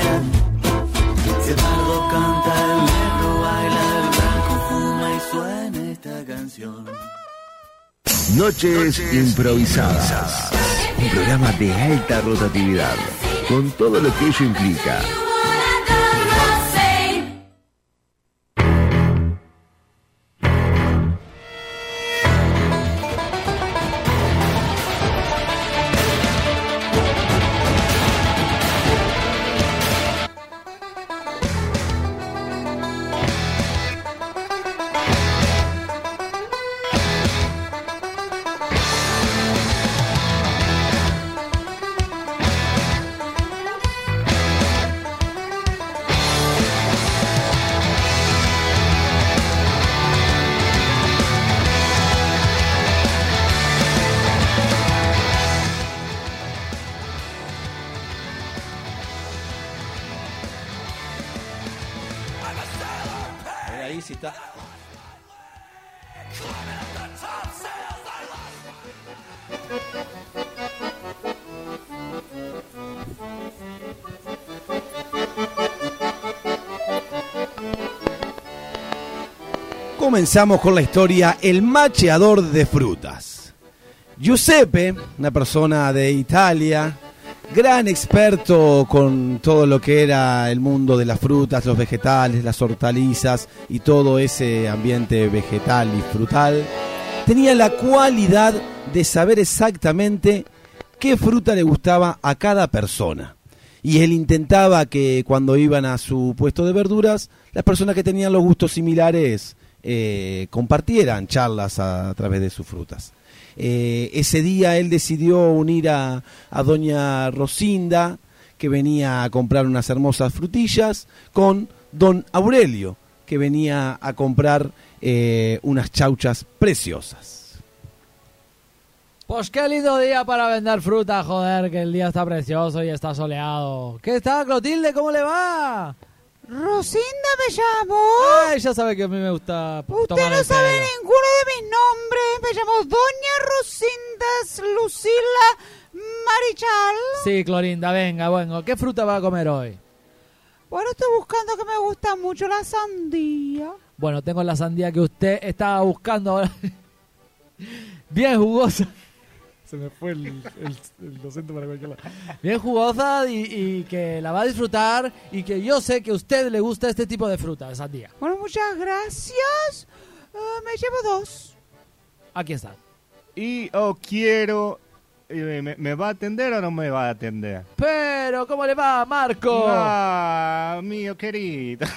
Si el pardo canta, el negro baila, el blanco fuma y suena esta canción.
Noches improvisadas. Un programa de alta rotatividad, con todo lo que ello implica.
Ahí sí está. Comenzamos con la historia El macheador de frutas. Giuseppe, una persona de Italia, gran experto con todo lo que era el mundo de las frutas, los vegetales, las hortalizas y todo ese ambiente vegetal y frutal, tenía la cualidad de saber exactamente qué fruta le gustaba a cada persona. Y él intentaba que cuando iban a su puesto de verduras, las personas que tenían los gustos similares eh, compartieran charlas a, a través de sus frutas. Eh, ese día él decidió unir a, a doña Rosinda, que venía a comprar unas hermosas frutillas, con don Aurelio, que venía a comprar eh, unas chauchas preciosas.
Pues qué lindo día para vender fruta, joder, que el día está precioso y está soleado. ¿Qué está, Clotilde? ¿Cómo le va?
Rosinda me llamo.
Ay, ya sabe que a mí me gusta p-
Usted
tomar
no
el
sabe
pelo.
ninguno de mis nombres. Me llamo Doña Rosinda Lucila Marichal.
Sí, Clorinda, venga, bueno. ¿Qué fruta va a comer hoy?
Bueno, estoy buscando que me gusta mucho la sandía.
Bueno, tengo la sandía que usted estaba buscando ahora. Bien jugosa.
Se me fue el, el- el docente para cualquier lado.
Bien jugosa y, y que la va a disfrutar y que yo sé que a usted le gusta este tipo de fruta, de sandía.
Bueno, muchas gracias. Eh, me llevo dos.
Aquí está.
Y oh, quiero. eh, ¿Me, me va a atender o no me va a atender?
Pero, ¿cómo le va, Marco?
Ah, mío querido.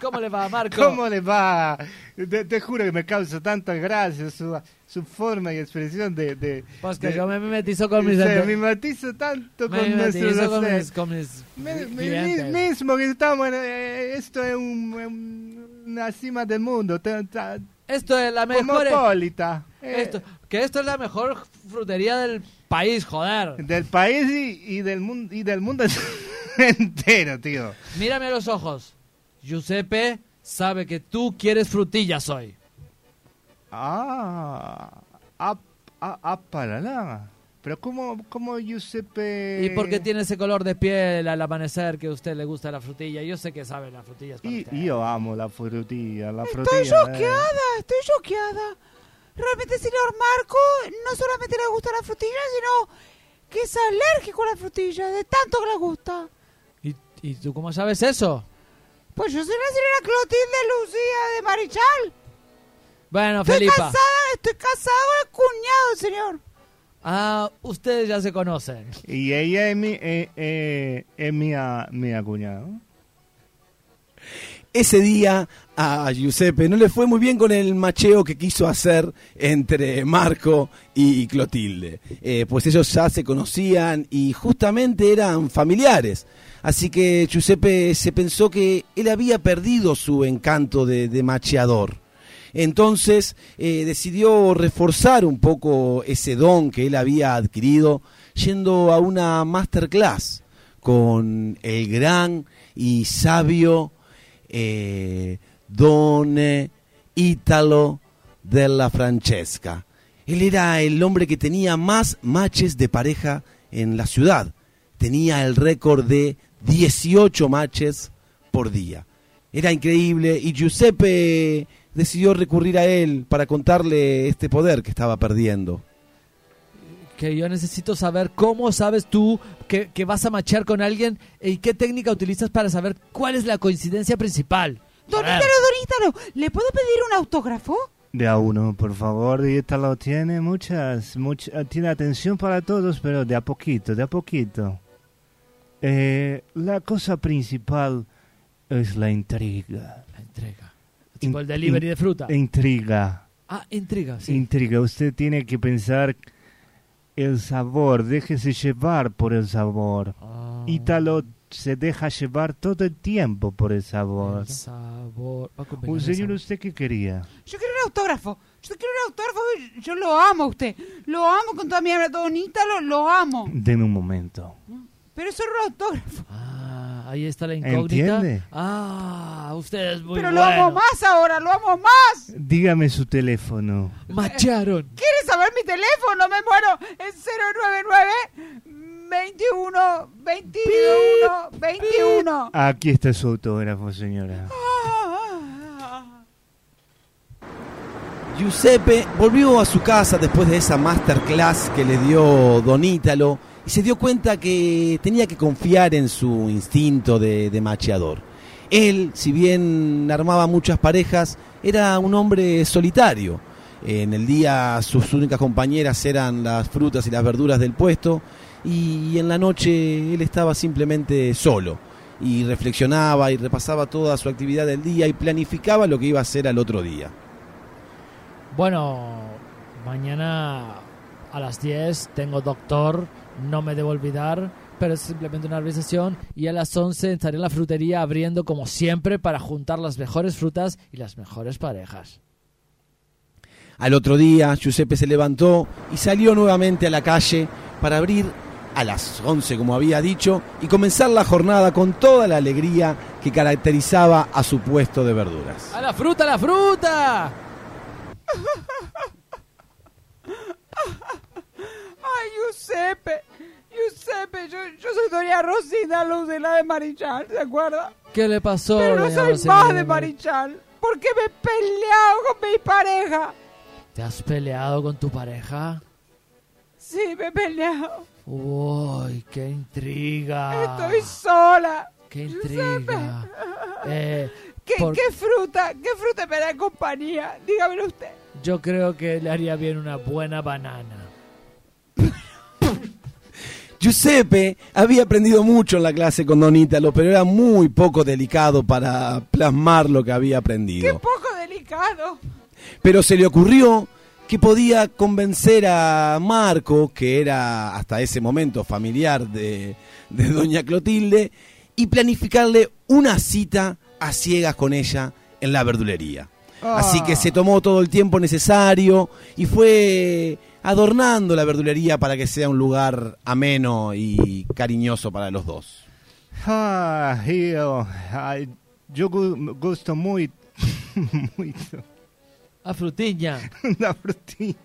¿Cómo le va, Marco?
¿Cómo le va? Te, te juro que me causa tanta gracia su, su forma y expresión de. de
Pues que
de-
yo me mimetizo con mis-
Se mimetizo tanto
Me
con
mimetizo
nuestro
con
hacer.
mis- con mis
Me- me-
clientes.
mi- mismo que estamos. en- eh, esto es un- un- una cima del mundo. tan- tan-
Esto es la mejor.
Cosmopolita. Pues Eh.
Esto, que esto es la mejor frutería del país, joder.
Del país y, y del mundo y del mundo entero, tío.
Mírame a los ojos. Giuseppe sabe que tú quieres frutillas hoy.
Ah, ah, ah, ah, para nada. Pero cómo, cómo Giuseppe.
¿Y por qué tiene ese color de piel al amanecer que a usted le gusta la frutilla? Yo sé que sabe las frutillas. para usted.
Y Yo amo la frutilla, la
Estoy
frutilla. eh.
choqueada, estoy choqueada. Realmente, señor Marco, no solamente le gusta la frutilla, sino que es alérgico a la frutilla, de tanto que le gusta.
¿Y, y tú cómo sabes eso?
Pues yo soy la señora Clotilde Lucía de Marichal.
Bueno,
Estoy
Felipa.
casada, estoy casada con el cuñado, señor.
Ah, ustedes ya se conocen.
Y ella es mi, eh, eh, es mi, a- mi acuñado.
Ese día a Giuseppe no le fue muy bien con el macheo que quiso hacer entre Marco y Clotilde, Eh, pues ellos ya se conocían y justamente eran familiares. Así que Giuseppe se pensó que él había perdido su encanto de, de macheador. Entonces eh, decidió reforzar un poco ese don que él había adquirido yendo a una masterclass con el gran y sabio eh, Don eh, Italo della Francesca. Él era el hombre que tenía más matches de pareja en la ciudad. Tenía el récord de 18 matches por día. Era increíble y Giuseppe decidió recurrir a él para contarle este poder que estaba perdiendo.
Que yo necesito saber cómo sabes tú que, que vas a machear con alguien y qué técnica utilizas para saber cuál es la coincidencia principal.
Don
Joder.
Ítalo, don Ítalo, ¿le puedo pedir un autógrafo?
De a uno, por favor, y esta lo tiene muchas, mucha, tiene atención para todos, pero de a poquito, de a poquito. Eh, la cosa principal es la intriga. La
intriga. Tipo el delivery de fruta.
Intriga.
Ah, intriga, sí.
Intriga. Usted tiene que pensar el sabor, déjese llevar por el sabor.
Ah.
Ítalo se deja llevar todo el tiempo por el sabor.
sabor. Va a acompañar
Un
el
señor,
sabor.
¿usted qué quería?
Yo quiero un autógrafo. Yo quiero un autógrafo. Yo lo amo a usted. Lo amo con toda mi alma. Don Ítalo, lo amo.
Deme un momento.
Pero es solo un autógrafo.
Ah, ahí está la incógnita.
¿Entiende?
Ah, usted es muy bueno.
Pero lo amo más ahora, lo amo más.
Dígame su teléfono.
Macharon.
¿Quieres saber mi teléfono? Me muero. Es 099 21 21 21.
Aquí está su autógrafo, señora.
Ah, ah, ah.
Giuseppe volvió a su casa después de esa masterclass que le dio Don Ítalo y se dio cuenta que tenía que confiar en su instinto de, de macheador. Él, si bien armaba muchas parejas, era un hombre solitario. En el día sus únicas compañeras eran las frutas y las verduras del puesto y en la noche él estaba simplemente solo y reflexionaba y repasaba toda su actividad del día y planificaba lo que iba a hacer al otro día.
Bueno, mañana a las 10 tengo doctor, no me debo olvidar, pero es simplemente una revisación y a las 11 estaré en la frutería abriendo como siempre para juntar las mejores frutas y las mejores parejas.
Al otro día, Giuseppe se levantó y salió nuevamente a la calle para abrir a las 11, como había dicho, y comenzar la jornada con toda la alegría que caracterizaba a su puesto de verduras.
¡A la fruta, a la fruta!
Ay, Giuseppe, Giuseppe, yo, yo soy Doña Rosina Luz de la de Marichal, ¿se acuerda?
¿Qué le pasó?
Pero no
doña
soy
Rosina?
más de Marichal, porque me he peleado con mi pareja.
¿Te has peleado con tu pareja?
Sí, me he peleado.
¡Uy, qué intriga!
Estoy sola.
Ah, ¡Qué intriga! Eh,
¿Qué,
por-
qué fruta, qué fruta me da compañía? Dígamelo usted.
Yo creo que le haría bien una buena banana.
Giuseppe había aprendido mucho en la clase con Don Ítalo, pero era muy poco delicado para plasmar lo que había aprendido.
Poco delicado.
Pero se le ocurrió que podía convencer a Marco, que era hasta ese momento familiar de, de Doña Clotilde, y planificarle una cita a ciegas con ella en la verdulería. Así
Ah.
que se tomó todo el tiempo necesario y fue adornando la verdulería para que sea un lugar ameno y cariñoso para los dos.
Ah, io, ah, yo gu- gusto muy, mucho.
A frutilla.
Una frutilla.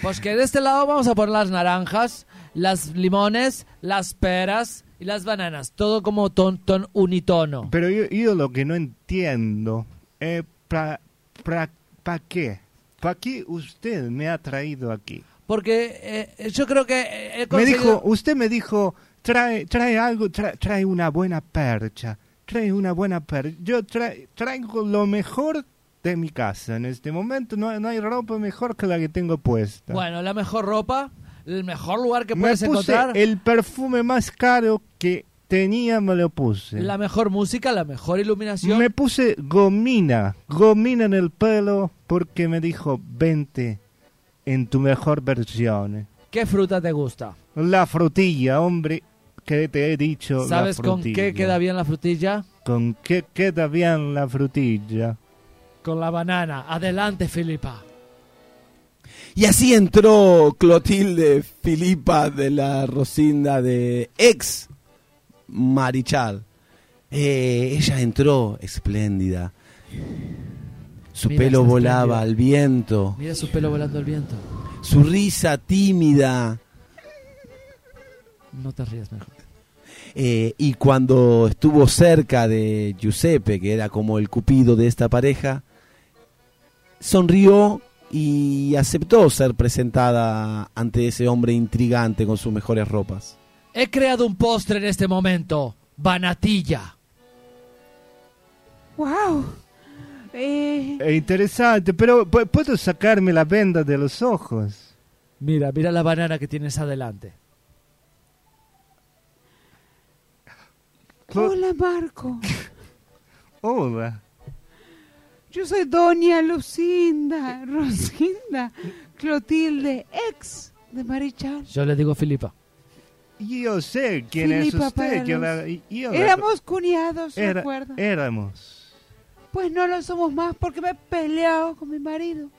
Pues que de este lado vamos a poner las naranjas, las limones, las peras y las bananas. Todo como ton, ton unitono.
Pero yo, yo lo que no entiendo es para para Eh, pa qué. ¿Para qué usted me ha traído aquí?
Porque eh, yo creo que... eh, he
Me
conseguido-
dijo, usted me dijo, trae, trae algo, tra- trae una buena percha, trae una buena percha. Yo tra- traigo lo mejor de mi casa en este momento. No, no hay ropa mejor que la que tengo puesta.
Bueno, la mejor ropa, el mejor lugar que
me
puedes
puse
encontrar,
el perfume más caro que tenía, me lo puse.
la mejor música, la mejor iluminación.
Me puse gomina, gomina en el pelo porque me dijo, vente en tu mejor versión.
Mm.
¿Qué fruta te gusta?
La frutilla, hombre, que te he dicho. la
¿Sabes con qué
frutilla.
queda bien la frutilla?
¿Con qué queda bien la frutilla?
Con la banana. Adelante, Filipa.
Y así entró Clotilde Filipa de la Rosinda de ex Marichal. Eh, ella entró espléndida. Su
Mira,
pelo
está
volaba
espléndida.
al viento,
Mira su pelo volando al viento.
su risa tímida.
No te rías mejor.
eh, y cuando estuvo cerca de Giuseppe, que era como el cupido de esta pareja, sonrió y aceptó ser presentada ante ese hombre intrigante con sus mejores ropas.
He creado un postre en este momento. Banatilla.
Wow. Eh,
Eh, interesante, pero ¿pu- ¿puedo sacarme la venda de los ojos?
Mira, mira la banana que tienes adelante.
hola, Marco.
Hola.
Yo soy Doña Lucinda, Rosinda, Clotilde, ex de Marichal.
Yo le digo Filipa.
Yo sé quién
Filipa
es usted. yo la-
Paralos.
yo la-
Éramos cuñados,
Era- eh.
recuerda.
éramos.
Pues no lo somos más porque me he peleado con mi marido.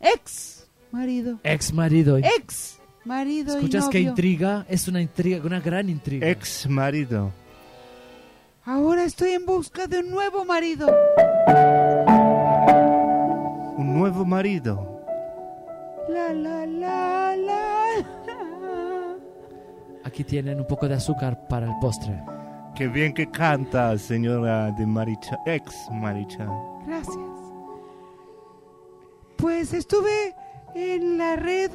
Ex marido.
Ex marido.
Ex marido y
¿Escuchas
novio.
qué intriga? Es una intriga, una gran intriga.
Ex marido.
Ahora estoy en busca de un nuevo marido.
Un nuevo marido.
La la la la.
Aquí tienen un poco de azúcar para el postre.
Qué bien que canta, señora de Maricha, ex Maricha.
Gracias. Pues estuve en la red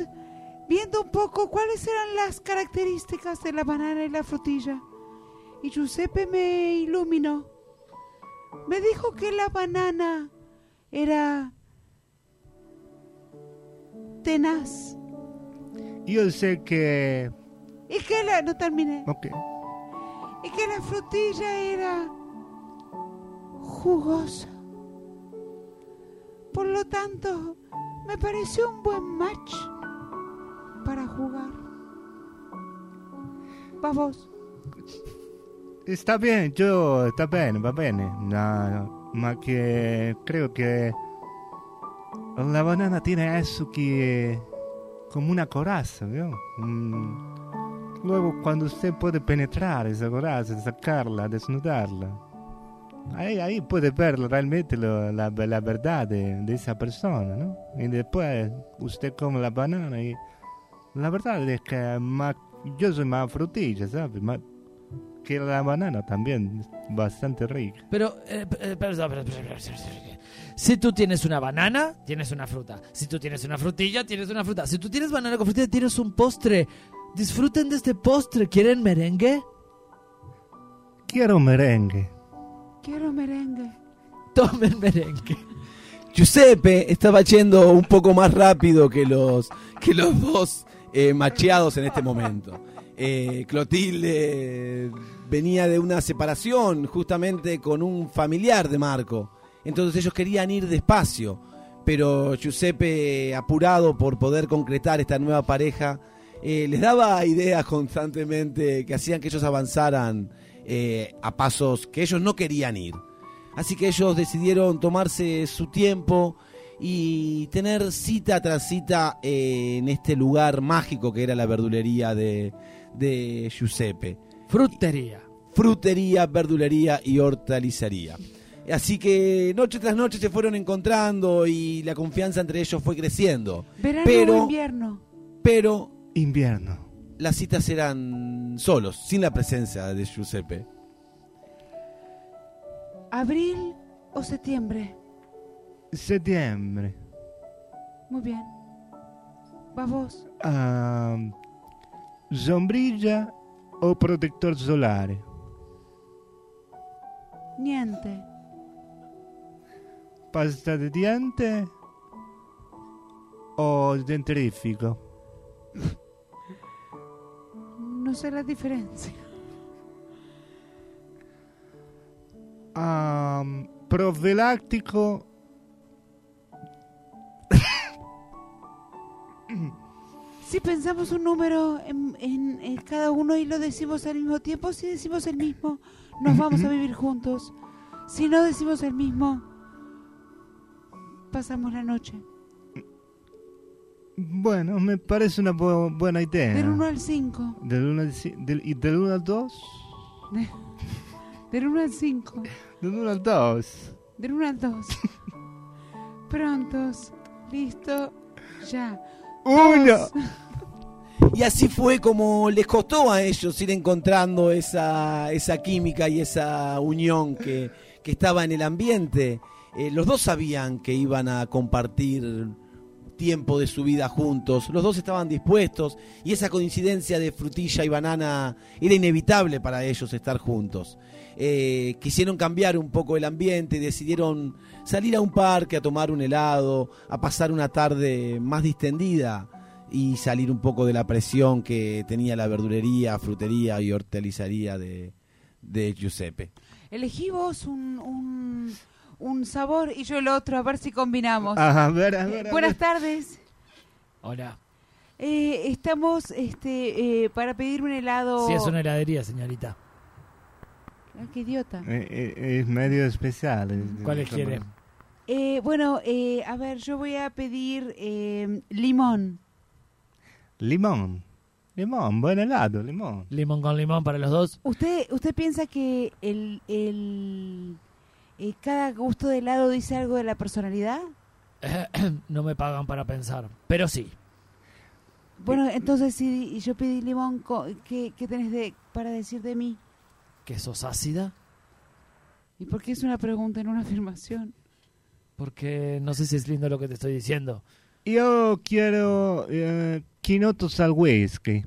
viendo un poco cuáles eran las características de la banana y la frutilla. Y Giuseppe me iluminó. Me dijo que la banana era tenaz.
Yo sé que...
Y que la... No terminé.
Ok.
Y que la frutilla era jugosa. Por lo tanto, me pareció un buen match para jugar. Vamos.
Está bien, yo... Está bien, va bien. No, más que... Creo que... La banana tiene eso que... Como una coraza, ¿vio? Mm. Luego, cuando usted puede penetrar esa coraza, sacarla, desnudarla, ahí, ahí puede ver realmente lo- la, la verdad de, de esa persona, ¿no? Y después usted come la banana y la verdad es que más, yo soy más frutilla, ¿sabes? Más- que la banana también, bastante rica.
Pero, eh, eh, perdón, perdón, perdón, perdón, perdón. Si tú tienes una banana, tienes una fruta. Si tú tienes una frutilla, tienes una fruta. Si tú tienes banana con frutilla, tienes un postre. Disfruten de este postre. ¿Quieren merengue?
Quiero merengue.
Quiero merengue.
Tomen merengue.
Giuseppe estaba yendo un poco más rápido que los, que los dos eh, macheados en este momento. Eh, Clotilde venía de una separación justamente con un familiar de Marco. Entonces ellos querían ir despacio, pero Giuseppe, apurado por poder concretar esta nueva pareja, eh, les daba ideas constantemente que hacían que ellos avanzaran eh, a pasos que ellos no querían ir. Así que ellos decidieron tomarse su tiempo y tener cita tras cita eh, en este lugar mágico que era la verdulería de, de Giuseppe.
Frutería.
Frutería, verdulería y hortalizaría. Así que noche tras noche se fueron encontrando y la confianza entre ellos fue creciendo.
Verano o
Pero,
invierno.
pero
invierno.
Las citas eran solos, sin la presencia de Giuseppe.
Abril o septiembre.
Septiembre.
Muy bien. Vamos.
Ah, sombrilla o protector solar?
Niente.
Pasta de diente o dentífrico?
No sé la diferencia.
Ah, profiláctico
Si pensamos un número en, en- eh, en cada uno y lo decimos al mismo tiempo, si decimos el mismo, nos vamos a vivir juntos. Si no decimos el mismo, pasamos la noche.
Bueno, me parece una bu- buena idea.
Del 1 al 5.
Del uno al ci- del- ¿Y del 1 al 2?
Del 1 al 5.
Del 1 al 2.
Del 1 al 2. Prontos. Listo. Ya.
¡Uno! Y así fue como les costó a ellos ir encontrando esa, esa química y esa unión que, que estaba en el ambiente. Eh, los dos sabían que iban a compartir tiempo de su vida juntos, los dos estaban dispuestos y esa coincidencia de frutilla y banana era inevitable para ellos estar juntos. Eh, quisieron cambiar un poco el ambiente y decidieron salir a un parque a tomar un helado, a pasar una tarde más distendida y salir un poco de la presión que tenía la verdulería, frutería y hortalizaría de, de Giuseppe.
Elegí vos un, un, un sabor y yo el otro, a ver si combinamos.
Ajá, a ver, a
Eh,
ver, a ver.
buenas tardes.
Hola.
Eh, estamos este, eh, para pedir un helado.
Sí, es una heladería, señorita.
Ah, qué idiota.
Eh, eh, es medio especial. eh,
¿Cuáles
como-
quiere?
Eh, bueno, eh, a ver, yo voy a pedir eh, limón.
Limón. Limón, buen helado, limón.
Limón con limón para los dos.
¿Usted, usted piensa que el, el, eh, cada gusto de helado dice algo de la personalidad?
no me pagan para pensar, pero sí.
Bueno, entonces si yo pedí limón, co- ¿qué, qué tenés de, para decir de mí?
¿Que sos ácida?
¿Y por qué es una pregunta en una afirmación?
Porque no sé si es lindo lo que te estoy diciendo.
Yo quiero eh, quinoto al whisky.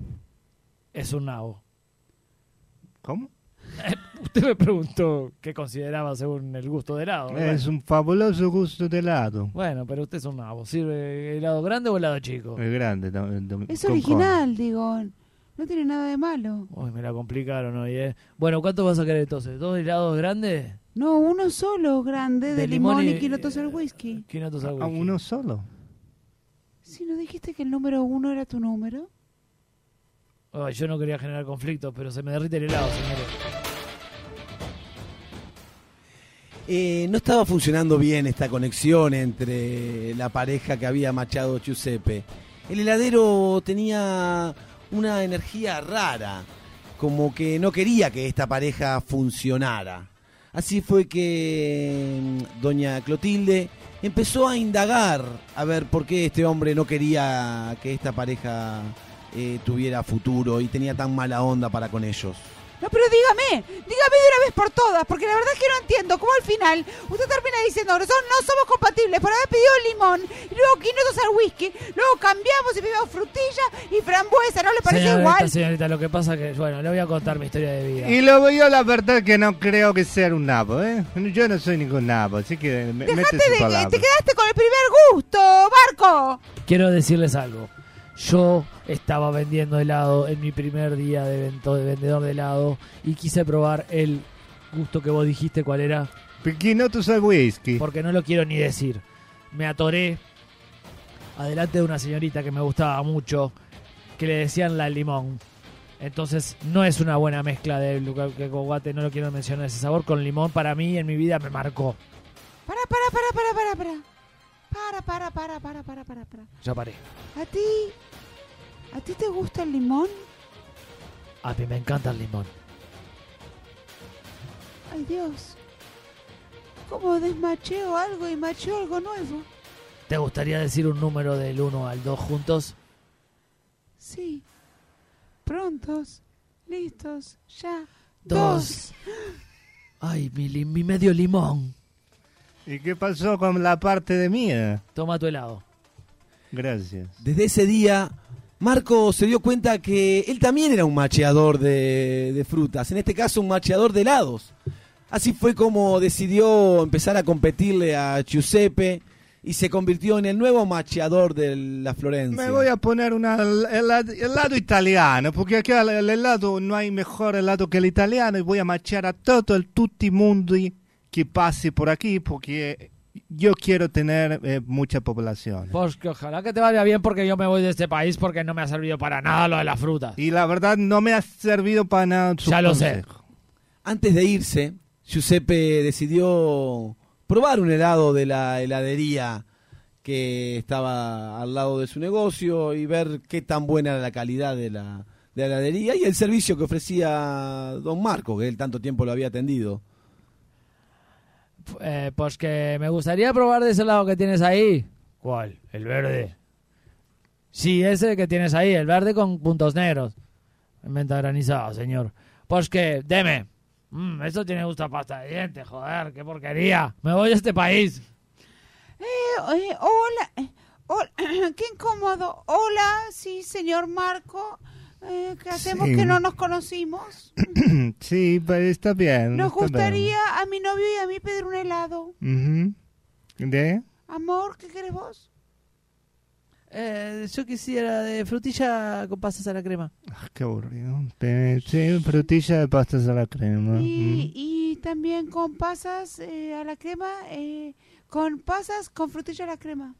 Es un nabo.
¿Cómo?
Usted me preguntó qué consideraba según el gusto de helado. ¿verdad?
Es un fabuloso gusto de helado.
Bueno, pero usted es un nabo. ¿Sirve helado grande o helado chico?
Es grande. tam- tam-
Es
con-
original, digo. No tiene nada de malo.
Uy, me la complicaron hoy, ¿eh? Bueno, ¿cuántos vas a querer entonces? ¿Dos helados grandes?
No, uno solo, grande, de,
De
limón,
limón
y,
y- eh.
quinotos al whisky.
¿Quinotos
¿A uno solo?
Si no dijiste que el número uno era tu número.
Ay, yo no quería generar conflictos, pero se me derrite el helado, señores.
Eh, no estaba funcionando bien esta conexión entre la pareja que había machado Giuseppe. El heladero tenía una energía rara, como que no quería que esta pareja funcionara. Así fue que mm, doña Clotilde empezó a indagar a ver por qué este hombre no quería que esta pareja eh, tuviera futuro y tenía tan mala onda para con ellos.
No, pero dígame, dígame de una vez por todas, porque la verdad es que no entiendo cómo al final usted termina diciendo nosotros no somos compatibles por haber pedido limón, y luego quinotos al whisky, luego cambiamos y pedimos frutilla y frambuesa, ¿no le parece
señorita,
igual?
señorita, lo que pasa que, bueno, le voy a contar mi historia de vida.
Y lo veo la verdad que no creo que sea un nabo, ¿eh? Yo no soy ningún nabo, así que me, mete
Dejate
su
de que
palabra.
te quedaste con el primer gusto, Barco.
Quiero decirles algo. Yo estaba vendiendo helado en mi primer día de, vento- de vendedor de helado y quise probar el gusto que vos dijiste cuál era.
Pequinotos al whisky.
Porque no lo quiero ni decir. Me atoré adelante de una señorita que me gustaba mucho, que le decían la limón. Entonces no es una buena mezcla de cacahuate, no lo quiero mencionar ese sabor, con limón para mí en mi vida me marcó.
Para, para, para, para, para, para. Para, para, para, para, para, para, para.
Ya paré.
¿A ti? ¿A ti te gusta el limón?
A mí me encanta el limón.
Ay Dios. ¿Cómo desmacheo algo y macheo algo nuevo?
¿Te gustaría decir un número del 1 al 2 juntos?
Sí. Prontos. Listos. Ya.
Dos. Ay, mi, li- mi medio limón.
¿Y qué pasó con la parte de mía?
Toma tu helado.
Gracias.
Desde ese día, Marco se dio cuenta que él también era un macheador de, de frutas, en este caso un macheador de helados. Así fue como decidió empezar a competirle a Giuseppe y se convirtió en el nuevo macheador de la Florencia.
Me voy a poner un helado italiano, porque aquí al- el helado no hay mejor helado que el italiano y voy a marchar a todo el tutti mundi que pase por aquí, porque yo quiero tener eh, mucha población.
Pues que ojalá que te vaya bien porque yo me voy de este país porque no me ha servido para nada lo de las frutas.
Y la verdad no me ha servido para nada. su
Ya lo sé.
consejo.
Antes de irse, Giuseppe decidió probar un helado de la heladería que estaba al lado de su negocio y ver qué tan buena era la calidad de la, de la heladería y el servicio que ofrecía don Marco, que él tanto tiempo lo había atendido.
Eh, pues que me gustaría probar de ese lado que tienes ahí. ¿Cuál? El verde. Sí, ese que tienes ahí, el verde con puntos negros. Menta granizada, señor. Pues que, deme. Mm, eso tiene gusto a pasta de dientes, joder, qué porquería. Me voy de este país.
Eh, eh, hola. eh, hola. Qué incómodo. Hola, sí, señor Marco. Eh, ¿Qué hacemos
Sí.
que no nos conocimos?
sí, pero está bien.
Nos
está bien.
gustaría a mi novio y a mí pedir un helado.
Ujú. ¿De?
Amor, ¿qué querés vos?
Eh, yo quisiera de frutilla con pasas a la crema.
Ah, Qué aburrido. Pe- Sí, frutilla de pastas a la crema.
Y, y también con pasas eh, a la crema. eh, con pasas, con frutilla a la crema.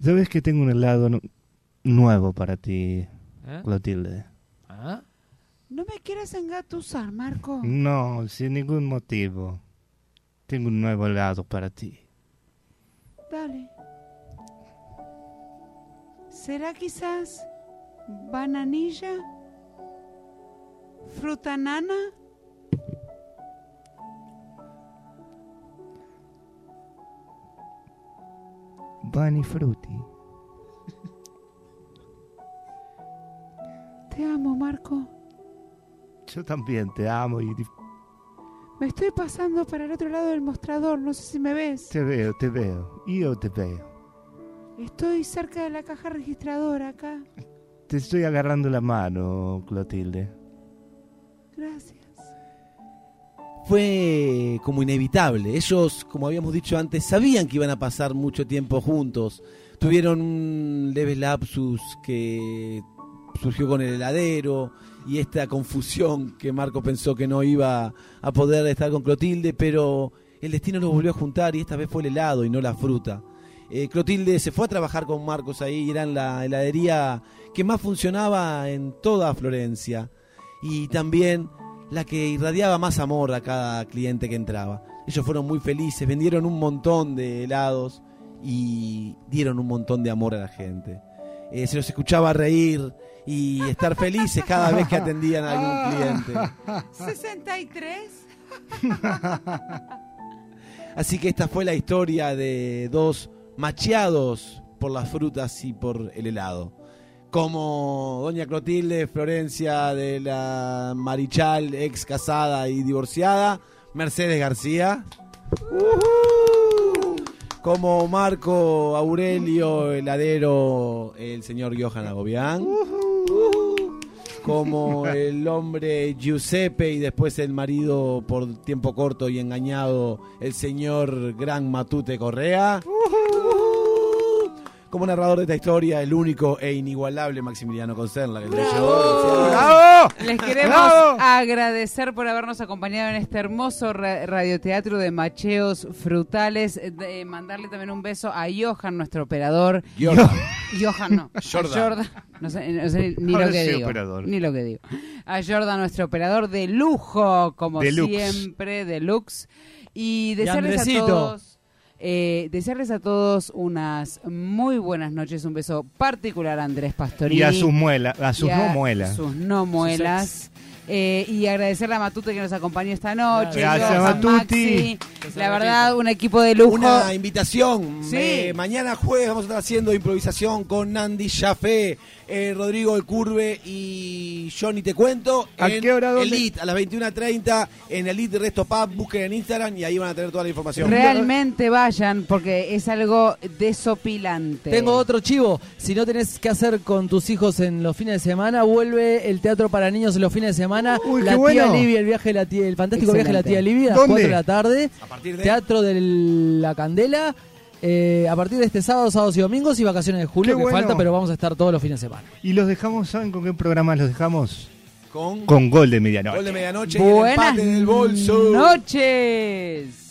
Mm. ¿Sabes que tengo un helado nu- nuevo para ti,
¿Eh?
Clotilde?
Ah.
No me quieras engatusar, Marco.
No, sin ningún motivo. Tengo un nuevo helado para ti.
Dale. ¿Será quizás bananilla? ¿Frutanana?
Bunny Frutti.
Te amo, Marco.
Yo también te amo y
Me estoy pasando para el otro lado del mostrador, no sé si me ves.
Te veo, te veo. Yo te veo.
Estoy cerca de la caja registradora acá.
Te estoy agarrando la mano, Clotilde.
Gracias.
fue como inevitable. Ellos, como habíamos dicho antes, sabían que iban a pasar mucho tiempo juntos. Tuvieron un leve lapsus que surgió con el heladero y esta confusión que Marco pensó que no iba a poder estar con Clotilde, pero el destino los volvió a juntar y esta vez fue el helado y no la fruta. Eh, Clotilde se fue a trabajar con Marcos ahí, y era en la heladería que más funcionaba en toda Florencia y también la que irradiaba más amor a cada cliente que entraba. Ellos fueron muy felices, vendieron un montón de helados y dieron un montón de amor a la gente. Eh, se los escuchaba reír y estar felices cada vez que atendían a algún cliente.
63.
Así que esta fue la historia de dos macheados por las frutas y por el helado. Como Doña Clotilde Florencia de la Marichal, ex casada y divorciada, Mercedes García. Como Marco Aurelio Heladero, el señor Johan Agobián. Como el hombre Giuseppe y después el marido por tiempo corto y engañado, el señor Gran Matute Correa. Como narrador de esta historia, el único e inigualable Maximiliano Concerla, que le llevó.
Les queremos
¡Bravo!
agradecer por habernos acompañado en este hermoso ra- radioteatro de macheos frutales. Eh, de- mandarle también un beso a Johan, nuestro operador.
Jordan.
Johan, no. A
Jordan.
Jordan. No sé, no sé ni
Ahora
lo que
sí,
digo.
operador.
Ni lo que digo. A Jordan, nuestro operador de lujo, como
Deluxe.
siempre, deluxe. Y
Y
desearles a
Andresito.
todos. eh, desearles a todos unas muy buenas noches. Un beso particular a Andrés Pastorini.
Y a sus muelas, a sus
y
no muelas.
sus no muelas. Eh, y agradecerle a Matute que nos acompañó esta noche.
Gracias, Matuti.
Maxi.
Gracias,
La
Matute.
verdad, un equipo de lujo.
Una invitación.
Sí.
Me- mañana jueves vamos a estar haciendo improvisación con Andy Jafé, eh, Rodrigo El Curve y Johnny Te Cuento.
¿A
en
qué hora, dónde?
Elite, a las 21.30 en Elite Resto Pub. Busquen en Instagram y ahí van a tener toda la información.
Realmente vayan porque es algo desopilante.
Tengo otro chivo. Si no tenés que hacer con tus hijos en los fines de semana, vuelve el teatro para niños en los fines de semana.
Uy,
la
qué bueno.
tía Libby, el viaje de la tía, el fantástico viaje de la tía
Excelente.
Libby, a las
¿Dónde?
4 de la tarde.
partir de-
Teatro de la Candela. eh, a partir de este sábado, sábados y domingos y vacaciones de julio,
Qué
que
bueno.
falta, pero vamos a estar todos los fines de semana.
Y los dejamos, ¿saben con qué programa los dejamos?
Con,
Con gol de medianoche.
Gol de medianoche y el
Buenas
empate del bolso.
noches.
Oh, oh,